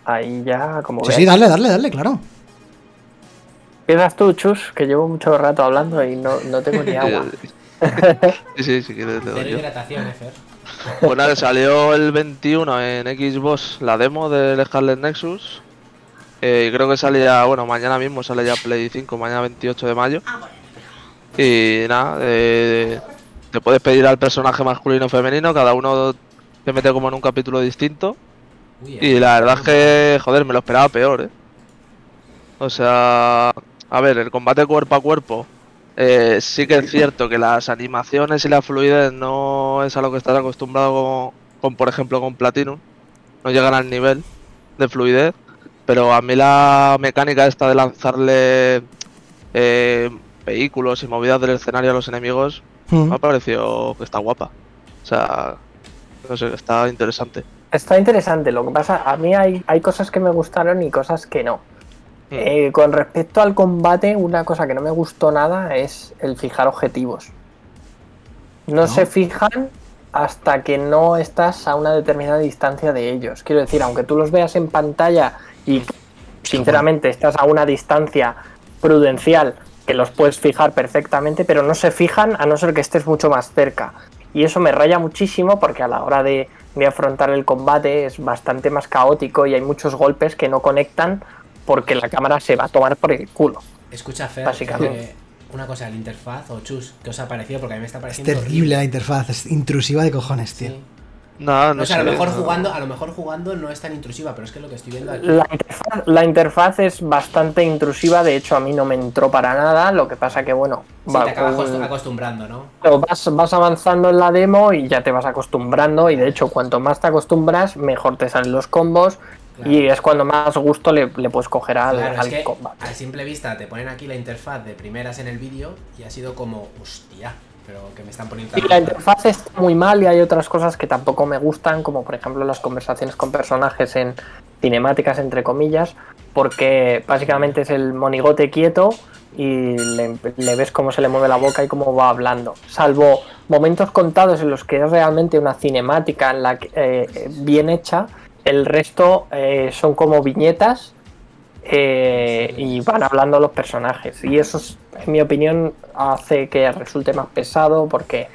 Speaker 3: Ahí ya, como
Speaker 1: Sí,
Speaker 4: pues
Speaker 3: ves.
Speaker 1: sí, dale, dale, dale, claro.
Speaker 3: Empiezas tú, Chus, que llevo mucho rato hablando y no, no tengo ni agua.
Speaker 5: Eh, Sí, sí, si quieres te
Speaker 4: Cero
Speaker 5: doy yo.
Speaker 4: hidratación, eh, Fer.
Speaker 5: Pues nada, que salió el 21 en Xbox la demo del Scarlet Nexus. Eh, y creo que sale ya, bueno, mañana mismo sale ya Play 5, mañana 28 de mayo.
Speaker 6: Ah, bueno.
Speaker 5: Y nada, eh, te puedes pedir al personaje masculino o femenino, cada uno te mete como en un capítulo distinto.
Speaker 4: Uy, eh.
Speaker 5: Y la verdad es que, joder, me lo esperaba peor, ¿eh? O sea, a ver, el combate cuerpo a cuerpo. eh, sí que es cierto que las animaciones y la fluidez no es a lo que estás acostumbrado como- con, por ejemplo, con Platinum. No llegan al nivel de fluidez. Pero a mí la mecánica esta de lanzarle eh, vehículos y movidas del escenario a los enemigos
Speaker 1: Mm.
Speaker 5: me ha parecido que está guapa. O sea, no sé, está interesante.
Speaker 3: Está interesante, lo que pasa, a mí hay, hay cosas que me gustaron y cosas que no.
Speaker 5: Mm.
Speaker 3: Eh, con respecto al combate, una cosa que no me gustó nada es el fijar objetivos. No, se fijan hasta que no estás a una determinada distancia de ellos. Quiero decir, aunque tú los veas en pantalla y sinceramente estás a una distancia prudencial que los puedes fijar perfectamente, pero no se fijan a no ser que estés mucho más cerca. Y eso me raya muchísimo porque a la hora de, de afrontar el combate es bastante más caótico y hay muchos golpes que no conectan porque la cámara se va a tomar por el culo.
Speaker 4: eh, Escucha, Fer,
Speaker 3: Básicamente.
Speaker 4: eh, una cosa, el interfaz o chus, ¿qué os ha parecido? Porque a mí me está
Speaker 1: Es
Speaker 4: pareciendo.
Speaker 1: terrible
Speaker 3: eh.
Speaker 1: la interfaz, es intrusiva de cojones, tío.
Speaker 4: Sí.
Speaker 5: No, no
Speaker 4: o sea, Pues a lo
Speaker 5: sé,
Speaker 4: mejor
Speaker 5: no.
Speaker 4: jugando, a lo mejor jugando no es tan intrusiva, pero es que lo que estoy viendo aquí.
Speaker 3: La interfaz, la interfaz es bastante intrusiva, de hecho a mí no me entró para nada, lo que pasa que bueno,
Speaker 4: Sí,
Speaker 3: va
Speaker 4: te acabas
Speaker 3: con-
Speaker 4: acostu- acostumbrando, ¿no?
Speaker 3: Pero vas, vas avanzando en la demo y ya te vas acostumbrando y de hecho cuanto más te acostumbras mejor te salen los combos
Speaker 4: Claro.
Speaker 3: y es cuando más gusto le, le puedes coger al,
Speaker 4: Claro, es
Speaker 3: al
Speaker 4: que
Speaker 3: combate.
Speaker 4: a simple vista te ponen aquí la interfaz de primeras en el vídeo y ha sido como, hostia, pero que me están poniendo
Speaker 3: Sí,
Speaker 4: tan-
Speaker 3: la interfaz está muy mal y hay otras cosas que tampoco me gustan, como por ejemplo las conversaciones con personajes en cinemáticas, entre comillas, porque básicamente es el monigote quieto y le, le ves cómo se le mueve la boca y cómo va hablando. Salvo momentos contados en los que es realmente una cinemática en la que, eh, eh, bien hecha, el resto eh, son como viñetas eh, y van hablando los personajes. Y eso, es, en mi opinión, hace que resulte más pesado porque,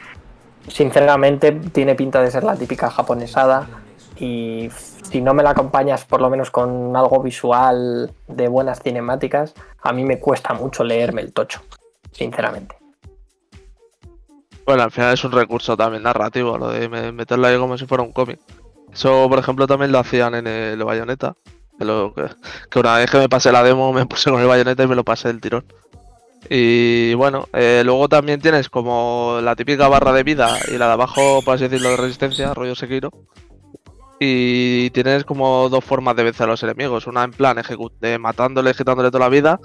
Speaker 3: sinceramente, tiene pinta de ser la típica japonesada. Y si no me la acompañas por lo menos con algo visual de buenas cinemáticas, a mí me cuesta mucho leerme el tocho, sinceramente.
Speaker 5: Bueno, al final es un recurso también narrativo, lo de me- meterlo ahí como si fuera un cómic. Eso, por ejemplo, también lo hacían en el Bayonetta. Que, lo- que- que una vez que me pasé la demo, me puse con el Bayonetta y me lo pasé del tirón. Y bueno, eh, luego también tienes como la típica barra de vida y la de abajo, por así decirlo, de resistencia, rollo Sekiro. Y tienes como dos formas de vencer a los enemigos. Una en plan ejecu- de matándole, quitándole toda la vida.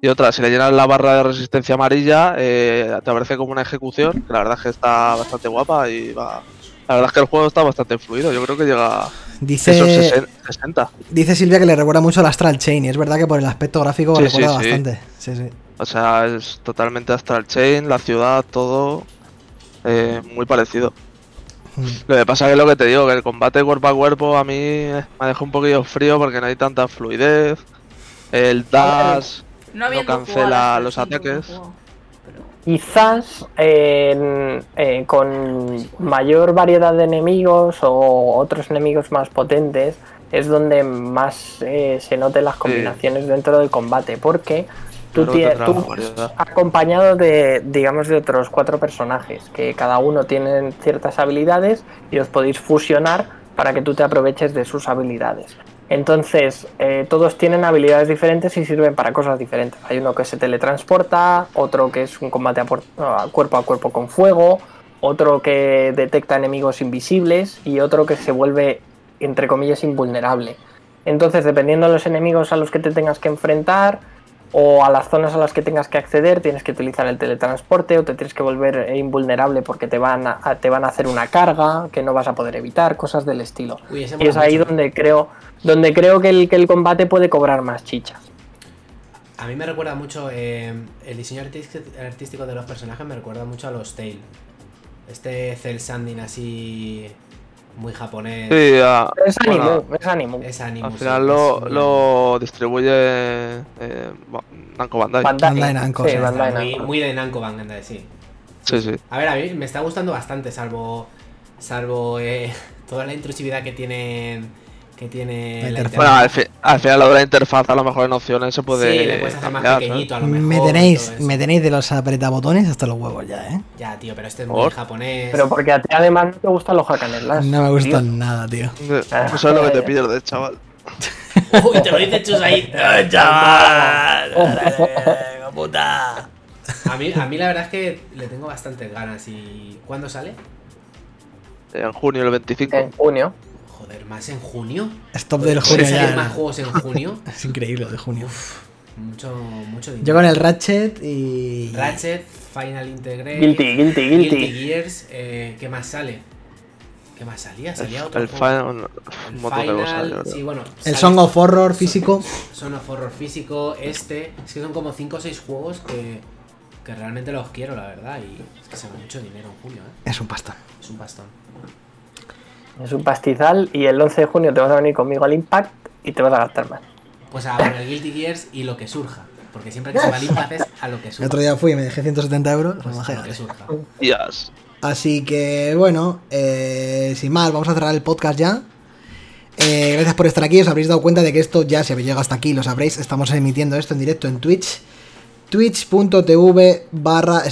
Speaker 5: Y otra, si le llenas la barra de resistencia amarilla, eh, te aparece como una ejecución, que la verdad es que está bastante guapa y va... La verdad es que el juego está bastante fluido, yo creo que llega a esos
Speaker 1: Dice,
Speaker 5: 60. 60.
Speaker 1: dice Silvia que le recuerda mucho al Astral Chain y es verdad que por el aspecto gráfico
Speaker 5: Sí,
Speaker 1: recuerda
Speaker 5: sí, sí.
Speaker 1: bastante. Sí, sí.
Speaker 5: O sea, es totalmente Astral Chain, la ciudad, todo eh, muy parecido.
Speaker 1: Mm.
Speaker 5: Lo que pasa es que lo que te digo, que el combate cuerpo a cuerpo a mí eh, me deja un poquillo frío porque no hay tanta fluidez. El dash...
Speaker 6: No, habiendo
Speaker 5: cancela
Speaker 6: jugado a
Speaker 5: los
Speaker 6: Assassin's Creed,
Speaker 5: ataques.
Speaker 6: no he jugado. Pero-
Speaker 3: Quizás eh, eh, con mayor variedad de enemigos o otros enemigos más potentes es donde más eh, se noten las combinaciones dentro del combate, porque tú,
Speaker 5: Claro,
Speaker 3: tienes,
Speaker 5: tendrá
Speaker 3: tú
Speaker 5: más variedad.
Speaker 3: acompañado de, digamos, de otros cuatro personajes, que cada uno tienen ciertas habilidades y os podéis fusionar para que tú te aproveches de sus habilidades. Entonces, eh, todos tienen habilidades diferentes y sirven para cosas diferentes. Hay uno que se teletransporta, otro que es un combate a, por- a cuerpo a cuerpo con fuego, otro que detecta enemigos invisibles y otro que se vuelve, entre comillas, invulnerable. Entonces, dependiendo de los enemigos a los que te tengas que enfrentar o a las zonas a las que tengas que acceder, tienes que utilizar el teletransporte o te tienes que volver eh, invulnerable porque te van a, a- te van a hacer una carga que no vas a poder evitar, cosas del estilo.
Speaker 4: Uy, ese
Speaker 3: Y es
Speaker 4: mola
Speaker 3: ahí
Speaker 4: mucho.
Speaker 3: donde creo, donde creo que el, que el combate puede cobrar más chicha.
Speaker 4: A mí me recuerda mucho eh, el diseño artísti- artístico de los personajes me recuerda mucho a los Tail. Este cel sanding así muy japonés.
Speaker 5: Sí, a-
Speaker 3: Es
Speaker 5: bueno,
Speaker 3: animo, es animo.
Speaker 4: Es anime.
Speaker 5: al final lo, lo distribuye eh, Ba- Namco Bandai.
Speaker 3: Bandai,
Speaker 1: Bandai Namco,
Speaker 3: sí,
Speaker 1: sí, está
Speaker 3: Bandai
Speaker 4: muy,
Speaker 3: Namco.
Speaker 4: muy de Namco Bandai, sí.
Speaker 5: Sí, sí.
Speaker 4: A ver, a mí me está gustando bastante, salvo salvo eh, toda la intrusividad que tiene que tiene
Speaker 1: La
Speaker 4: la
Speaker 1: interfaz.
Speaker 5: Bueno,
Speaker 4: interfaz.
Speaker 5: pues al, fi- al final lo de la interfaz a lo mejor en opciones se puede
Speaker 4: sí, le puedes hacer más
Speaker 5: cambiar, ¿sabes?
Speaker 4: pequeñito a lo mejor.
Speaker 1: Mm. Me
Speaker 4: y
Speaker 1: tenéis,
Speaker 4: todo eso.
Speaker 1: me tenéis de los apretabotones hasta los huevos ya, ¿eh?
Speaker 4: Ya, tío, pero este es
Speaker 5: Por.
Speaker 4: muy japonés.
Speaker 3: Pero porque a ti además no te gustan los hack and slash,
Speaker 1: No me
Speaker 3: tío.
Speaker 1: gustan nada, tío.
Speaker 5: Sí, Eso es lo que te pierdes, chaval.
Speaker 4: Uy, te lo dice Chus ahí. ¡Ay, chaval!
Speaker 1: Oh.
Speaker 4: Dale, puta! A mí, a mí la verdad es que le tengo bastantes ganas y... ¿Cuándo sale?
Speaker 5: En junio el 25.
Speaker 3: En junio.
Speaker 4: Joder, ¿más en junio?
Speaker 1: Stop del
Speaker 4: ¿Pueden
Speaker 1: junio
Speaker 4: salir más
Speaker 1: ya. ¿eh?
Speaker 4: juegos en junio?
Speaker 1: Es increíble lo de junio.
Speaker 4: Mucho, mucho
Speaker 1: Yo
Speaker 4: dinero.
Speaker 1: con el Ratchet y.
Speaker 4: Ratchet, Final Integrate...
Speaker 3: Guilty, guilty,
Speaker 4: Guilty
Speaker 3: guilty.
Speaker 4: Gears, eh, ¿qué más sale? ¿Qué más salía? Salía otro
Speaker 5: el
Speaker 4: juego.
Speaker 5: final, un
Speaker 4: El
Speaker 5: montón de cosas.
Speaker 4: Final,
Speaker 5: yo creo.
Speaker 4: sí, bueno,
Speaker 1: El
Speaker 4: sale-
Speaker 1: Song of Horror físico.
Speaker 4: Son of Horror físico, este. Es que son como 5 o 6 juegos que, que realmente los quiero, la verdad. Y es que se va mucho dinero en junio, ¿eh?
Speaker 1: Es un pastón.
Speaker 4: Es un bastón.
Speaker 3: Es un pastizal y el 11 de junio te vas a venir conmigo al Impact y te vas a gastar más.
Speaker 4: Pues a ver, el Guilty Gears y lo que surja. Porque siempre que se va al Impact es a lo que
Speaker 1: El
Speaker 4: surja.
Speaker 1: otro día fui y me dejé 170 euros.
Speaker 4: Pues
Speaker 1: me
Speaker 4: a
Speaker 1: bajé,
Speaker 4: lo que
Speaker 1: vale.
Speaker 4: surja.
Speaker 5: Yes.
Speaker 1: Así que, bueno, eh, sin más, vamos a cerrar el podcast ya. Eh, gracias por estar aquí. Os habréis dado cuenta de que esto ya, si habéis llegado hasta aquí, lo sabréis. Estamos emitiendo esto en directo en Twitch. Twitch.tv barra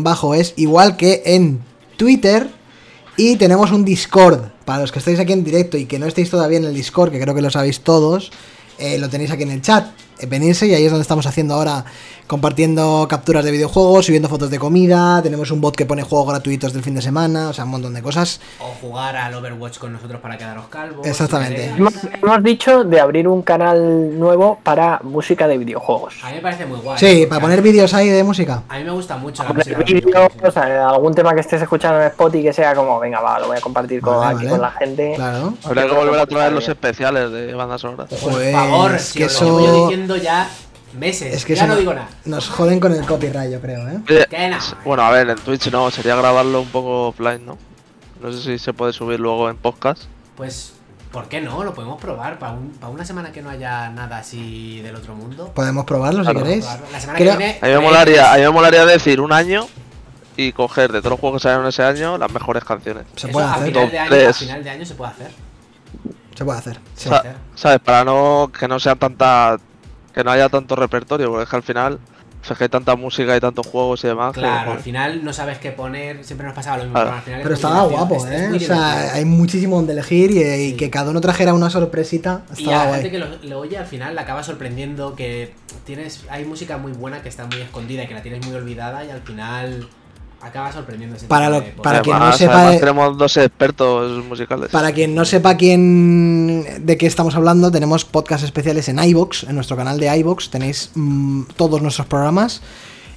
Speaker 1: bajo es igual que en Twitter. Y tenemos un Discord. Para los que estáis aquí en directo y que no estéis todavía en el Discord, que creo que lo sabéis todos, eh, lo tenéis aquí en el chat. Eh, Venirse y ahí es donde estamos haciendo ahora, compartiendo capturas de videojuegos, subiendo fotos de comida. Tenemos un bot que pone juegos gratuitos del fin de semana, o sea, un montón de cosas.
Speaker 4: O jugar al Overwatch con nosotros para quedaros calvos.
Speaker 1: Exactamente.
Speaker 4: si queréis.
Speaker 3: Hemos, hemos dicho de abrir un canal nuevo para música de videojuegos.
Speaker 4: A mí me parece muy guay.
Speaker 1: Sí,
Speaker 4: porque
Speaker 1: para poner vídeos ahí de música.
Speaker 4: A mí me gusta mucho la
Speaker 3: Poner
Speaker 4: música. de los
Speaker 3: vídeos,
Speaker 4: videojuegos.
Speaker 3: algún tema que estés escuchando en Spotify que sea como, venga, va, lo voy a compartir con,
Speaker 1: Vale,
Speaker 3: aquí
Speaker 1: vale.
Speaker 3: con la gente.
Speaker 1: Claro.
Speaker 5: Habría que volver a traer los especiales de bandas sonoras.
Speaker 4: Por
Speaker 1: Joder,
Speaker 4: favor,
Speaker 1: eh, es
Speaker 4: si
Speaker 1: que
Speaker 4: os lo llevo yo
Speaker 1: eso.
Speaker 4: diciendo ya meses.
Speaker 1: Es que
Speaker 4: ya
Speaker 1: eso
Speaker 4: no digo nada.
Speaker 1: Nos joden con el copyright, yo creo, ¿eh?
Speaker 5: Eh,
Speaker 4: Que no.
Speaker 5: Bueno, a ver, en Twitch no, sería grabarlo un poco offline, ¿no? No sé si se puede subir luego en podcast.
Speaker 4: Pues, ¿por qué no? Lo podemos probar para una semana que no haya nada así del otro mundo.
Speaker 1: Podemos probarlo si
Speaker 5: Claro.
Speaker 1: queréis.
Speaker 4: Probarlo. La semana
Speaker 1: Creo-
Speaker 4: que viene. eh,
Speaker 5: A mí me molaría, a mí me molaría decir un año y coger de todos los juegos que salieron ese año las mejores canciones.
Speaker 1: Se
Speaker 4: eso
Speaker 1: puede
Speaker 4: a
Speaker 1: hacer.
Speaker 4: Final de
Speaker 5: Top
Speaker 4: año, a
Speaker 5: tres.
Speaker 4: final de año se puede hacer.
Speaker 1: Se puede hacer. sí.
Speaker 5: O sea,
Speaker 4: hacer.
Speaker 5: ¿Sabes? Para no que no sea tanta que no haya tanto repertorio, porque es que al final o sea, es que hay tanta música y tantos juegos y demás. que,
Speaker 4: Claro,
Speaker 5: joder.
Speaker 4: pues, al final no sabes qué poner. Siempre nos pasaba lo mismo.
Speaker 5: Claro.
Speaker 4: Pero, al final es
Speaker 1: Pero
Speaker 4: muy
Speaker 1: estaba
Speaker 4: divertido,
Speaker 1: guapo,
Speaker 4: es- es
Speaker 1: ¿eh?
Speaker 4: muy
Speaker 1: O sea,
Speaker 4: divertido.
Speaker 1: hay muchísimo donde elegir y, y
Speaker 4: Sí.
Speaker 1: que cada uno trajera una sorpresita.
Speaker 4: Y a
Speaker 1: Estaba
Speaker 4: la
Speaker 1: guay.
Speaker 4: gente que lo, lo oye al final la acaba sorprendiendo que tienes hay música muy buena que está muy escondida y que la tienes muy olvidada y al final acaba sorprendiendo ese
Speaker 1: Para
Speaker 4: tipo
Speaker 1: lo-
Speaker 4: de
Speaker 1: para
Speaker 4: cosas.
Speaker 1: quien no
Speaker 5: Además-
Speaker 1: sepa
Speaker 5: además
Speaker 1: de-
Speaker 5: tenemos dos expertos musicales.
Speaker 1: Para quien no sepa quién de qué estamos hablando, tenemos podcasts especiales en iBox, en nuestro canal de iBox tenéis mm, todos nuestros programas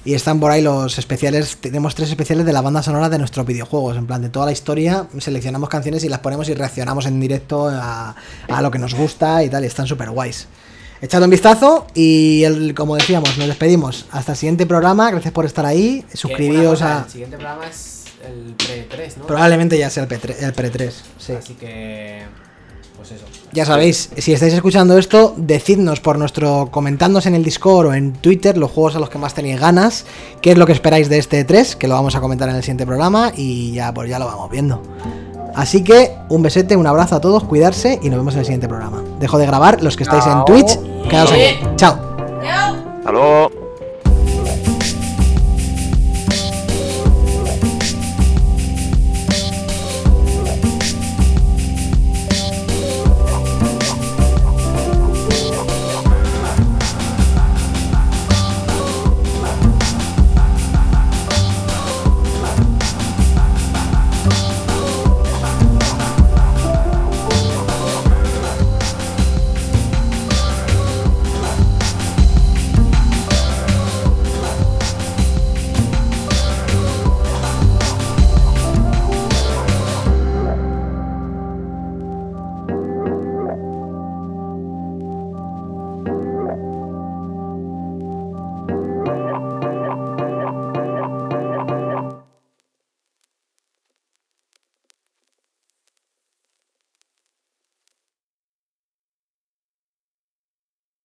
Speaker 1: y están por ahí los especiales, tenemos tres especiales de la banda sonora de nuestros videojuegos, en plan de toda la historia, seleccionamos canciones y las ponemos y reaccionamos en directo a, a lo que nos gusta y tal, y están súper guays. Echad un vistazo y el- como decíamos, nos despedimos. Hasta el siguiente programa, gracias por estar ahí,
Speaker 4: Que una
Speaker 1: suscribíos
Speaker 4: cosa,
Speaker 1: a...
Speaker 4: El siguiente programa es el pre-3, ¿no?
Speaker 1: Probablemente ya sea el, P3, el Pre3, sí.
Speaker 4: Así que. Pues eso.
Speaker 1: Ya sabéis, si estáis escuchando esto, decidnos por nuestro comentadnos en el Discord o en Twitter los juegos a los que más tenéis ganas, qué es lo que esperáis de este 3, que lo vamos a comentar en el siguiente programa y ya pues ya lo vamos viendo. Así que un besete, un abrazo a todos, cuidarse y nos vemos en el siguiente programa. Dejo de grabar, los que estáis en
Speaker 3: Chao.
Speaker 1: Twitch, quedaos aquí. Chao.
Speaker 6: ¡Chao!
Speaker 5: Hasta luego.